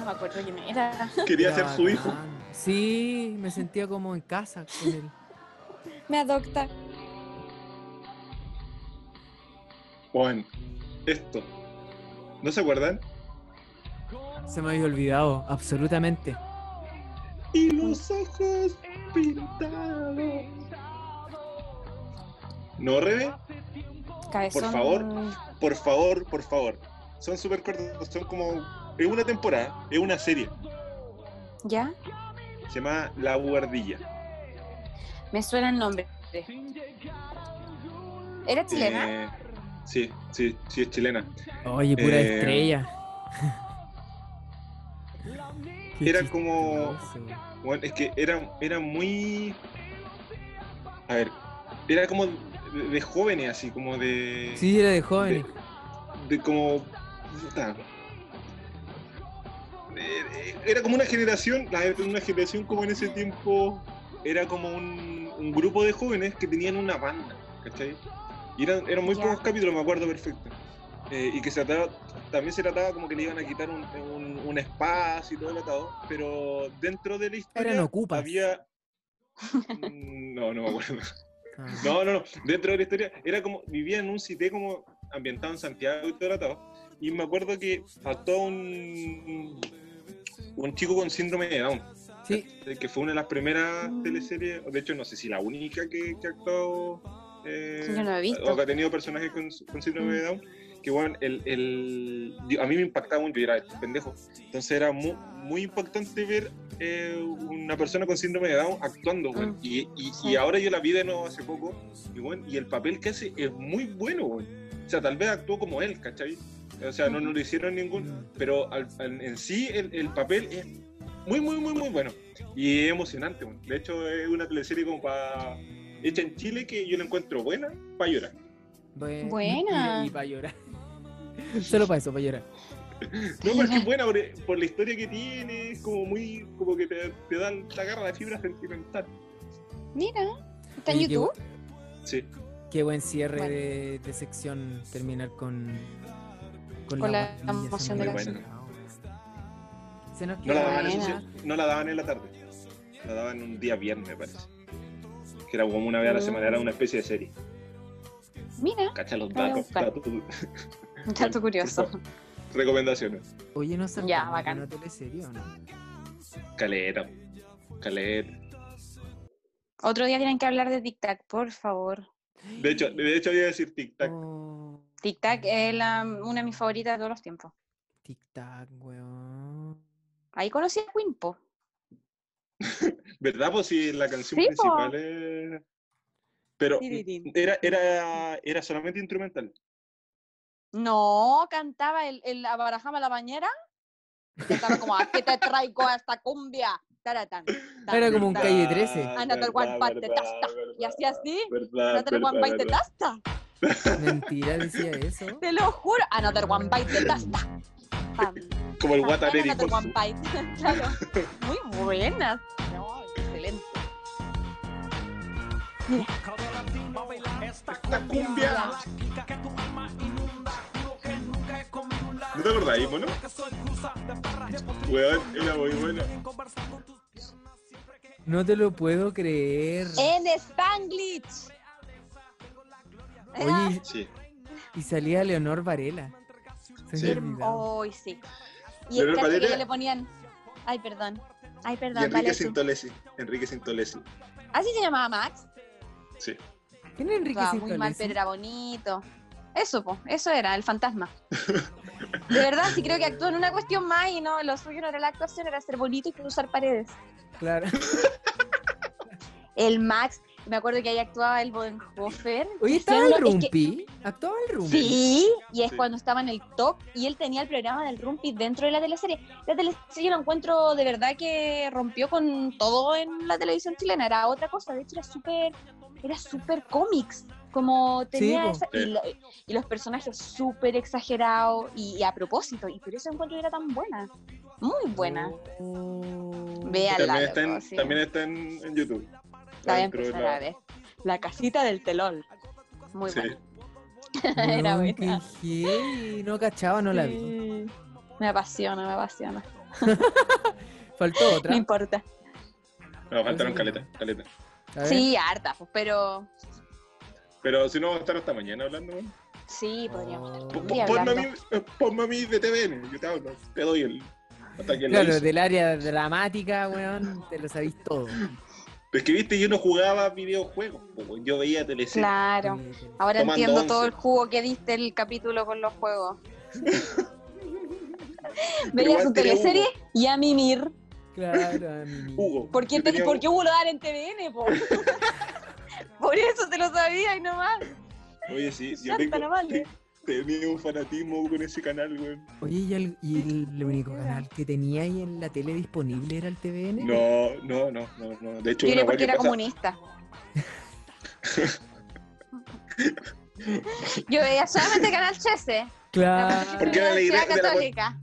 Speaker 2: No me acuerdo quién era.
Speaker 3: Quería
Speaker 4: Era
Speaker 3: ser su hijo.
Speaker 4: bacán. Sí, me sentía como en casa con él.
Speaker 2: Me adopta.
Speaker 3: Juan, esto. ¿No se acuerdan?
Speaker 4: Se me había olvidado, absolutamente.
Speaker 3: Y los ojos pintados. ¿No, Rebe?
Speaker 2: Cabezón.
Speaker 3: favor. Por favor, por favor. Son súper cortos, son como... Es una temporada, es una serie.
Speaker 2: ¿Ya?
Speaker 3: Se llama La Guardilla.
Speaker 2: Me suena el nombre. ¿Era chilena?
Speaker 3: Eh, sí, sí, sí, es chilena.
Speaker 4: Oye, pura
Speaker 3: Eh,
Speaker 4: estrella. Qué
Speaker 3: Era como-
Speaker 4: chistoso.
Speaker 3: Bueno, es que era, era muy... A ver, era como de, de jóvenes, así, como de...
Speaker 4: Sí, era de jóvenes.
Speaker 3: de como. puta. Eh, Era como una generación, la- una generación como en ese tiempo era como un, un grupo de jóvenes que tenían una banda, ¿cachai? Y eran, eran muy
Speaker 2: Ya.
Speaker 3: pocos capítulos, me acuerdo perfecto. Eh, y que se trataba, también se trataba como que le iban a quitar un, un, un espacio y todo el atado, pero dentro de la historia
Speaker 4: Eran ocupas.
Speaker 3: había... No, no me acuerdo.
Speaker 4: Ah.
Speaker 3: No, no, no. Dentro de la historia era como, vivía en un sitio como ambientado en Santiago y todo el atado. Y me acuerdo que faltó un, un chico con síndrome de Down,
Speaker 4: Sí,
Speaker 3: que fue una de las primeras teleseries, de hecho no sé si la única que, que ha actuado eh,
Speaker 2: Yo no he visto.
Speaker 3: o que ha tenido personajes con, con síndrome de Down, que bueno, el, el- yo- a mí me impactaba mucho, yo era pendejo. Entonces era muy, muy impactante ver eh, una persona con síndrome de Down actuando, weón.
Speaker 2: Mm.
Speaker 3: y, y- y
Speaker 2: Sí.
Speaker 3: ahora yo la vi de nuevo hace poco, y, weón, y el papel que hace es muy bueno, weón. o sea, tal vez actuó como él, ¿cachai? O sea, no, no le hicieron ningún, pero al- al- en sí el, el papel es muy, muy, muy, muy bueno. Y es emocionante, weón. de hecho es una teleserie como para... Hecha en Chile que yo la encuentro buena para llorar.
Speaker 4: bue-
Speaker 2: Buena.
Speaker 4: Y, para llorar. Solo para eso, para llorar.
Speaker 3: No, pero es que es buena por, por la historia que tiene, es como muy, como que te, te dan la garra de fibra sentimental.
Speaker 2: Mira. ¿Está en
Speaker 4: Oye, qué
Speaker 2: YouTube?
Speaker 3: Sí.
Speaker 4: Qué buen cierre
Speaker 2: Bueno.
Speaker 4: de, de sección terminar con
Speaker 2: Con la
Speaker 4: guardilla, se me
Speaker 2: emoción de
Speaker 4: había
Speaker 3: la canción.
Speaker 4: olvidado. Se nos
Speaker 3: No la,
Speaker 4: queda
Speaker 3: daban en,
Speaker 2: buena.
Speaker 3: sí, no la daban en la tarde. La daban un día viernes, me parece. Que era como una vez a la
Speaker 2: Mm.
Speaker 3: semana, era una especie de serie.
Speaker 2: Mira.
Speaker 3: Cacha los
Speaker 2: La voy a
Speaker 3: datos.
Speaker 2: buscar.
Speaker 3: datos.
Speaker 2: Un tanto curioso.
Speaker 3: Recomendaciones.
Speaker 4: Oye, no
Speaker 2: Ya,
Speaker 4: saltamos
Speaker 2: bacán.
Speaker 4: una teleserie, ¿o no?
Speaker 3: Caleta. Caleta.
Speaker 2: Otro día tienen que hablar de Tic Tac, por favor.
Speaker 3: De hecho, de hecho, iba a decir tic-tac.
Speaker 2: Ah.
Speaker 4: Oh,
Speaker 2: Tic Tac es la- una de mis favoritas de todos los tiempos.
Speaker 4: tic tac, weón.
Speaker 2: Ahí conocí a Queen, po.
Speaker 3: ¿Verdad? Pues si la canción
Speaker 2: Sí, po.
Speaker 3: principal es. Pero
Speaker 2: Tirirín.
Speaker 3: era, era, era solamente instrumental.
Speaker 2: No, cantaba el, el Abarajama la bañera. Cantaba como, aquí te traigo a esta cumbia. Taratán, tan,
Speaker 4: Era como un
Speaker 2: tan.
Speaker 4: calle 13.
Speaker 2: Another one bite the tasta. Y así, así.
Speaker 3: ¿Verdad?
Speaker 2: Another one
Speaker 3: verdad,
Speaker 2: bite the
Speaker 3: verdad.
Speaker 2: tasta.
Speaker 4: Mentira, decía eso.
Speaker 2: Te lo juro. Another one bite the tasta. Pam,
Speaker 3: Como el pues.
Speaker 2: pam,
Speaker 3: Wataneri
Speaker 2: another one
Speaker 3: Hotsu.
Speaker 2: bite. Claro. Muy buenas. No, excelente.
Speaker 3: Esta cumbia. ¿No te acordáis, mono? Weón, era muy buena.
Speaker 4: No te lo puedo creer.
Speaker 2: En Spanglish. Era-
Speaker 4: Oye,
Speaker 3: Sí.
Speaker 4: y salía Leonor Varela. Se me
Speaker 3: Sí.
Speaker 2: Herm-
Speaker 4: olvidaba.
Speaker 2: Ay, sí. Y
Speaker 3: Leonor
Speaker 2: el cacho que
Speaker 3: Valeria.
Speaker 2: ellos le ponían. Ay, perdón. Ay,
Speaker 3: Y
Speaker 2: perdón.
Speaker 3: Enrique
Speaker 2: Valeria.
Speaker 3: Sintolesi. Enrique Sintolesi.
Speaker 2: Así se llamaba Max.
Speaker 3: Sí.
Speaker 4: ¿Quién es Enrique
Speaker 2: Estaba muy
Speaker 4: Sintolesi?
Speaker 2: mal, pero era bonito. Eso, po, eso era, el fantasma. De verdad, sí creo que actuó en una cuestión más y no, lo suyo no era la actuación, era ser bonito y cruzar paredes.
Speaker 4: Claro.
Speaker 2: El Max, me acuerdo que ahí actuaba el Bonhoeffer.
Speaker 4: Oye,
Speaker 2: Cristian
Speaker 4: estaba el
Speaker 2: Lo- es que-
Speaker 4: Rumpi. Actuaba el Rumpi.
Speaker 2: Sí, y es
Speaker 3: Sí.
Speaker 2: cuando estaba en el top y él tenía el programa del Rumpi dentro de la teleserie. La teleserie lo encuentro de verdad que rompió con todo en la televisión chilena, era otra cosa, de hecho era súper era súper cómics, como tenía
Speaker 4: po.
Speaker 2: esa- y, lo- y los personajes súper exagerados y, y a propósito, y por eso encuentro que era tan buena, muy buena.
Speaker 4: Oh.
Speaker 2: Véanla.
Speaker 3: También está, en,
Speaker 2: loco, sí.
Speaker 3: también está en, en YouTube.
Speaker 2: La voy a
Speaker 3: Dentro de
Speaker 2: empezar
Speaker 3: la-
Speaker 2: a ver. La casita del telón. Muy
Speaker 3: Sí.
Speaker 2: buena. era
Speaker 4: Weón,
Speaker 2: buena.
Speaker 4: qué heavy. No cachaba, no la vi.
Speaker 2: Sí. Me apasiona, me apasiona.
Speaker 4: Faltó otra.
Speaker 2: No importa.
Speaker 3: No, faltaron caleta, caleta.
Speaker 4: A ver.
Speaker 2: Sí, harta, pues, pero
Speaker 3: Pero si no, vamos a estar hasta mañana hablando, weón.
Speaker 2: sí, podríamos
Speaker 4: Ah,
Speaker 2: estar todo
Speaker 3: Po-
Speaker 2: el
Speaker 3: po-
Speaker 2: día
Speaker 3: Ponme a
Speaker 2: hablando.
Speaker 3: mí, eh, ponme a mí de TVN. Yo te hablo, te doy el. Hasta que
Speaker 4: Claro,
Speaker 3: lo hice.
Speaker 4: del área dramática, weón, te lo sabís todo.
Speaker 3: Pero es que viste, yo no jugaba videojuegos, po, weón. yo veía teleseries.
Speaker 2: Claro. Ahora
Speaker 3: Tomando
Speaker 2: entiendo
Speaker 3: once.
Speaker 2: todo el jugo que diste el capítulo con los juegos. Veía
Speaker 3: igual
Speaker 2: su
Speaker 3: tenía
Speaker 2: teleserie y a mimir.
Speaker 4: Claro, a mí.
Speaker 3: Hugo.
Speaker 2: ¿Por qué,
Speaker 3: yo
Speaker 2: te-
Speaker 3: tenía-
Speaker 2: por qué hubo lo dar en TVN? po? Por eso te lo sabía y nomás. ¿eh?
Speaker 3: Oye, sí, yo
Speaker 2: Santa
Speaker 3: tengo,
Speaker 2: Navalia.
Speaker 3: te- tenía un fanatismo con ese canal, güey.
Speaker 4: Oye, ¿y el, y el único canal que tenía ahí en la tele disponible era el TVN?
Speaker 3: No, no, no, no, no. De hecho,
Speaker 2: Yo era
Speaker 3: una weá
Speaker 2: porque
Speaker 3: que
Speaker 2: era
Speaker 3: pasa-
Speaker 2: comunista. Yo veía solamente Canal 13.
Speaker 4: Claro.
Speaker 3: Porque era la idea
Speaker 2: Universidad
Speaker 3: de la-
Speaker 2: católica.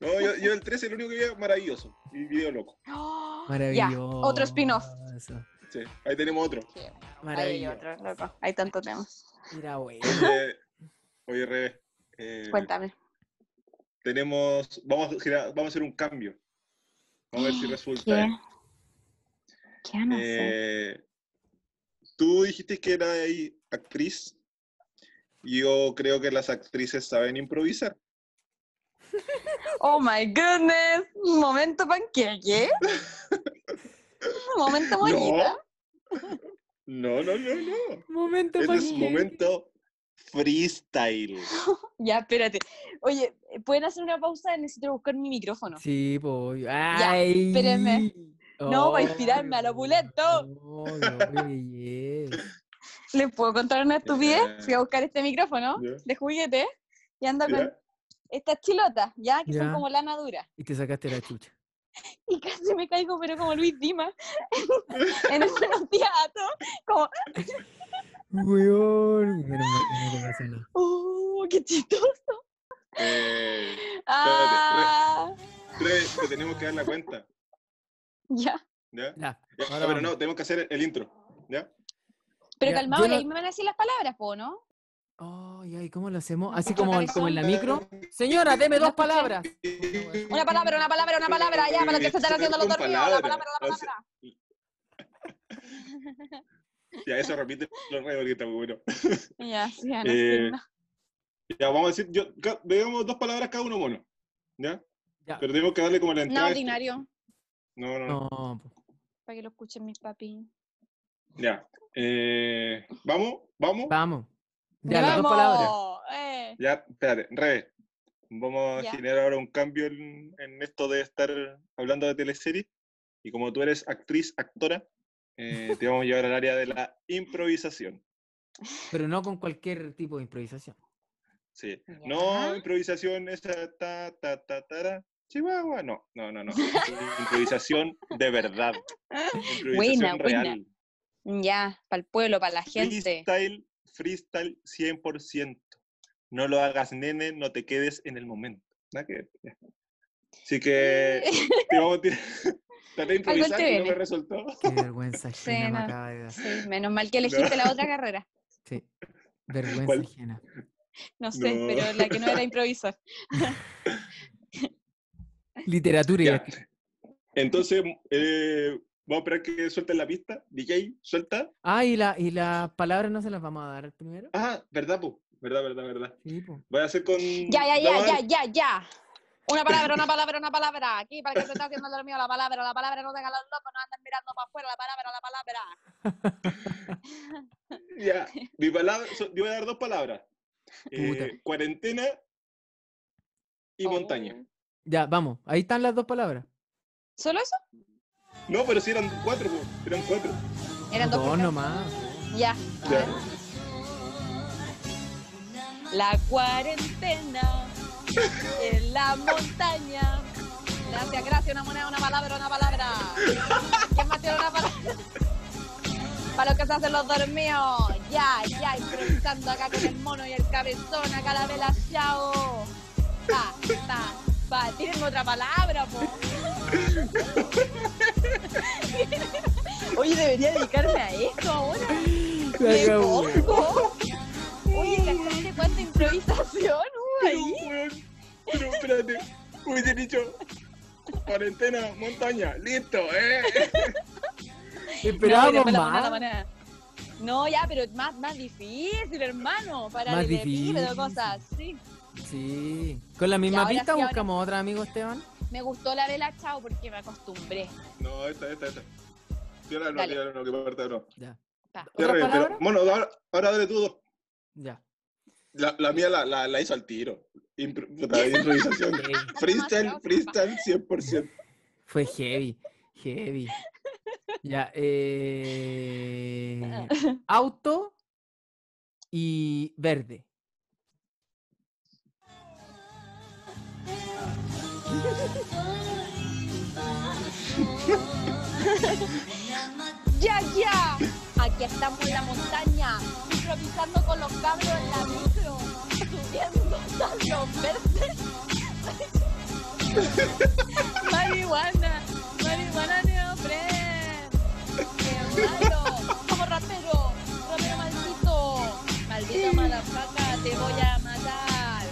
Speaker 3: No, yo, yo el 13 el único que veía maravilloso. Y video loco.
Speaker 2: Oh, ya,
Speaker 4: Maravilloso.
Speaker 2: otro spin-off.
Speaker 3: Sí, ahí tenemos otro.
Speaker 2: Hay
Speaker 4: Maravilloso.
Speaker 2: otro, loco. Hay tanto tema.
Speaker 4: Era bueno.
Speaker 3: Oye, Eh, oye Rebe, eh,
Speaker 2: Cuéntame.
Speaker 3: tenemos. Vamos a, girar- vamos a hacer un cambio. Vamos a ver si resulta.
Speaker 2: ¿Qué van a hacer?
Speaker 3: Eh, tú dijiste que era ahí actriz. Yo creo que las actrices saben improvisar.
Speaker 2: Oh my goodness. Momento panqueque. Momento bonito.
Speaker 3: No, no, no, no.
Speaker 4: Momento
Speaker 3: Este es
Speaker 4: panqueque.
Speaker 3: momento freestyle.
Speaker 2: Ya, espérate. Oye, ¿pueden hacer una pausa? Necesito buscar mi micrófono.
Speaker 4: Sí, pues.
Speaker 2: Ya,
Speaker 4: Ay.
Speaker 2: espérenme. No, va a
Speaker 4: Ay,
Speaker 2: inspirarme a lo
Speaker 4: weón.
Speaker 2: puleto.
Speaker 4: No, qué belleza.
Speaker 2: ¿Les puedo contar una
Speaker 3: Ya.
Speaker 2: estupidez? Fui a buscar este micrófono
Speaker 3: Eh, Ya.
Speaker 2: de juguete y ando con
Speaker 3: ¿Ya?
Speaker 2: estas chilotas, ya, que
Speaker 4: Ya.
Speaker 2: son como lana dura.
Speaker 4: Y te sacaste la chucha.
Speaker 2: y casi me caigo, pero como Luis Dima, en el buenos días a todos, como,
Speaker 4: Weón. Menos mal que no te pasó nada.
Speaker 2: ¡oh, qué chistoso!
Speaker 3: Eh,
Speaker 2: Ah,
Speaker 3: Rebe, te tenemos que dar la cuenta.
Speaker 2: ya.
Speaker 3: ¿ya?
Speaker 4: Ya,
Speaker 3: Ya,
Speaker 4: ahora
Speaker 3: pero
Speaker 4: vamos.
Speaker 3: no, tenemos que hacer el intro. ¿ya?
Speaker 2: Pero
Speaker 4: Ya,
Speaker 2: calmado,
Speaker 4: yo
Speaker 2: y
Speaker 4: no-
Speaker 2: ahí me van a decir las palabras, po, ¿no?
Speaker 4: Ay, ay, ¿cómo lo hacemos?
Speaker 2: No
Speaker 4: Así
Speaker 2: escucho
Speaker 4: como,
Speaker 2: cabezón.
Speaker 4: como en la micro. Señora, deme
Speaker 2: No
Speaker 4: dos
Speaker 2: escuché.
Speaker 4: palabras.
Speaker 2: Una palabra, una palabra, una palabra, ya, para los que se están haciendo los
Speaker 3: Con
Speaker 2: dormidos, la palabra,
Speaker 3: palabras,
Speaker 2: la
Speaker 3: o sea-
Speaker 2: palabra.
Speaker 3: Ya, eso repite lo re, porque está muy bueno.
Speaker 2: Ya, sí, ya, no, sí,
Speaker 3: Eh,
Speaker 2: no.
Speaker 3: Ya, vamos a decir, yo, ca- digamos dos palabras cada uno, mono. ¿Ya?
Speaker 4: Ya.
Speaker 3: Pero tenemos que darle como la entrada.
Speaker 2: No, ordinario,
Speaker 3: No, no, no.
Speaker 4: No, pues, po.
Speaker 2: para que lo escuchen mis papi.
Speaker 3: Ya. Eh, vamos, vamos.
Speaker 4: vamos. Ya, las dos palabras.
Speaker 2: Eh,
Speaker 3: Ya, espérate, Rebe. Vamos a
Speaker 2: Ya.
Speaker 3: generar ahora un cambio en, en esto de estar hablando de teleseries. Y como tú eres actriz, actora, eh, te vamos a llevar al área de la improvisación.
Speaker 4: Pero no con cualquier tipo de improvisación.
Speaker 3: Sí.
Speaker 2: Ya.
Speaker 3: No improvisación esa ta ta ta tara. Chihuahua, no, no, no, no. Improvisación de verdad. Improvisación
Speaker 2: buena.
Speaker 3: real.
Speaker 2: Ya, para el pueblo, para la gente.
Speaker 3: Freestyle, freestyle 100%. No lo hagas nene, no te quedes en el momento. Nada que ver, ya. Así que te vamos a tirar. Traté de
Speaker 2: Mm. Algo
Speaker 3: improvisar y no
Speaker 2: chévere.
Speaker 3: me resultó.
Speaker 4: Qué vergüenza ajena me
Speaker 2: no.
Speaker 4: acaba de dar.
Speaker 2: Sí, menos mal que elegiste la otra carrera.
Speaker 4: Sí. Vergüenza
Speaker 3: ¿Cuál?
Speaker 4: ajena.
Speaker 2: No sé,
Speaker 3: No.
Speaker 2: pero la que no era improvisar.
Speaker 4: Literatura y
Speaker 3: Ya.
Speaker 4: arte.
Speaker 3: Entonces, eh, vamos a esperar que suelten la pista. DJ, suelta.
Speaker 4: Ah, y la, y las palabras no se las vamos a dar al primero.
Speaker 3: Ah, verdad, po. Verdad, verdad, verdad.
Speaker 4: Sí, po.
Speaker 3: Voy a hacer con.
Speaker 2: Ya, ya, ya,
Speaker 3: Vamos a-
Speaker 2: ya, ya, ya. Una palabra, una palabra, una palabra. Aquí, para que te está haciendo lo mío, la palabra, la palabra, no te hagas los locos, no andes mirando para afuera, la palabra, la palabra.
Speaker 3: Ya, mi palabra, so- yo voy a dar dos palabras.
Speaker 4: Puta.
Speaker 3: Eh, cuarentena y
Speaker 2: Oh.
Speaker 3: montaña.
Speaker 4: Ya, vamos. Ahí están las dos palabras.
Speaker 2: ¿Solo eso?
Speaker 3: No, pero si eran cuatro, po, eran cuatro.
Speaker 2: Eran dos.
Speaker 4: Dos
Speaker 2: por
Speaker 4: nomás.
Speaker 2: cada- Ya. a
Speaker 3: Ya.
Speaker 2: ver. La cuarentena en la montaña. Gracias, gracias, una moneda, una palabra, una palabra. ¿Quién más tiene una palabra? Para los que se hacen los dormidos. Ya, ya, improvisando acá con el mono y el cabezón, acá la vela, chao. Pa, pa, pa. Tírenme otra palabra, po. Oye, debería dedicarme a esto ahora. ¡Qué
Speaker 4: acabo.
Speaker 2: poco! Oye, ¿cachaste cuánta improvisación hubo
Speaker 3: Pero,
Speaker 2: ahí?
Speaker 3: weón, pero espérate, hubiese dicho cuarentena, montaña, listo, eh.
Speaker 2: No,
Speaker 4: Esperábamos
Speaker 2: y después la moneda, la
Speaker 4: más.
Speaker 2: moneda. No, ya, pero es más, más difícil, hermano, para
Speaker 4: Más
Speaker 2: elegir
Speaker 4: difícil.
Speaker 2: cosas. Sí,
Speaker 4: Sí. Con la misma
Speaker 2: ahora
Speaker 4: pista
Speaker 2: sí, ahora-
Speaker 4: buscamos otra, amigo Esteban.
Speaker 2: me gustó la vela chao porque me acostumbré.
Speaker 3: No, esta, esta, esta. Tírala, no,
Speaker 2: Dale.
Speaker 3: tírala, no, que parte no.
Speaker 4: Ya.
Speaker 2: Pa.
Speaker 3: Tírala,
Speaker 4: ¿Otra palabra?
Speaker 3: pero, bueno, ahora, ahora dale tú dos.
Speaker 4: Ya.
Speaker 3: La, la mía la, la, la hizo al tiro. Impro- puta, improvisación. freestyle, freestyle 100%.
Speaker 4: Fue heavy. Heavy. Ya. eh, Auto y verde.
Speaker 2: ¡Ya, ya! Aquí estamos en la montaña, improvisando con los cabros en la micro, subiendo a los verdes. Marihuana, marihuana neopren. ¡Qué malo! ¡Como rapero! ¡Rapero maldito! ¡Maldito malafaca, te voy a matar!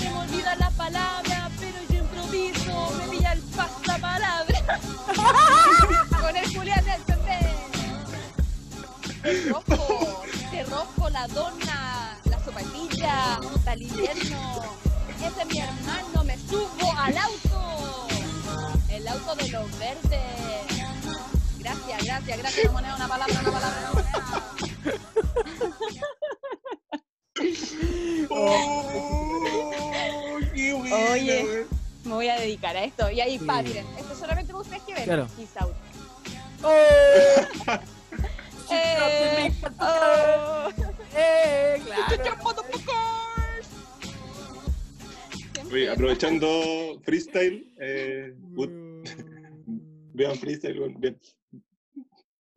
Speaker 2: Se me olvida la palabra, pero yo improviso, me pilla el palabra con el Julián del Pepe. Te rojo, te rojo la dona, la sopatilla, hasta el invierno. Ese es mi hermano, me subo al auto. El auto de los verdes. Gracias, gracias, gracias. Una moneda, una palabra, una palabra, una moneda.
Speaker 3: Oh, qué buena,
Speaker 2: Oye.
Speaker 3: weón.
Speaker 2: Me voy a dedicar a esto. Y ahí,
Speaker 4: Sí.
Speaker 2: pa, miren, esto solamente ustedes que ven.
Speaker 4: Claro. ¡Oh!
Speaker 2: Peace out.
Speaker 4: Eh,
Speaker 2: oh.
Speaker 4: eh,
Speaker 3: Oye, aprovechando freestyle, eh, put- vean freestyle, weón, bien.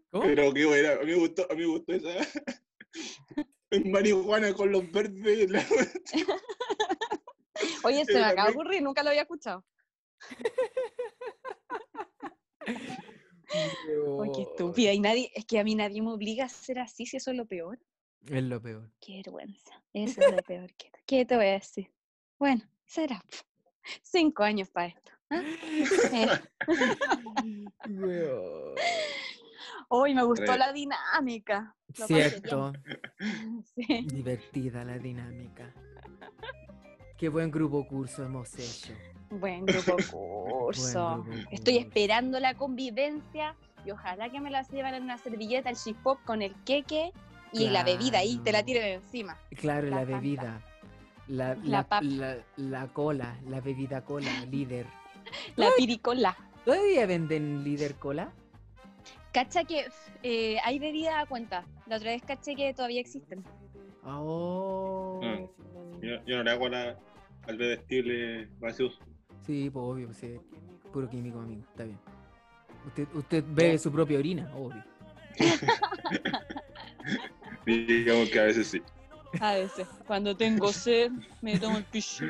Speaker 4: ¿Cómo?
Speaker 3: Pero qué buena, a mí me gustó, a mí me gustó esa. Marihuana con los verdes. la-
Speaker 2: Oye, se me acaba de ocurrir, nunca lo había escuchado. Ay,
Speaker 4: Oh.
Speaker 2: qué estúpida. Y nadie, es que a mí nadie me obliga a ser así, si eso es lo peor.
Speaker 4: Es lo peor.
Speaker 2: Qué vergüenza. Eso es lo peor. que ¿Qué te voy a decir? Bueno, será. po. Cinco años para esto. ¿ah? Eh, Hoy me gustó
Speaker 3: Re-
Speaker 2: la dinámica. Lo pasé bien.
Speaker 4: Cierto.
Speaker 2: Sí.
Speaker 4: Divertida la dinámica. Qué buen grupo curso hemos hecho.
Speaker 2: Buen grupo
Speaker 4: Buen
Speaker 2: curso.
Speaker 4: grupo
Speaker 2: Estoy
Speaker 4: curso.
Speaker 2: esperando la convivencia y ojalá que me la llevan en una servilleta al chip-pop con el queque y la bebida ahí, te la
Speaker 4: Claro.
Speaker 2: tiren encima.
Speaker 4: Claro, la,
Speaker 2: la Fanta.
Speaker 4: bebida. La, la,
Speaker 6: La pap.
Speaker 4: la- la cola, la bebida cola, líder.
Speaker 6: La piricola.
Speaker 4: ¿Todavía venden líder cola?
Speaker 2: Cacha que eh, hay bebida a cuenta. La otra vez caché que todavía existen.
Speaker 4: Oh.
Speaker 3: Mm. Yo, yo no le hago a la- al bebestible gaseoso.
Speaker 4: Sí, pues obvio, pues, sí. puro químico, amigo. Está bien. Usted, usted bebe su propia orina, obvio.
Speaker 3: Digamos que a veces sí.
Speaker 2: A veces. Cuando tengo sed, me tomo el pichi.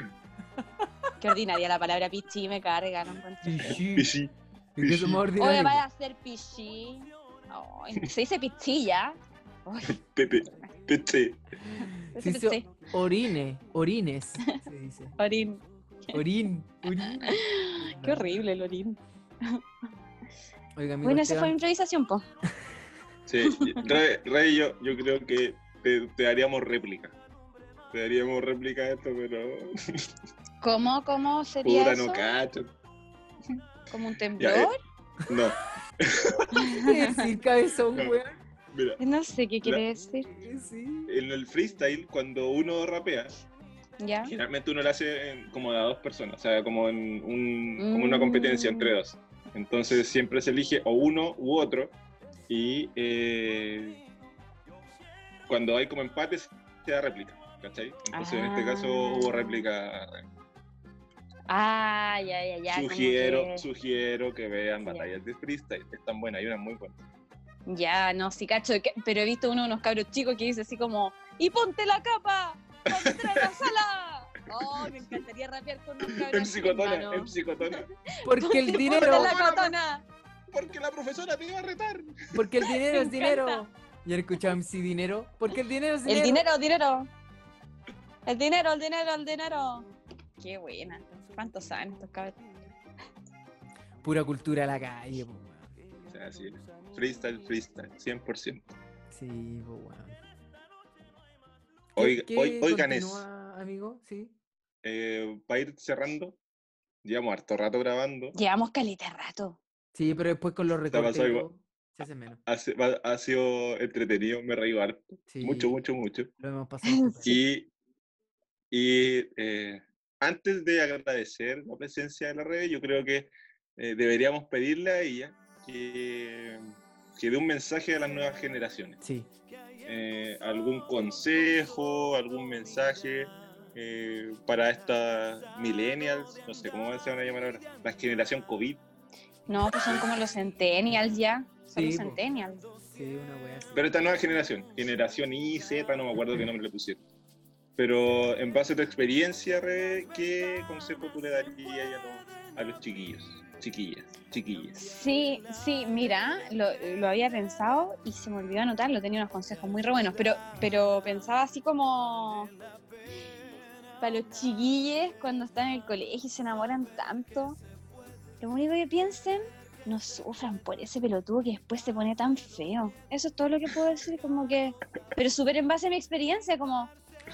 Speaker 2: Qué ordinaria la palabra pichi, me carga, no encuentro.
Speaker 3: Y sí.
Speaker 4: Es que somos
Speaker 2: Oye,
Speaker 4: ordinarios.
Speaker 2: vaya a hacer pichi. Ay, se dice pichilla.
Speaker 3: Pepe. Pepe.
Speaker 4: Se hizo orine, orines, se dice.
Speaker 2: Orín.
Speaker 4: Orín, orín.
Speaker 2: Qué horrible el orín.
Speaker 4: Oiga, amigo
Speaker 2: Bueno, esa fue
Speaker 4: Esteban,
Speaker 2: improvisación, po.
Speaker 3: Sí. Rey, Rey, yo, yo creo que te, te daríamos réplica. Te daríamos réplica de esto, pero.
Speaker 2: ¿Cómo, cómo sería
Speaker 3: Pura,
Speaker 2: eso?
Speaker 3: no cacho.
Speaker 2: ¿Como un
Speaker 3: Ya, eh,
Speaker 2: temblor?
Speaker 3: no,
Speaker 4: ¿qué decir cabezón,
Speaker 3: No.
Speaker 4: weón?
Speaker 3: mira.
Speaker 2: No sé qué quiere
Speaker 3: La-
Speaker 2: decir.
Speaker 4: ¿Qué sí?
Speaker 3: En el freestyle, cuando uno rapea,
Speaker 2: ¿Ya?
Speaker 3: generalmente uno lo hace en- como de a dos personas, o sea, como en un- como una competencia
Speaker 2: Mm.
Speaker 3: entre dos. Entonces siempre se elige o uno u otro y eh, cuando hay como empates se da réplica, ¿cachai? Entonces en este
Speaker 2: Ah.
Speaker 3: caso hubo réplica.
Speaker 2: Ah, ya, ya, ya. como
Speaker 3: sugiero,
Speaker 2: que-
Speaker 3: sugiero que vean
Speaker 2: Ya.
Speaker 3: batallas de freestyle, están buenas, hay unas muy buenas.
Speaker 2: Ya, no, sí, cacho. que- Pero he visto uno de unos cabros chicos que dice así como: ¡Y ponte la capa! ¡Para entrar a la sala! ¡Oh, me encantaría rapear con unos cabros
Speaker 3: En
Speaker 2: así,
Speaker 3: psicotona,
Speaker 2: hermano.
Speaker 3: en psicotona.
Speaker 4: Porque el
Speaker 2: ¡Ponte
Speaker 4: dinero,
Speaker 2: la cotona!
Speaker 3: Porque la profesora te iba a retar.
Speaker 4: porque el dinero
Speaker 2: Me
Speaker 4: es dinero.
Speaker 2: encanta.
Speaker 4: Ya escuchaba MC Dinero, porque el dinero es dinero.
Speaker 2: El dinero, el dinero. El dinero, el dinero, el dinero. Qué buena. ¿Cuántos saben estos cabros?
Speaker 4: Pura cultura a la calle, po, weón.
Speaker 3: O sea, sí, freestyle, freestyle, 100%.
Speaker 4: Sí, po, weón. ¿Qué-
Speaker 3: Oiga,
Speaker 4: qué
Speaker 3: oi- oigan eso.
Speaker 4: continúa, Amigo, sí.
Speaker 3: eh, para ir cerrando, llevamos harto rato grabando,
Speaker 2: Llevamos caleta de rato.
Speaker 4: Sí, pero después con los recortes
Speaker 3: pasó
Speaker 4: y
Speaker 3: igual.
Speaker 4: todo, se hace menos.
Speaker 3: ha, si- va- ha sido entretenido, me he reído harto,
Speaker 4: Sí,
Speaker 3: mucho, mucho, mucho.
Speaker 4: Lo hemos pasado.
Speaker 3: Y, y, eh, antes de agradecer la presencia de la red, yo creo que eh, deberíamos pedirle a ella que, que dé un mensaje a las nuevas generaciones.
Speaker 4: Sí.
Speaker 3: eh, algún consejo, algún mensaje eh, para estas millennials, no sé cómo se van a llamar ahora, la generación COVID.
Speaker 2: No, pues son como los centennials ya. Son
Speaker 4: Sí,
Speaker 2: los
Speaker 4: po.
Speaker 2: centennials.
Speaker 4: Sí, una wea así.
Speaker 3: Pero esta nueva generación, generación Y, Z, no me acuerdo qué nombre le pusieron. Pero en base a tu experiencia, Rebe, ¿qué consejo tú le darías a los, a los chiquillos? Chiquillas, chiquillas.
Speaker 2: Sí, sí, mira, lo, lo había pensado y se me olvidó anotarlo. Tenía unos consejos muy re buenos, pero, pero pensaba así como. Para los chiquilles cuando están en el colegio y se enamoran tanto, lo único que piensen, no sufran por ese pelotudo que después se pone tan feo. Eso es todo lo que puedo decir, como que. Pero súper en base a mi experiencia, como,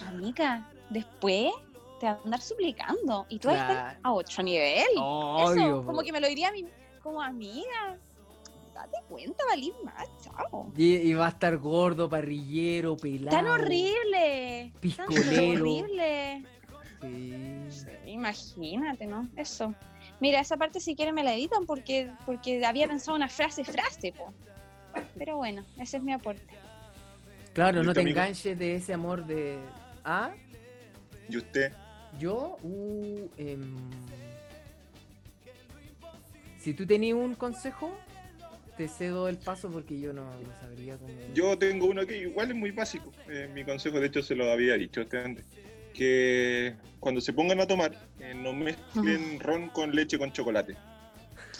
Speaker 2: amiga, después te van a andar suplicando y tú vas a estar
Speaker 4: Claro.
Speaker 2: a otro nivel.
Speaker 4: Obvio,
Speaker 2: Eso, como
Speaker 4: po.
Speaker 2: que me lo diría a mí, como amiga. Date cuenta, valís más, chao.
Speaker 4: Y, y va a estar gordo, parrillero, pelado.
Speaker 2: Tan horrible. Tan
Speaker 4: Piscolero.
Speaker 2: horrible.
Speaker 4: Sí.
Speaker 2: Imagínate, ¿no? Eso. Mira, esa parte si quieren me la editan porque, porque había pensado una frase, frase, po. Pero bueno, ese es mi aporte.
Speaker 4: Claro, no
Speaker 3: ¿Listo,
Speaker 4: te
Speaker 3: amigo?
Speaker 4: enganches de ese amor de. Ah,
Speaker 3: ¿Y usted?
Speaker 4: yo. Uh, em, Si tú tenías un consejo, te cedo el paso porque yo no, no sabría cómo.
Speaker 3: Yo tengo uno que igual es muy básico. eh, mi consejo, de hecho, se lo había dicho a usted antes. Que cuando se pongan a tomar, eh, no mezclen ron con leche con chocolate.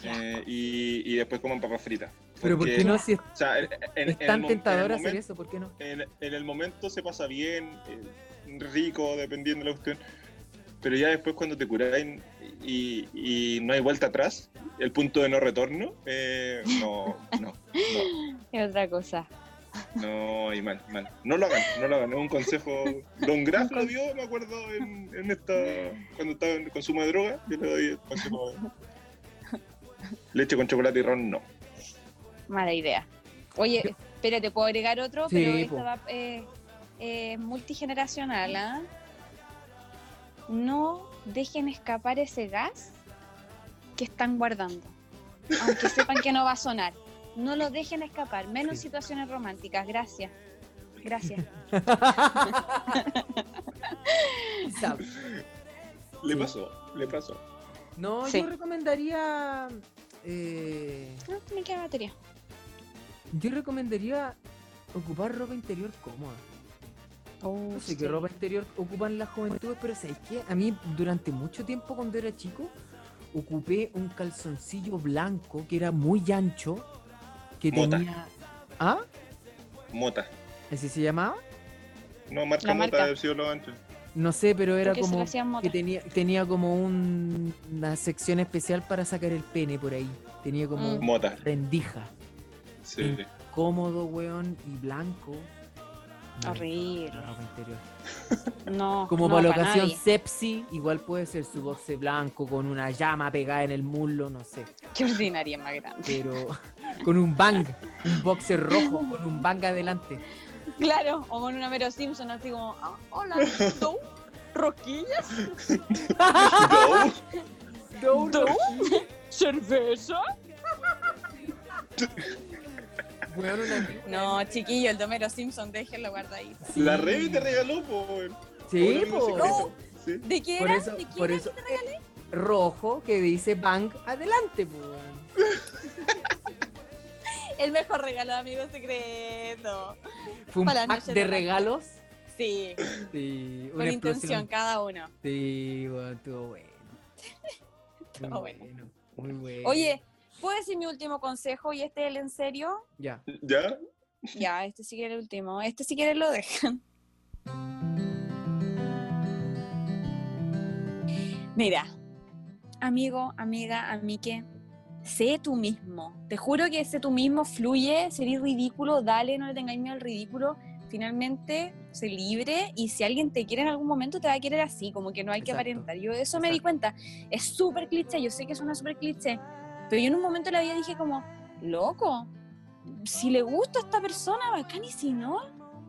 Speaker 3: Eh, y, y después coman papas fritas.
Speaker 4: Pero ¿por
Speaker 3: Porque,
Speaker 4: qué no? Si es,
Speaker 3: o sea, en- en-
Speaker 4: es
Speaker 3: en el
Speaker 4: tan
Speaker 3: mo- en el
Speaker 4: tentador hacer
Speaker 3: momento-
Speaker 4: eso, ¿por qué no?
Speaker 3: en, en el momento se pasa bien, eh, rico, dependiendo de la cuestión. Pero ya después cuando te curáis y, y no hay vuelta atrás, el punto de no retorno, eh, no, no, no.
Speaker 2: Es otra cosa.
Speaker 3: No, y mal, mal. No lo hagan, no lo hagan. Es un consejo. Don Graf lo dio, me acuerdo, en, en esta. Cuando estaba en consumo de droga, yo le doy el consejo. Leche con chocolate y ron, no.
Speaker 2: Mala idea. Oye, espérate, puedo agregar otro,
Speaker 4: Sí,
Speaker 2: pero
Speaker 4: po.
Speaker 2: esto va eh, eh, multigeneracional, ¿ah? no dejen escapar ese gas que están guardando. Aunque sepan que no va a sonar. No lo dejen escapar. Menos situaciones románticas. Gracias. Gracias.
Speaker 4: Sabe.
Speaker 3: Le
Speaker 4: Sí.
Speaker 3: pasó, le pasó.
Speaker 4: No,
Speaker 2: Sí.
Speaker 4: yo recomendaría. eh,
Speaker 2: No, me queda batería.
Speaker 4: yo recomendaría ocupar ropa interior cómoda. No sé qué ropa interior ocupan las juventudes, pero ¿sabes qué? A mí durante mucho tiempo cuando era chico ocupé un calzoncillo blanco que era muy ancho, que
Speaker 3: Mota.
Speaker 4: tenía... ¿Ah?
Speaker 3: Mota.
Speaker 4: ¿Así se llamaba?
Speaker 3: No, marca
Speaker 2: La
Speaker 3: Mota
Speaker 2: marca.
Speaker 3: del cielo ancho.
Speaker 4: No sé, pero era
Speaker 2: Porque se lo
Speaker 4: como...
Speaker 2: hacían mota.
Speaker 4: Que tenía, tenía como un- una sección especial para sacar el pene por ahí. Tenía como
Speaker 2: Mm.
Speaker 3: Mota,
Speaker 4: rendija.
Speaker 3: sí.
Speaker 4: Cómodo, weón, y blanco. No,
Speaker 2: Horrible.
Speaker 4: la ropa interior.
Speaker 2: No.
Speaker 4: Como
Speaker 2: no,
Speaker 4: para la
Speaker 2: pa'
Speaker 4: ocasión
Speaker 2: nadie.
Speaker 4: sepsi, igual puede ser su boxe blanco con una llama pegada en el muslo, no sé,
Speaker 2: Qué ordinaria más grande.
Speaker 4: pero con un bang, un boxer rojo con un bang adelante.
Speaker 2: Claro, o con una Mero Simpson así como, ah, hola, ¿tú? ¿Rosquillas?
Speaker 3: No,
Speaker 2: ¿Tú? ¿Cerveza?
Speaker 4: Weón, una-
Speaker 2: No, chiquillo, el de Homero Simpson, déjenlo guardadito.
Speaker 4: Sí.
Speaker 3: La Revi te regaló, po. el-
Speaker 4: Sí,
Speaker 3: el
Speaker 4: po.
Speaker 3: secreto. Sí.
Speaker 2: ¿De qué
Speaker 4: Por
Speaker 2: era?
Speaker 4: eso,
Speaker 2: ¿De qué
Speaker 4: por
Speaker 2: era?
Speaker 4: eso eh, rojo que dice bang adelante, po, weón.
Speaker 2: este? El mejor regalo de amigo secreto.
Speaker 4: Fue un
Speaker 2: Para la
Speaker 4: pack
Speaker 2: noche
Speaker 4: de
Speaker 2: de la-
Speaker 4: regalos.
Speaker 2: Sí,
Speaker 4: Sí,
Speaker 2: con
Speaker 4: una
Speaker 2: intención
Speaker 4: explosión.
Speaker 2: cada uno.
Speaker 4: Sí, weón, estuvo bueno. Muy
Speaker 2: Estuvo bueno.
Speaker 4: Muy bueno.
Speaker 2: Oye, ¿puedo decir mi último consejo y este es el en serio?
Speaker 4: Ya.
Speaker 3: ¿Ya?
Speaker 2: Ya, este sí que era el último. Este si quieres lo dejan. Mira, amigo, amiga, amique, sé tú mismo. Te juro que sé tú mismo, fluye, sería ridículo, dale, no le tengáis miedo al ridículo. Finalmente, sé libre y si alguien te quiere en algún momento, te va a querer así, como que no hay que
Speaker 4: Exacto.
Speaker 2: aparentar. Yo de eso me di
Speaker 4: Exacto.
Speaker 2: cuenta. Es súper cliché, yo sé que suena súper cliché, pero yo en un momento de la vida dije como, loco, si le gusta a esta persona, bacán, y si no,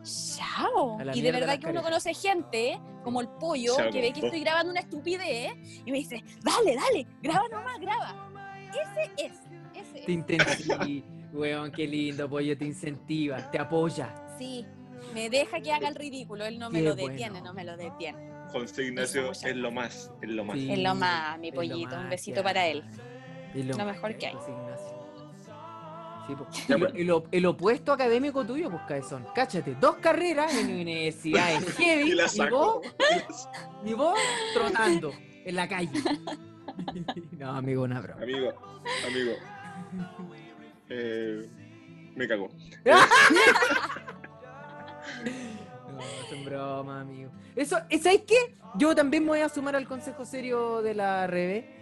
Speaker 2: chao.
Speaker 4: A la
Speaker 2: Y de
Speaker 4: mierda las
Speaker 2: verdad que uno
Speaker 4: caretas.
Speaker 2: conoce gente, ¿eh? como el pollo,
Speaker 3: Chao,
Speaker 2: que ve que
Speaker 3: po.
Speaker 2: estoy grabando una estupidez, y me dice, dale, dale, graba nomás, graba. Ese es, ese
Speaker 4: Te
Speaker 2: es.
Speaker 4: incentiva, weón, qué lindo, pollo, te incentiva, te apoya.
Speaker 2: Sí, me deja que haga el ridículo, él no me
Speaker 4: Qué
Speaker 2: lo detiene,
Speaker 4: bueno.
Speaker 2: no me lo detiene.
Speaker 3: José Ignacio es lo más, es lo más.
Speaker 4: Sí,
Speaker 2: Es lo más, mi
Speaker 4: es lo
Speaker 2: pollito, un
Speaker 4: más
Speaker 2: besito
Speaker 4: que
Speaker 2: para
Speaker 4: hay.
Speaker 2: él.
Speaker 4: Es
Speaker 2: Lo mejor que hay.
Speaker 4: pues, Ignacio. Sí, pues.
Speaker 3: Ya,
Speaker 4: Y lo-
Speaker 3: pues.
Speaker 4: y lo- el opuesto académico tuyo, pues Cabezón. Cáchate, dos carreras en universidades heavy
Speaker 3: Y
Speaker 4: y,
Speaker 3: la
Speaker 4: vos,
Speaker 3: sacó.
Speaker 4: y vos trotando en la calle. no, amigo, una broma.
Speaker 3: Amigo, amigo. Eh, me cagó.
Speaker 4: No, son bromas, amigo. Eso, eh, ¿sabes qué? Yo también me voy a sumar al consejo serio de la Rebe.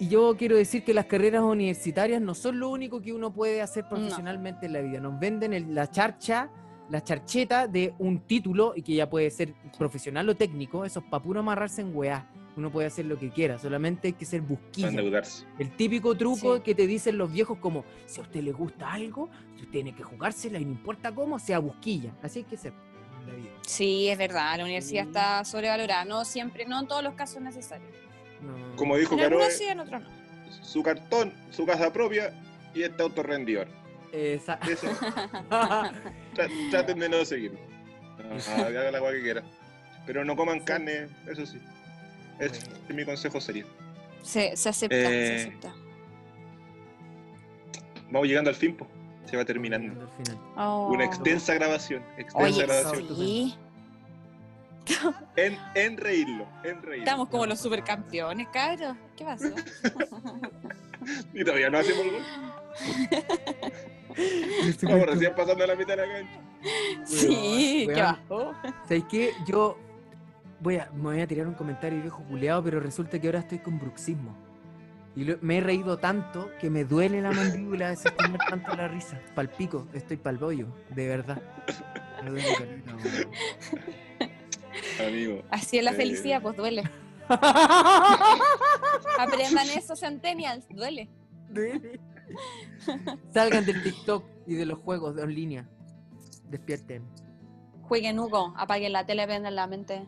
Speaker 4: Y yo quiero decir que las carreras universitarias no son lo único que uno puede hacer profesionalmente en la vida. Nos venden el- la charcha, la charcheta de un título y que ya puede ser profesional o técnico. Eso es para puro amarrarse en weá. Uno puede hacer lo que quiera, solamente hay que ser
Speaker 3: Para
Speaker 4: busquilla.
Speaker 3: endeudarse.
Speaker 4: El típico truco
Speaker 2: Sí.
Speaker 4: que te dicen los viejos como, si a usted le gusta algo, si usted tiene que jugársela y no importa cómo, sea busquilla. Así hay que ser. en la vida.
Speaker 2: Sí, es verdad, la universidad
Speaker 4: Sí.
Speaker 2: está sobrevalorada, no siempre, no en todos los casos necesarios.
Speaker 4: No.
Speaker 3: Como dijo
Speaker 2: En
Speaker 3: Caro,
Speaker 2: algunos sí, en otros no.
Speaker 3: su cartón, su casa propia y este auto rendidor.
Speaker 4: Esa-
Speaker 3: Eso, tra- traten de no seguirme. Ajá, haga la agua que quiera. Pero no coman carne, eso sí. Ese es mi consejo serio.
Speaker 2: Se, se acepta,
Speaker 3: Eh,
Speaker 2: se acepta.
Speaker 3: Vamos llegando al fin, po. se va terminando.
Speaker 4: Al final.
Speaker 3: Una
Speaker 2: Oh.
Speaker 3: extensa grabación, extensa
Speaker 2: Oye,
Speaker 3: grabación.
Speaker 2: sí.
Speaker 3: En, en reírlo, en reírlo.
Speaker 2: Estamos como los supercampeones, cabros. ¿Qué pasó?
Speaker 3: Y todavía no hacemos el gol. Estamos recién pasando la mitad de la cancha.
Speaker 2: sí,
Speaker 4: Weón,
Speaker 2: ¿qué
Speaker 4: weón.
Speaker 2: va?
Speaker 4: ¿Sabes qué? Yo voy a, me voy a tirar un comentario viejo culeado, pero resulta que ahora estoy con bruxismo. Y lo- me he reído tanto que me duele la mandíbula de sostener tanto la risa. Palpico, estoy palbollo, de verdad. Me duele caleta, weón.
Speaker 3: Amigo,
Speaker 2: Así es la
Speaker 3: Eh.
Speaker 2: felicidad, pues duele. Aprendan eso, Centennials, duele.
Speaker 4: Duele. Salgan del TikTok y de los juegos de en línea. Despierten.
Speaker 2: Jueguen Hugo, apaguen la tele, vendan la mente.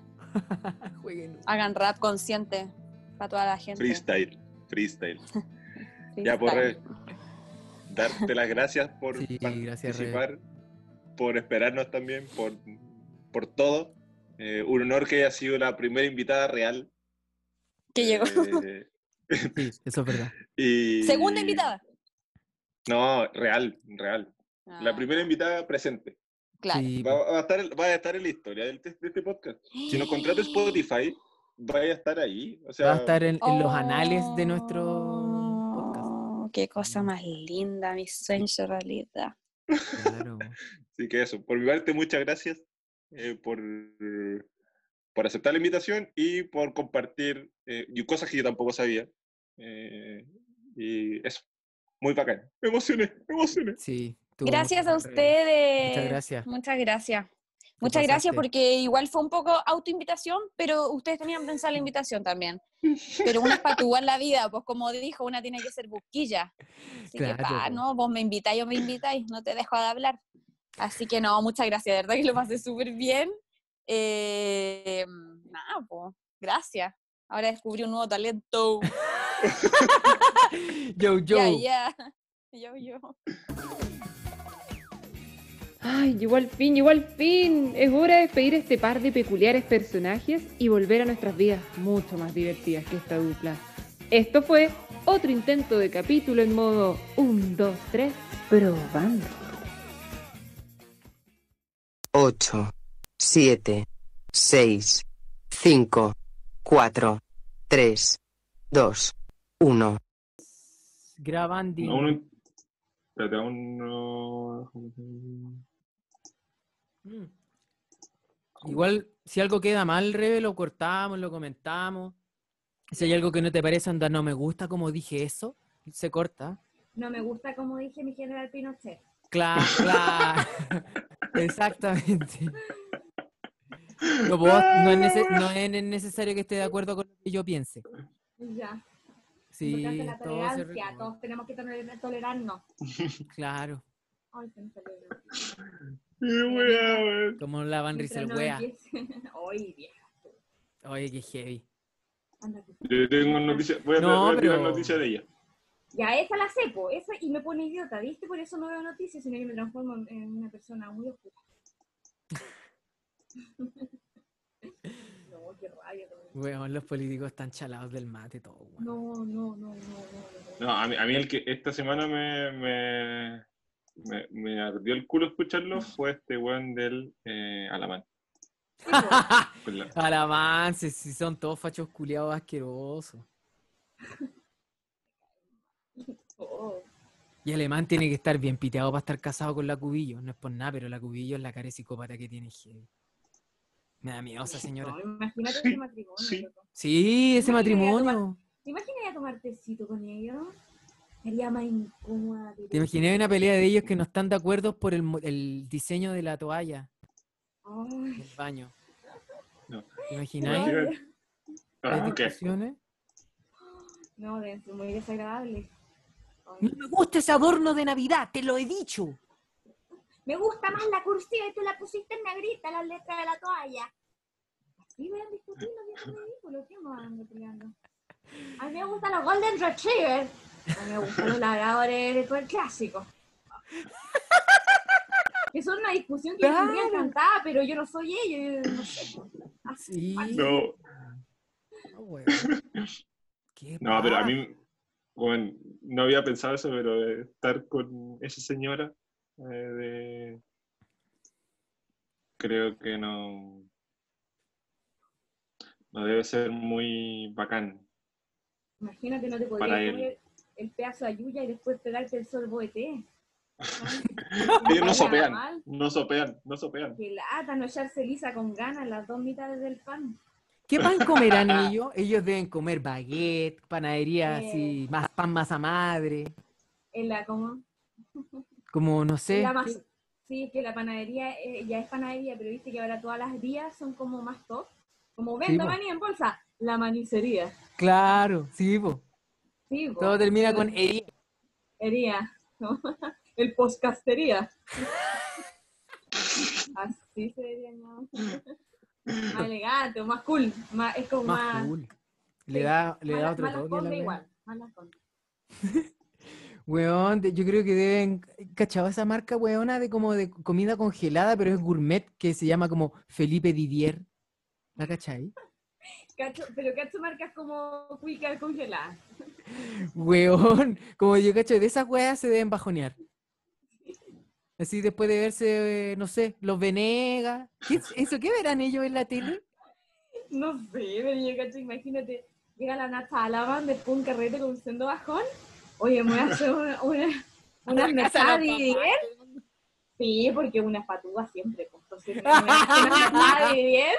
Speaker 4: Jueguen.
Speaker 5: Hagan rap consciente para toda la gente.
Speaker 3: Freestyle, freestyle. Ya,
Speaker 5: Freestyle.
Speaker 3: por darte las gracias por
Speaker 4: Sí, gracias, Rebe.
Speaker 3: participar, por esperarnos también, por, por todo. Eh, un honor que haya sido la primera invitada real.
Speaker 5: Que llegó.
Speaker 3: Eh,
Speaker 4: Sí, eso es verdad.
Speaker 3: y-
Speaker 5: Segunda invitada.
Speaker 3: No, real, real.
Speaker 5: Ah,
Speaker 3: La primera invitada presente.
Speaker 5: Claro.
Speaker 4: Sí, pues.
Speaker 3: Va, va a estar, va a estar en la historia del- de este podcast. Si nos contrata Spotify, vaya a estar ahí. O sea,
Speaker 4: va a estar en, en los anales de nuestro podcast.
Speaker 5: Oh, Qué cosa más linda, mi sueño hecho realidad.
Speaker 4: Claro.
Speaker 3: Así que eso, por mi parte, muchas gracias eh, por, por aceptar la invitación y por compartir eh, y cosas que yo tampoco sabía. Eh, y eso, muy bacán. Me emocioné, me emocioné.
Speaker 4: Sí. tú,
Speaker 5: Gracias a
Speaker 4: Rebe.
Speaker 5: ustedes.
Speaker 4: Muchas gracias.
Speaker 5: Muchas gracias. Muchas
Speaker 4: pasaste.
Speaker 5: gracias porque igual fue un poco autoinvitación, pero ustedes tenían pensada la invitación también. Pero una es para tu en la vida, pues como dijo, una tiene que ser busquilla. Así
Speaker 4: Claro,
Speaker 5: que, pa,
Speaker 4: pues.
Speaker 5: no, vos me invitáis, yo me invitáis, no te dejo de hablar. Así que no, muchas gracias, de verdad que lo pasé súper bien. Eh, nada, pues, gracias. Ahora descubrí un nuevo talento.
Speaker 4: Yo, yo.
Speaker 5: Ya, ya. Yo, yo.
Speaker 1: Ay, llegó al fin, llegó al fin. Es hora de despedir a este par de peculiares personajes y volver a nuestras vidas mucho más divertidas que esta dupla. Esto fue otro intento de capítulo en modo 1, 2, 3, probando.
Speaker 7: 8, 7, 6, 5, 4, 3, 2, 1.
Speaker 4: Grabandi.
Speaker 3: A uno- espérate, a uno-
Speaker 4: Mm. Igual, si algo queda mal, Rebe, lo cortamos, lo comentamos. Si hay algo que no te parece, anda, no me gusta como dije eso, se corta.
Speaker 8: No me gusta como dije mi general Pinochet.
Speaker 4: Claro, claro. Exactamente. No, puedo- no es nece- no es ne- necesario que esté de acuerdo con lo que yo piense.
Speaker 8: Ya.
Speaker 4: Sí,
Speaker 8: Importante la
Speaker 4: todo se
Speaker 8: tolerancia.
Speaker 4: re-
Speaker 8: Todos tenemos que toler- tolerarnos.
Speaker 4: Claro,
Speaker 8: Ay, se me salió el nombre.
Speaker 3: Qué wea, wea.
Speaker 4: como la Van
Speaker 8: Mientras
Speaker 4: Riesel,
Speaker 8: no
Speaker 4: wea.
Speaker 8: empiece- Ay, vieja.
Speaker 4: Oye, qué heavy.
Speaker 8: Anda tú.
Speaker 3: Yo tengo noticias, voy a,
Speaker 4: No,
Speaker 3: voy a tirar
Speaker 4: pero-
Speaker 3: noticias de ella.
Speaker 8: Ya, esa la cepo. Esa, y me pone idiota, ¿viste? Por eso no veo noticias, sino que me transformo en- en una persona muy oscura. no, qué rabia. weón.
Speaker 4: Weón, los políticos están chalados del mate, todo, weón.
Speaker 8: No, no, no, no, no. no.
Speaker 3: No, a mí, a mí el que esta semana me, me, me, me ardió el culo escucharlo fue este weón del eh, Alamán.
Speaker 8: Sí, po.
Speaker 3: Con la-
Speaker 4: Alabances, si son todos fachos culiados asquerosos.
Speaker 8: Oh,
Speaker 4: Y Alemán tiene que estar bien piteado para estar casado con la Cubillo. No es por nada, pero la Cubillo es la cara de psicópata que tiene. heavy. Me da miedo esa señora.
Speaker 8: no, imagínate
Speaker 3: Sí,
Speaker 8: ese matrimonio.
Speaker 3: sí.
Speaker 8: loco.
Speaker 4: Sí, ese
Speaker 8: Imagínate
Speaker 4: matrimonio.
Speaker 8: ¿Te imaginas ir a tomar tecito con ellos? Sería más incómoda. que-
Speaker 4: Te imaginé una pelea de ellos que no están de acuerdo por el, mo- el diseño de la toalla
Speaker 8: Ay,
Speaker 4: del baño.
Speaker 3: No.
Speaker 4: ¿Te imagináis?
Speaker 8: No.
Speaker 3: Ah,
Speaker 4: las
Speaker 3: ¿qué?
Speaker 4: discusiones?
Speaker 8: no, deben ser muy desagradables. Ay.
Speaker 4: No me gusta ese adorno de Navidad, te lo he dicho.
Speaker 8: Me gusta más la cursiva y tú la pusiste en negrita, la letra de la toalla. Así voy a discutir los viejos ridículos. ¿Qué más ando peleando? A mí me gustan los Golden Retrievers. A mí me gustan los labradores de todo el clásico. Que son una discusión que yo me encantada, pero yo no soy ellos. yo no sé. Así.
Speaker 4: Sí.
Speaker 3: No,
Speaker 4: no, weón. Qué
Speaker 3: no, pero a
Speaker 4: paja.
Speaker 3: mí, bueno, no había pensado eso, pero eh, estar con esa señora eh, de... creo que no... No debe ser muy bacán.
Speaker 8: Imagínate, no te
Speaker 3: Para
Speaker 8: podrías
Speaker 3: él.
Speaker 8: comer el pedazo de ayuya y después pegarte el sorbo de té.
Speaker 3: Ellos no
Speaker 8: Vaya
Speaker 3: sopean,
Speaker 8: mal.
Speaker 3: no sopean, no sopean.
Speaker 8: Que lata, no echarse lisa con ganas las dos mitades del pan.
Speaker 4: ¿Qué pan comerán ellos? Ellos deben comer baguette, panadería
Speaker 8: Eh.
Speaker 4: así, más pan masa madre,
Speaker 8: En la, como,
Speaker 4: como no sé.
Speaker 8: la mas- sí, es que la panadería eh, ya es panadería, pero viste que ahora todas las días son como más top. Como vendo
Speaker 4: po.
Speaker 8: maní en bolsa, la manicería.
Speaker 4: Claro, sí, po.
Speaker 8: Sí, po.
Speaker 4: Todo termina con ería.
Speaker 8: Hería, ¿no? El podcastería. Así se diría, ¿no? Más elegante, más cool. Más, es como más.
Speaker 4: Más cool. Le da, le da
Speaker 8: malas-
Speaker 4: otro toque. a
Speaker 8: malas
Speaker 4: la
Speaker 8: condes
Speaker 4: wea.
Speaker 8: igual. malas condes.
Speaker 4: Weón, de- yo creo que deben. ¿Cachaba esa marca, weona, de como de comida congelada, pero es gourmet, que se llama como Felipe Didier? ¿La cachai?
Speaker 8: Cacho, pero cacho marcas como cuica congelada.
Speaker 4: Weón, como yo cacho, de esas weas se deben bajonear. Así después de verse, eh, no sé, los Venegas. ¿Qué es eso? ¿Qué verán ellos en la tele?
Speaker 8: No sé, pero yo cacho, imagínate, llega la Nata Alaban después un carrete con siendo bajón. Oye, me voy a hacer una, una, unas mesadas de bien. Sí, porque una patúa siempre. pues, Entonces, me voy a hacer una mesada de bien.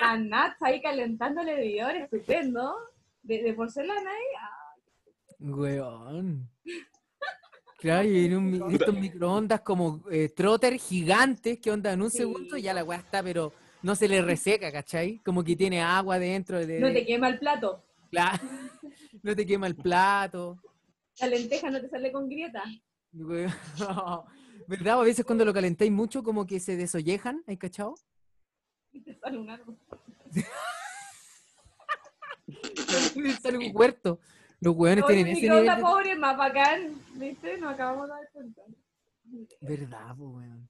Speaker 8: La Nata ahí calentándole el video, estupendo. De, de porcelana ahí. ah,
Speaker 4: Weón. Claro, y en un mi- estos microondas como eh, trotter gigantes que onda en un
Speaker 8: Sí.
Speaker 4: segundo ya la weá está, pero no se le reseca, ¿cachai? Como que tiene agua dentro. De,
Speaker 8: No te quema el plato.
Speaker 4: Claro. No te quema el plato.
Speaker 8: La lenteja no te sale con grieta.
Speaker 4: weón. ¿Verdad? O A veces cuando lo calentáis mucho, como que se desollejan, ¿hay cachao?
Speaker 8: Y te sale un árbol.
Speaker 4: Sale un huerto. Los hueones
Speaker 8: Oye,
Speaker 4: tienen
Speaker 8: mi
Speaker 4: ese
Speaker 8: microondas
Speaker 4: nivel. de-
Speaker 8: pobre, más bacán. ¿Viste? Nos acabamos de dar cuenta.
Speaker 4: ¿Verdad, po, weón?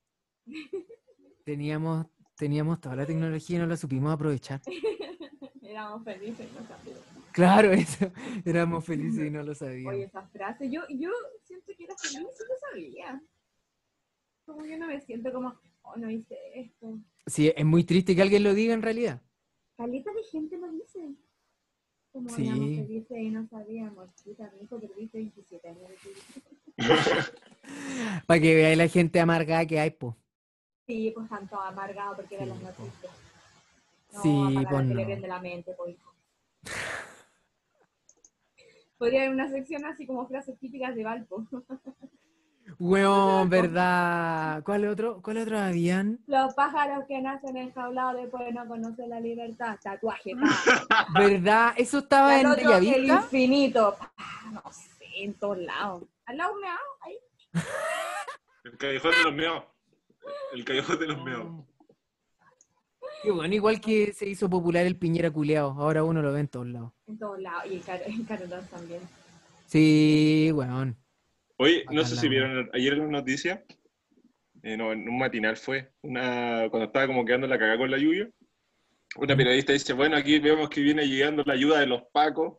Speaker 4: Teníamos, teníamos toda la tecnología y no la supimos aprovechar.
Speaker 8: Éramos felices, no sabíamos.
Speaker 4: Claro, eso. Éramos felices y no lo sabíamos.
Speaker 8: Oye, esa frase, yo, yo siento que era feliz y lo sabía. Como yo no me siento como, oh, no hice esto.
Speaker 4: Sí, es muy triste que alguien lo diga en realidad.
Speaker 8: Caleta de gente lo dice. Como
Speaker 4: Sí.
Speaker 8: éramos felices y no sabíamos. Chuta, mi hijo perdí 27 años de tu vida.
Speaker 4: Para que veáis la gente amargada que hay, po.
Speaker 8: Sí, pues tanto amargado porque eran las
Speaker 4: Sí, po.
Speaker 8: noticias. No,
Speaker 4: Sí,
Speaker 8: apagar
Speaker 4: pues
Speaker 8: la
Speaker 4: no.
Speaker 8: televisión de la mente, po, hijo. Podría haber una sección así como frases típicas de Valpo.
Speaker 4: Weón, ¿verdad? ¿Cuál otro? ¿Cuál otro habían?
Speaker 8: Los pájaros que nacen enjaulados después no conocen la libertad. Tatuaje, pa.
Speaker 4: ¿Verdad? Eso estaba
Speaker 8: Al
Speaker 4: en
Speaker 8: Ah, otro, el
Speaker 4: Bellavista.
Speaker 8: infinito. Ah, No sé, en todos lados. Al lado me hago, ahí.
Speaker 3: El callejón de los meos. El callejón de los meos.
Speaker 4: Qué bueno, igual que se hizo popular el Piñera culeado. Ahora uno lo ve en todos lados.
Speaker 8: En todos lados. Y el, car el carolón también.
Speaker 4: Sí, weón.
Speaker 3: Oye, no
Speaker 4: Bacán
Speaker 3: sé
Speaker 4: Ah, la
Speaker 3: si
Speaker 4: wea.
Speaker 3: vieron ayer en las noticias, eh, no, en un matinal fue, una, cuando estaba como quedando la cagada con la lluvia, una periodista dice, bueno, aquí vemos que viene llegando la ayuda de los pacos.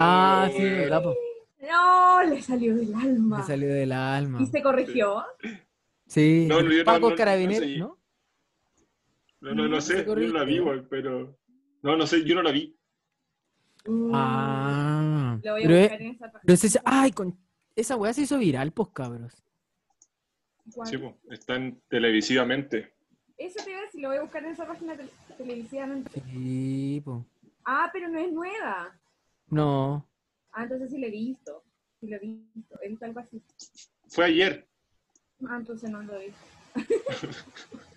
Speaker 4: Ah,
Speaker 3: Oh,
Speaker 4: sí, verdad, po.
Speaker 8: No, le salió del alma.
Speaker 4: Me salió del alma.
Speaker 8: Y se corrigió.
Speaker 4: Sí,
Speaker 3: No, no, yo no-
Speaker 4: Paco
Speaker 3: no- no
Speaker 4: Carabineros,
Speaker 3: seguí.
Speaker 4: ¿no?
Speaker 3: No, no, no sé,
Speaker 4: Se
Speaker 3: yo no la vi,
Speaker 4: corrige.
Speaker 3: güey, pero... No, no sé, yo no la vi.
Speaker 8: Mm,
Speaker 4: Ah.
Speaker 8: Lo voy a
Speaker 4: pero es-
Speaker 8: buscar en esa
Speaker 4: pero
Speaker 8: página.
Speaker 4: es esa- ay, con, esa weá se hizo viral, pues cabros.
Speaker 8: ¿Cuál?
Speaker 3: Sí, po, están televisivamente.
Speaker 8: Eso te iba a decir, lo voy a buscar en esa página tel- televisivamente.
Speaker 4: Sí, po.
Speaker 8: Ah, pero no es nueva.
Speaker 4: No.
Speaker 8: Ah, entonces sí lo he visto. Sí lo he visto. He visto algo así.
Speaker 3: Fue ayer.
Speaker 8: Ah, entonces no lo he visto.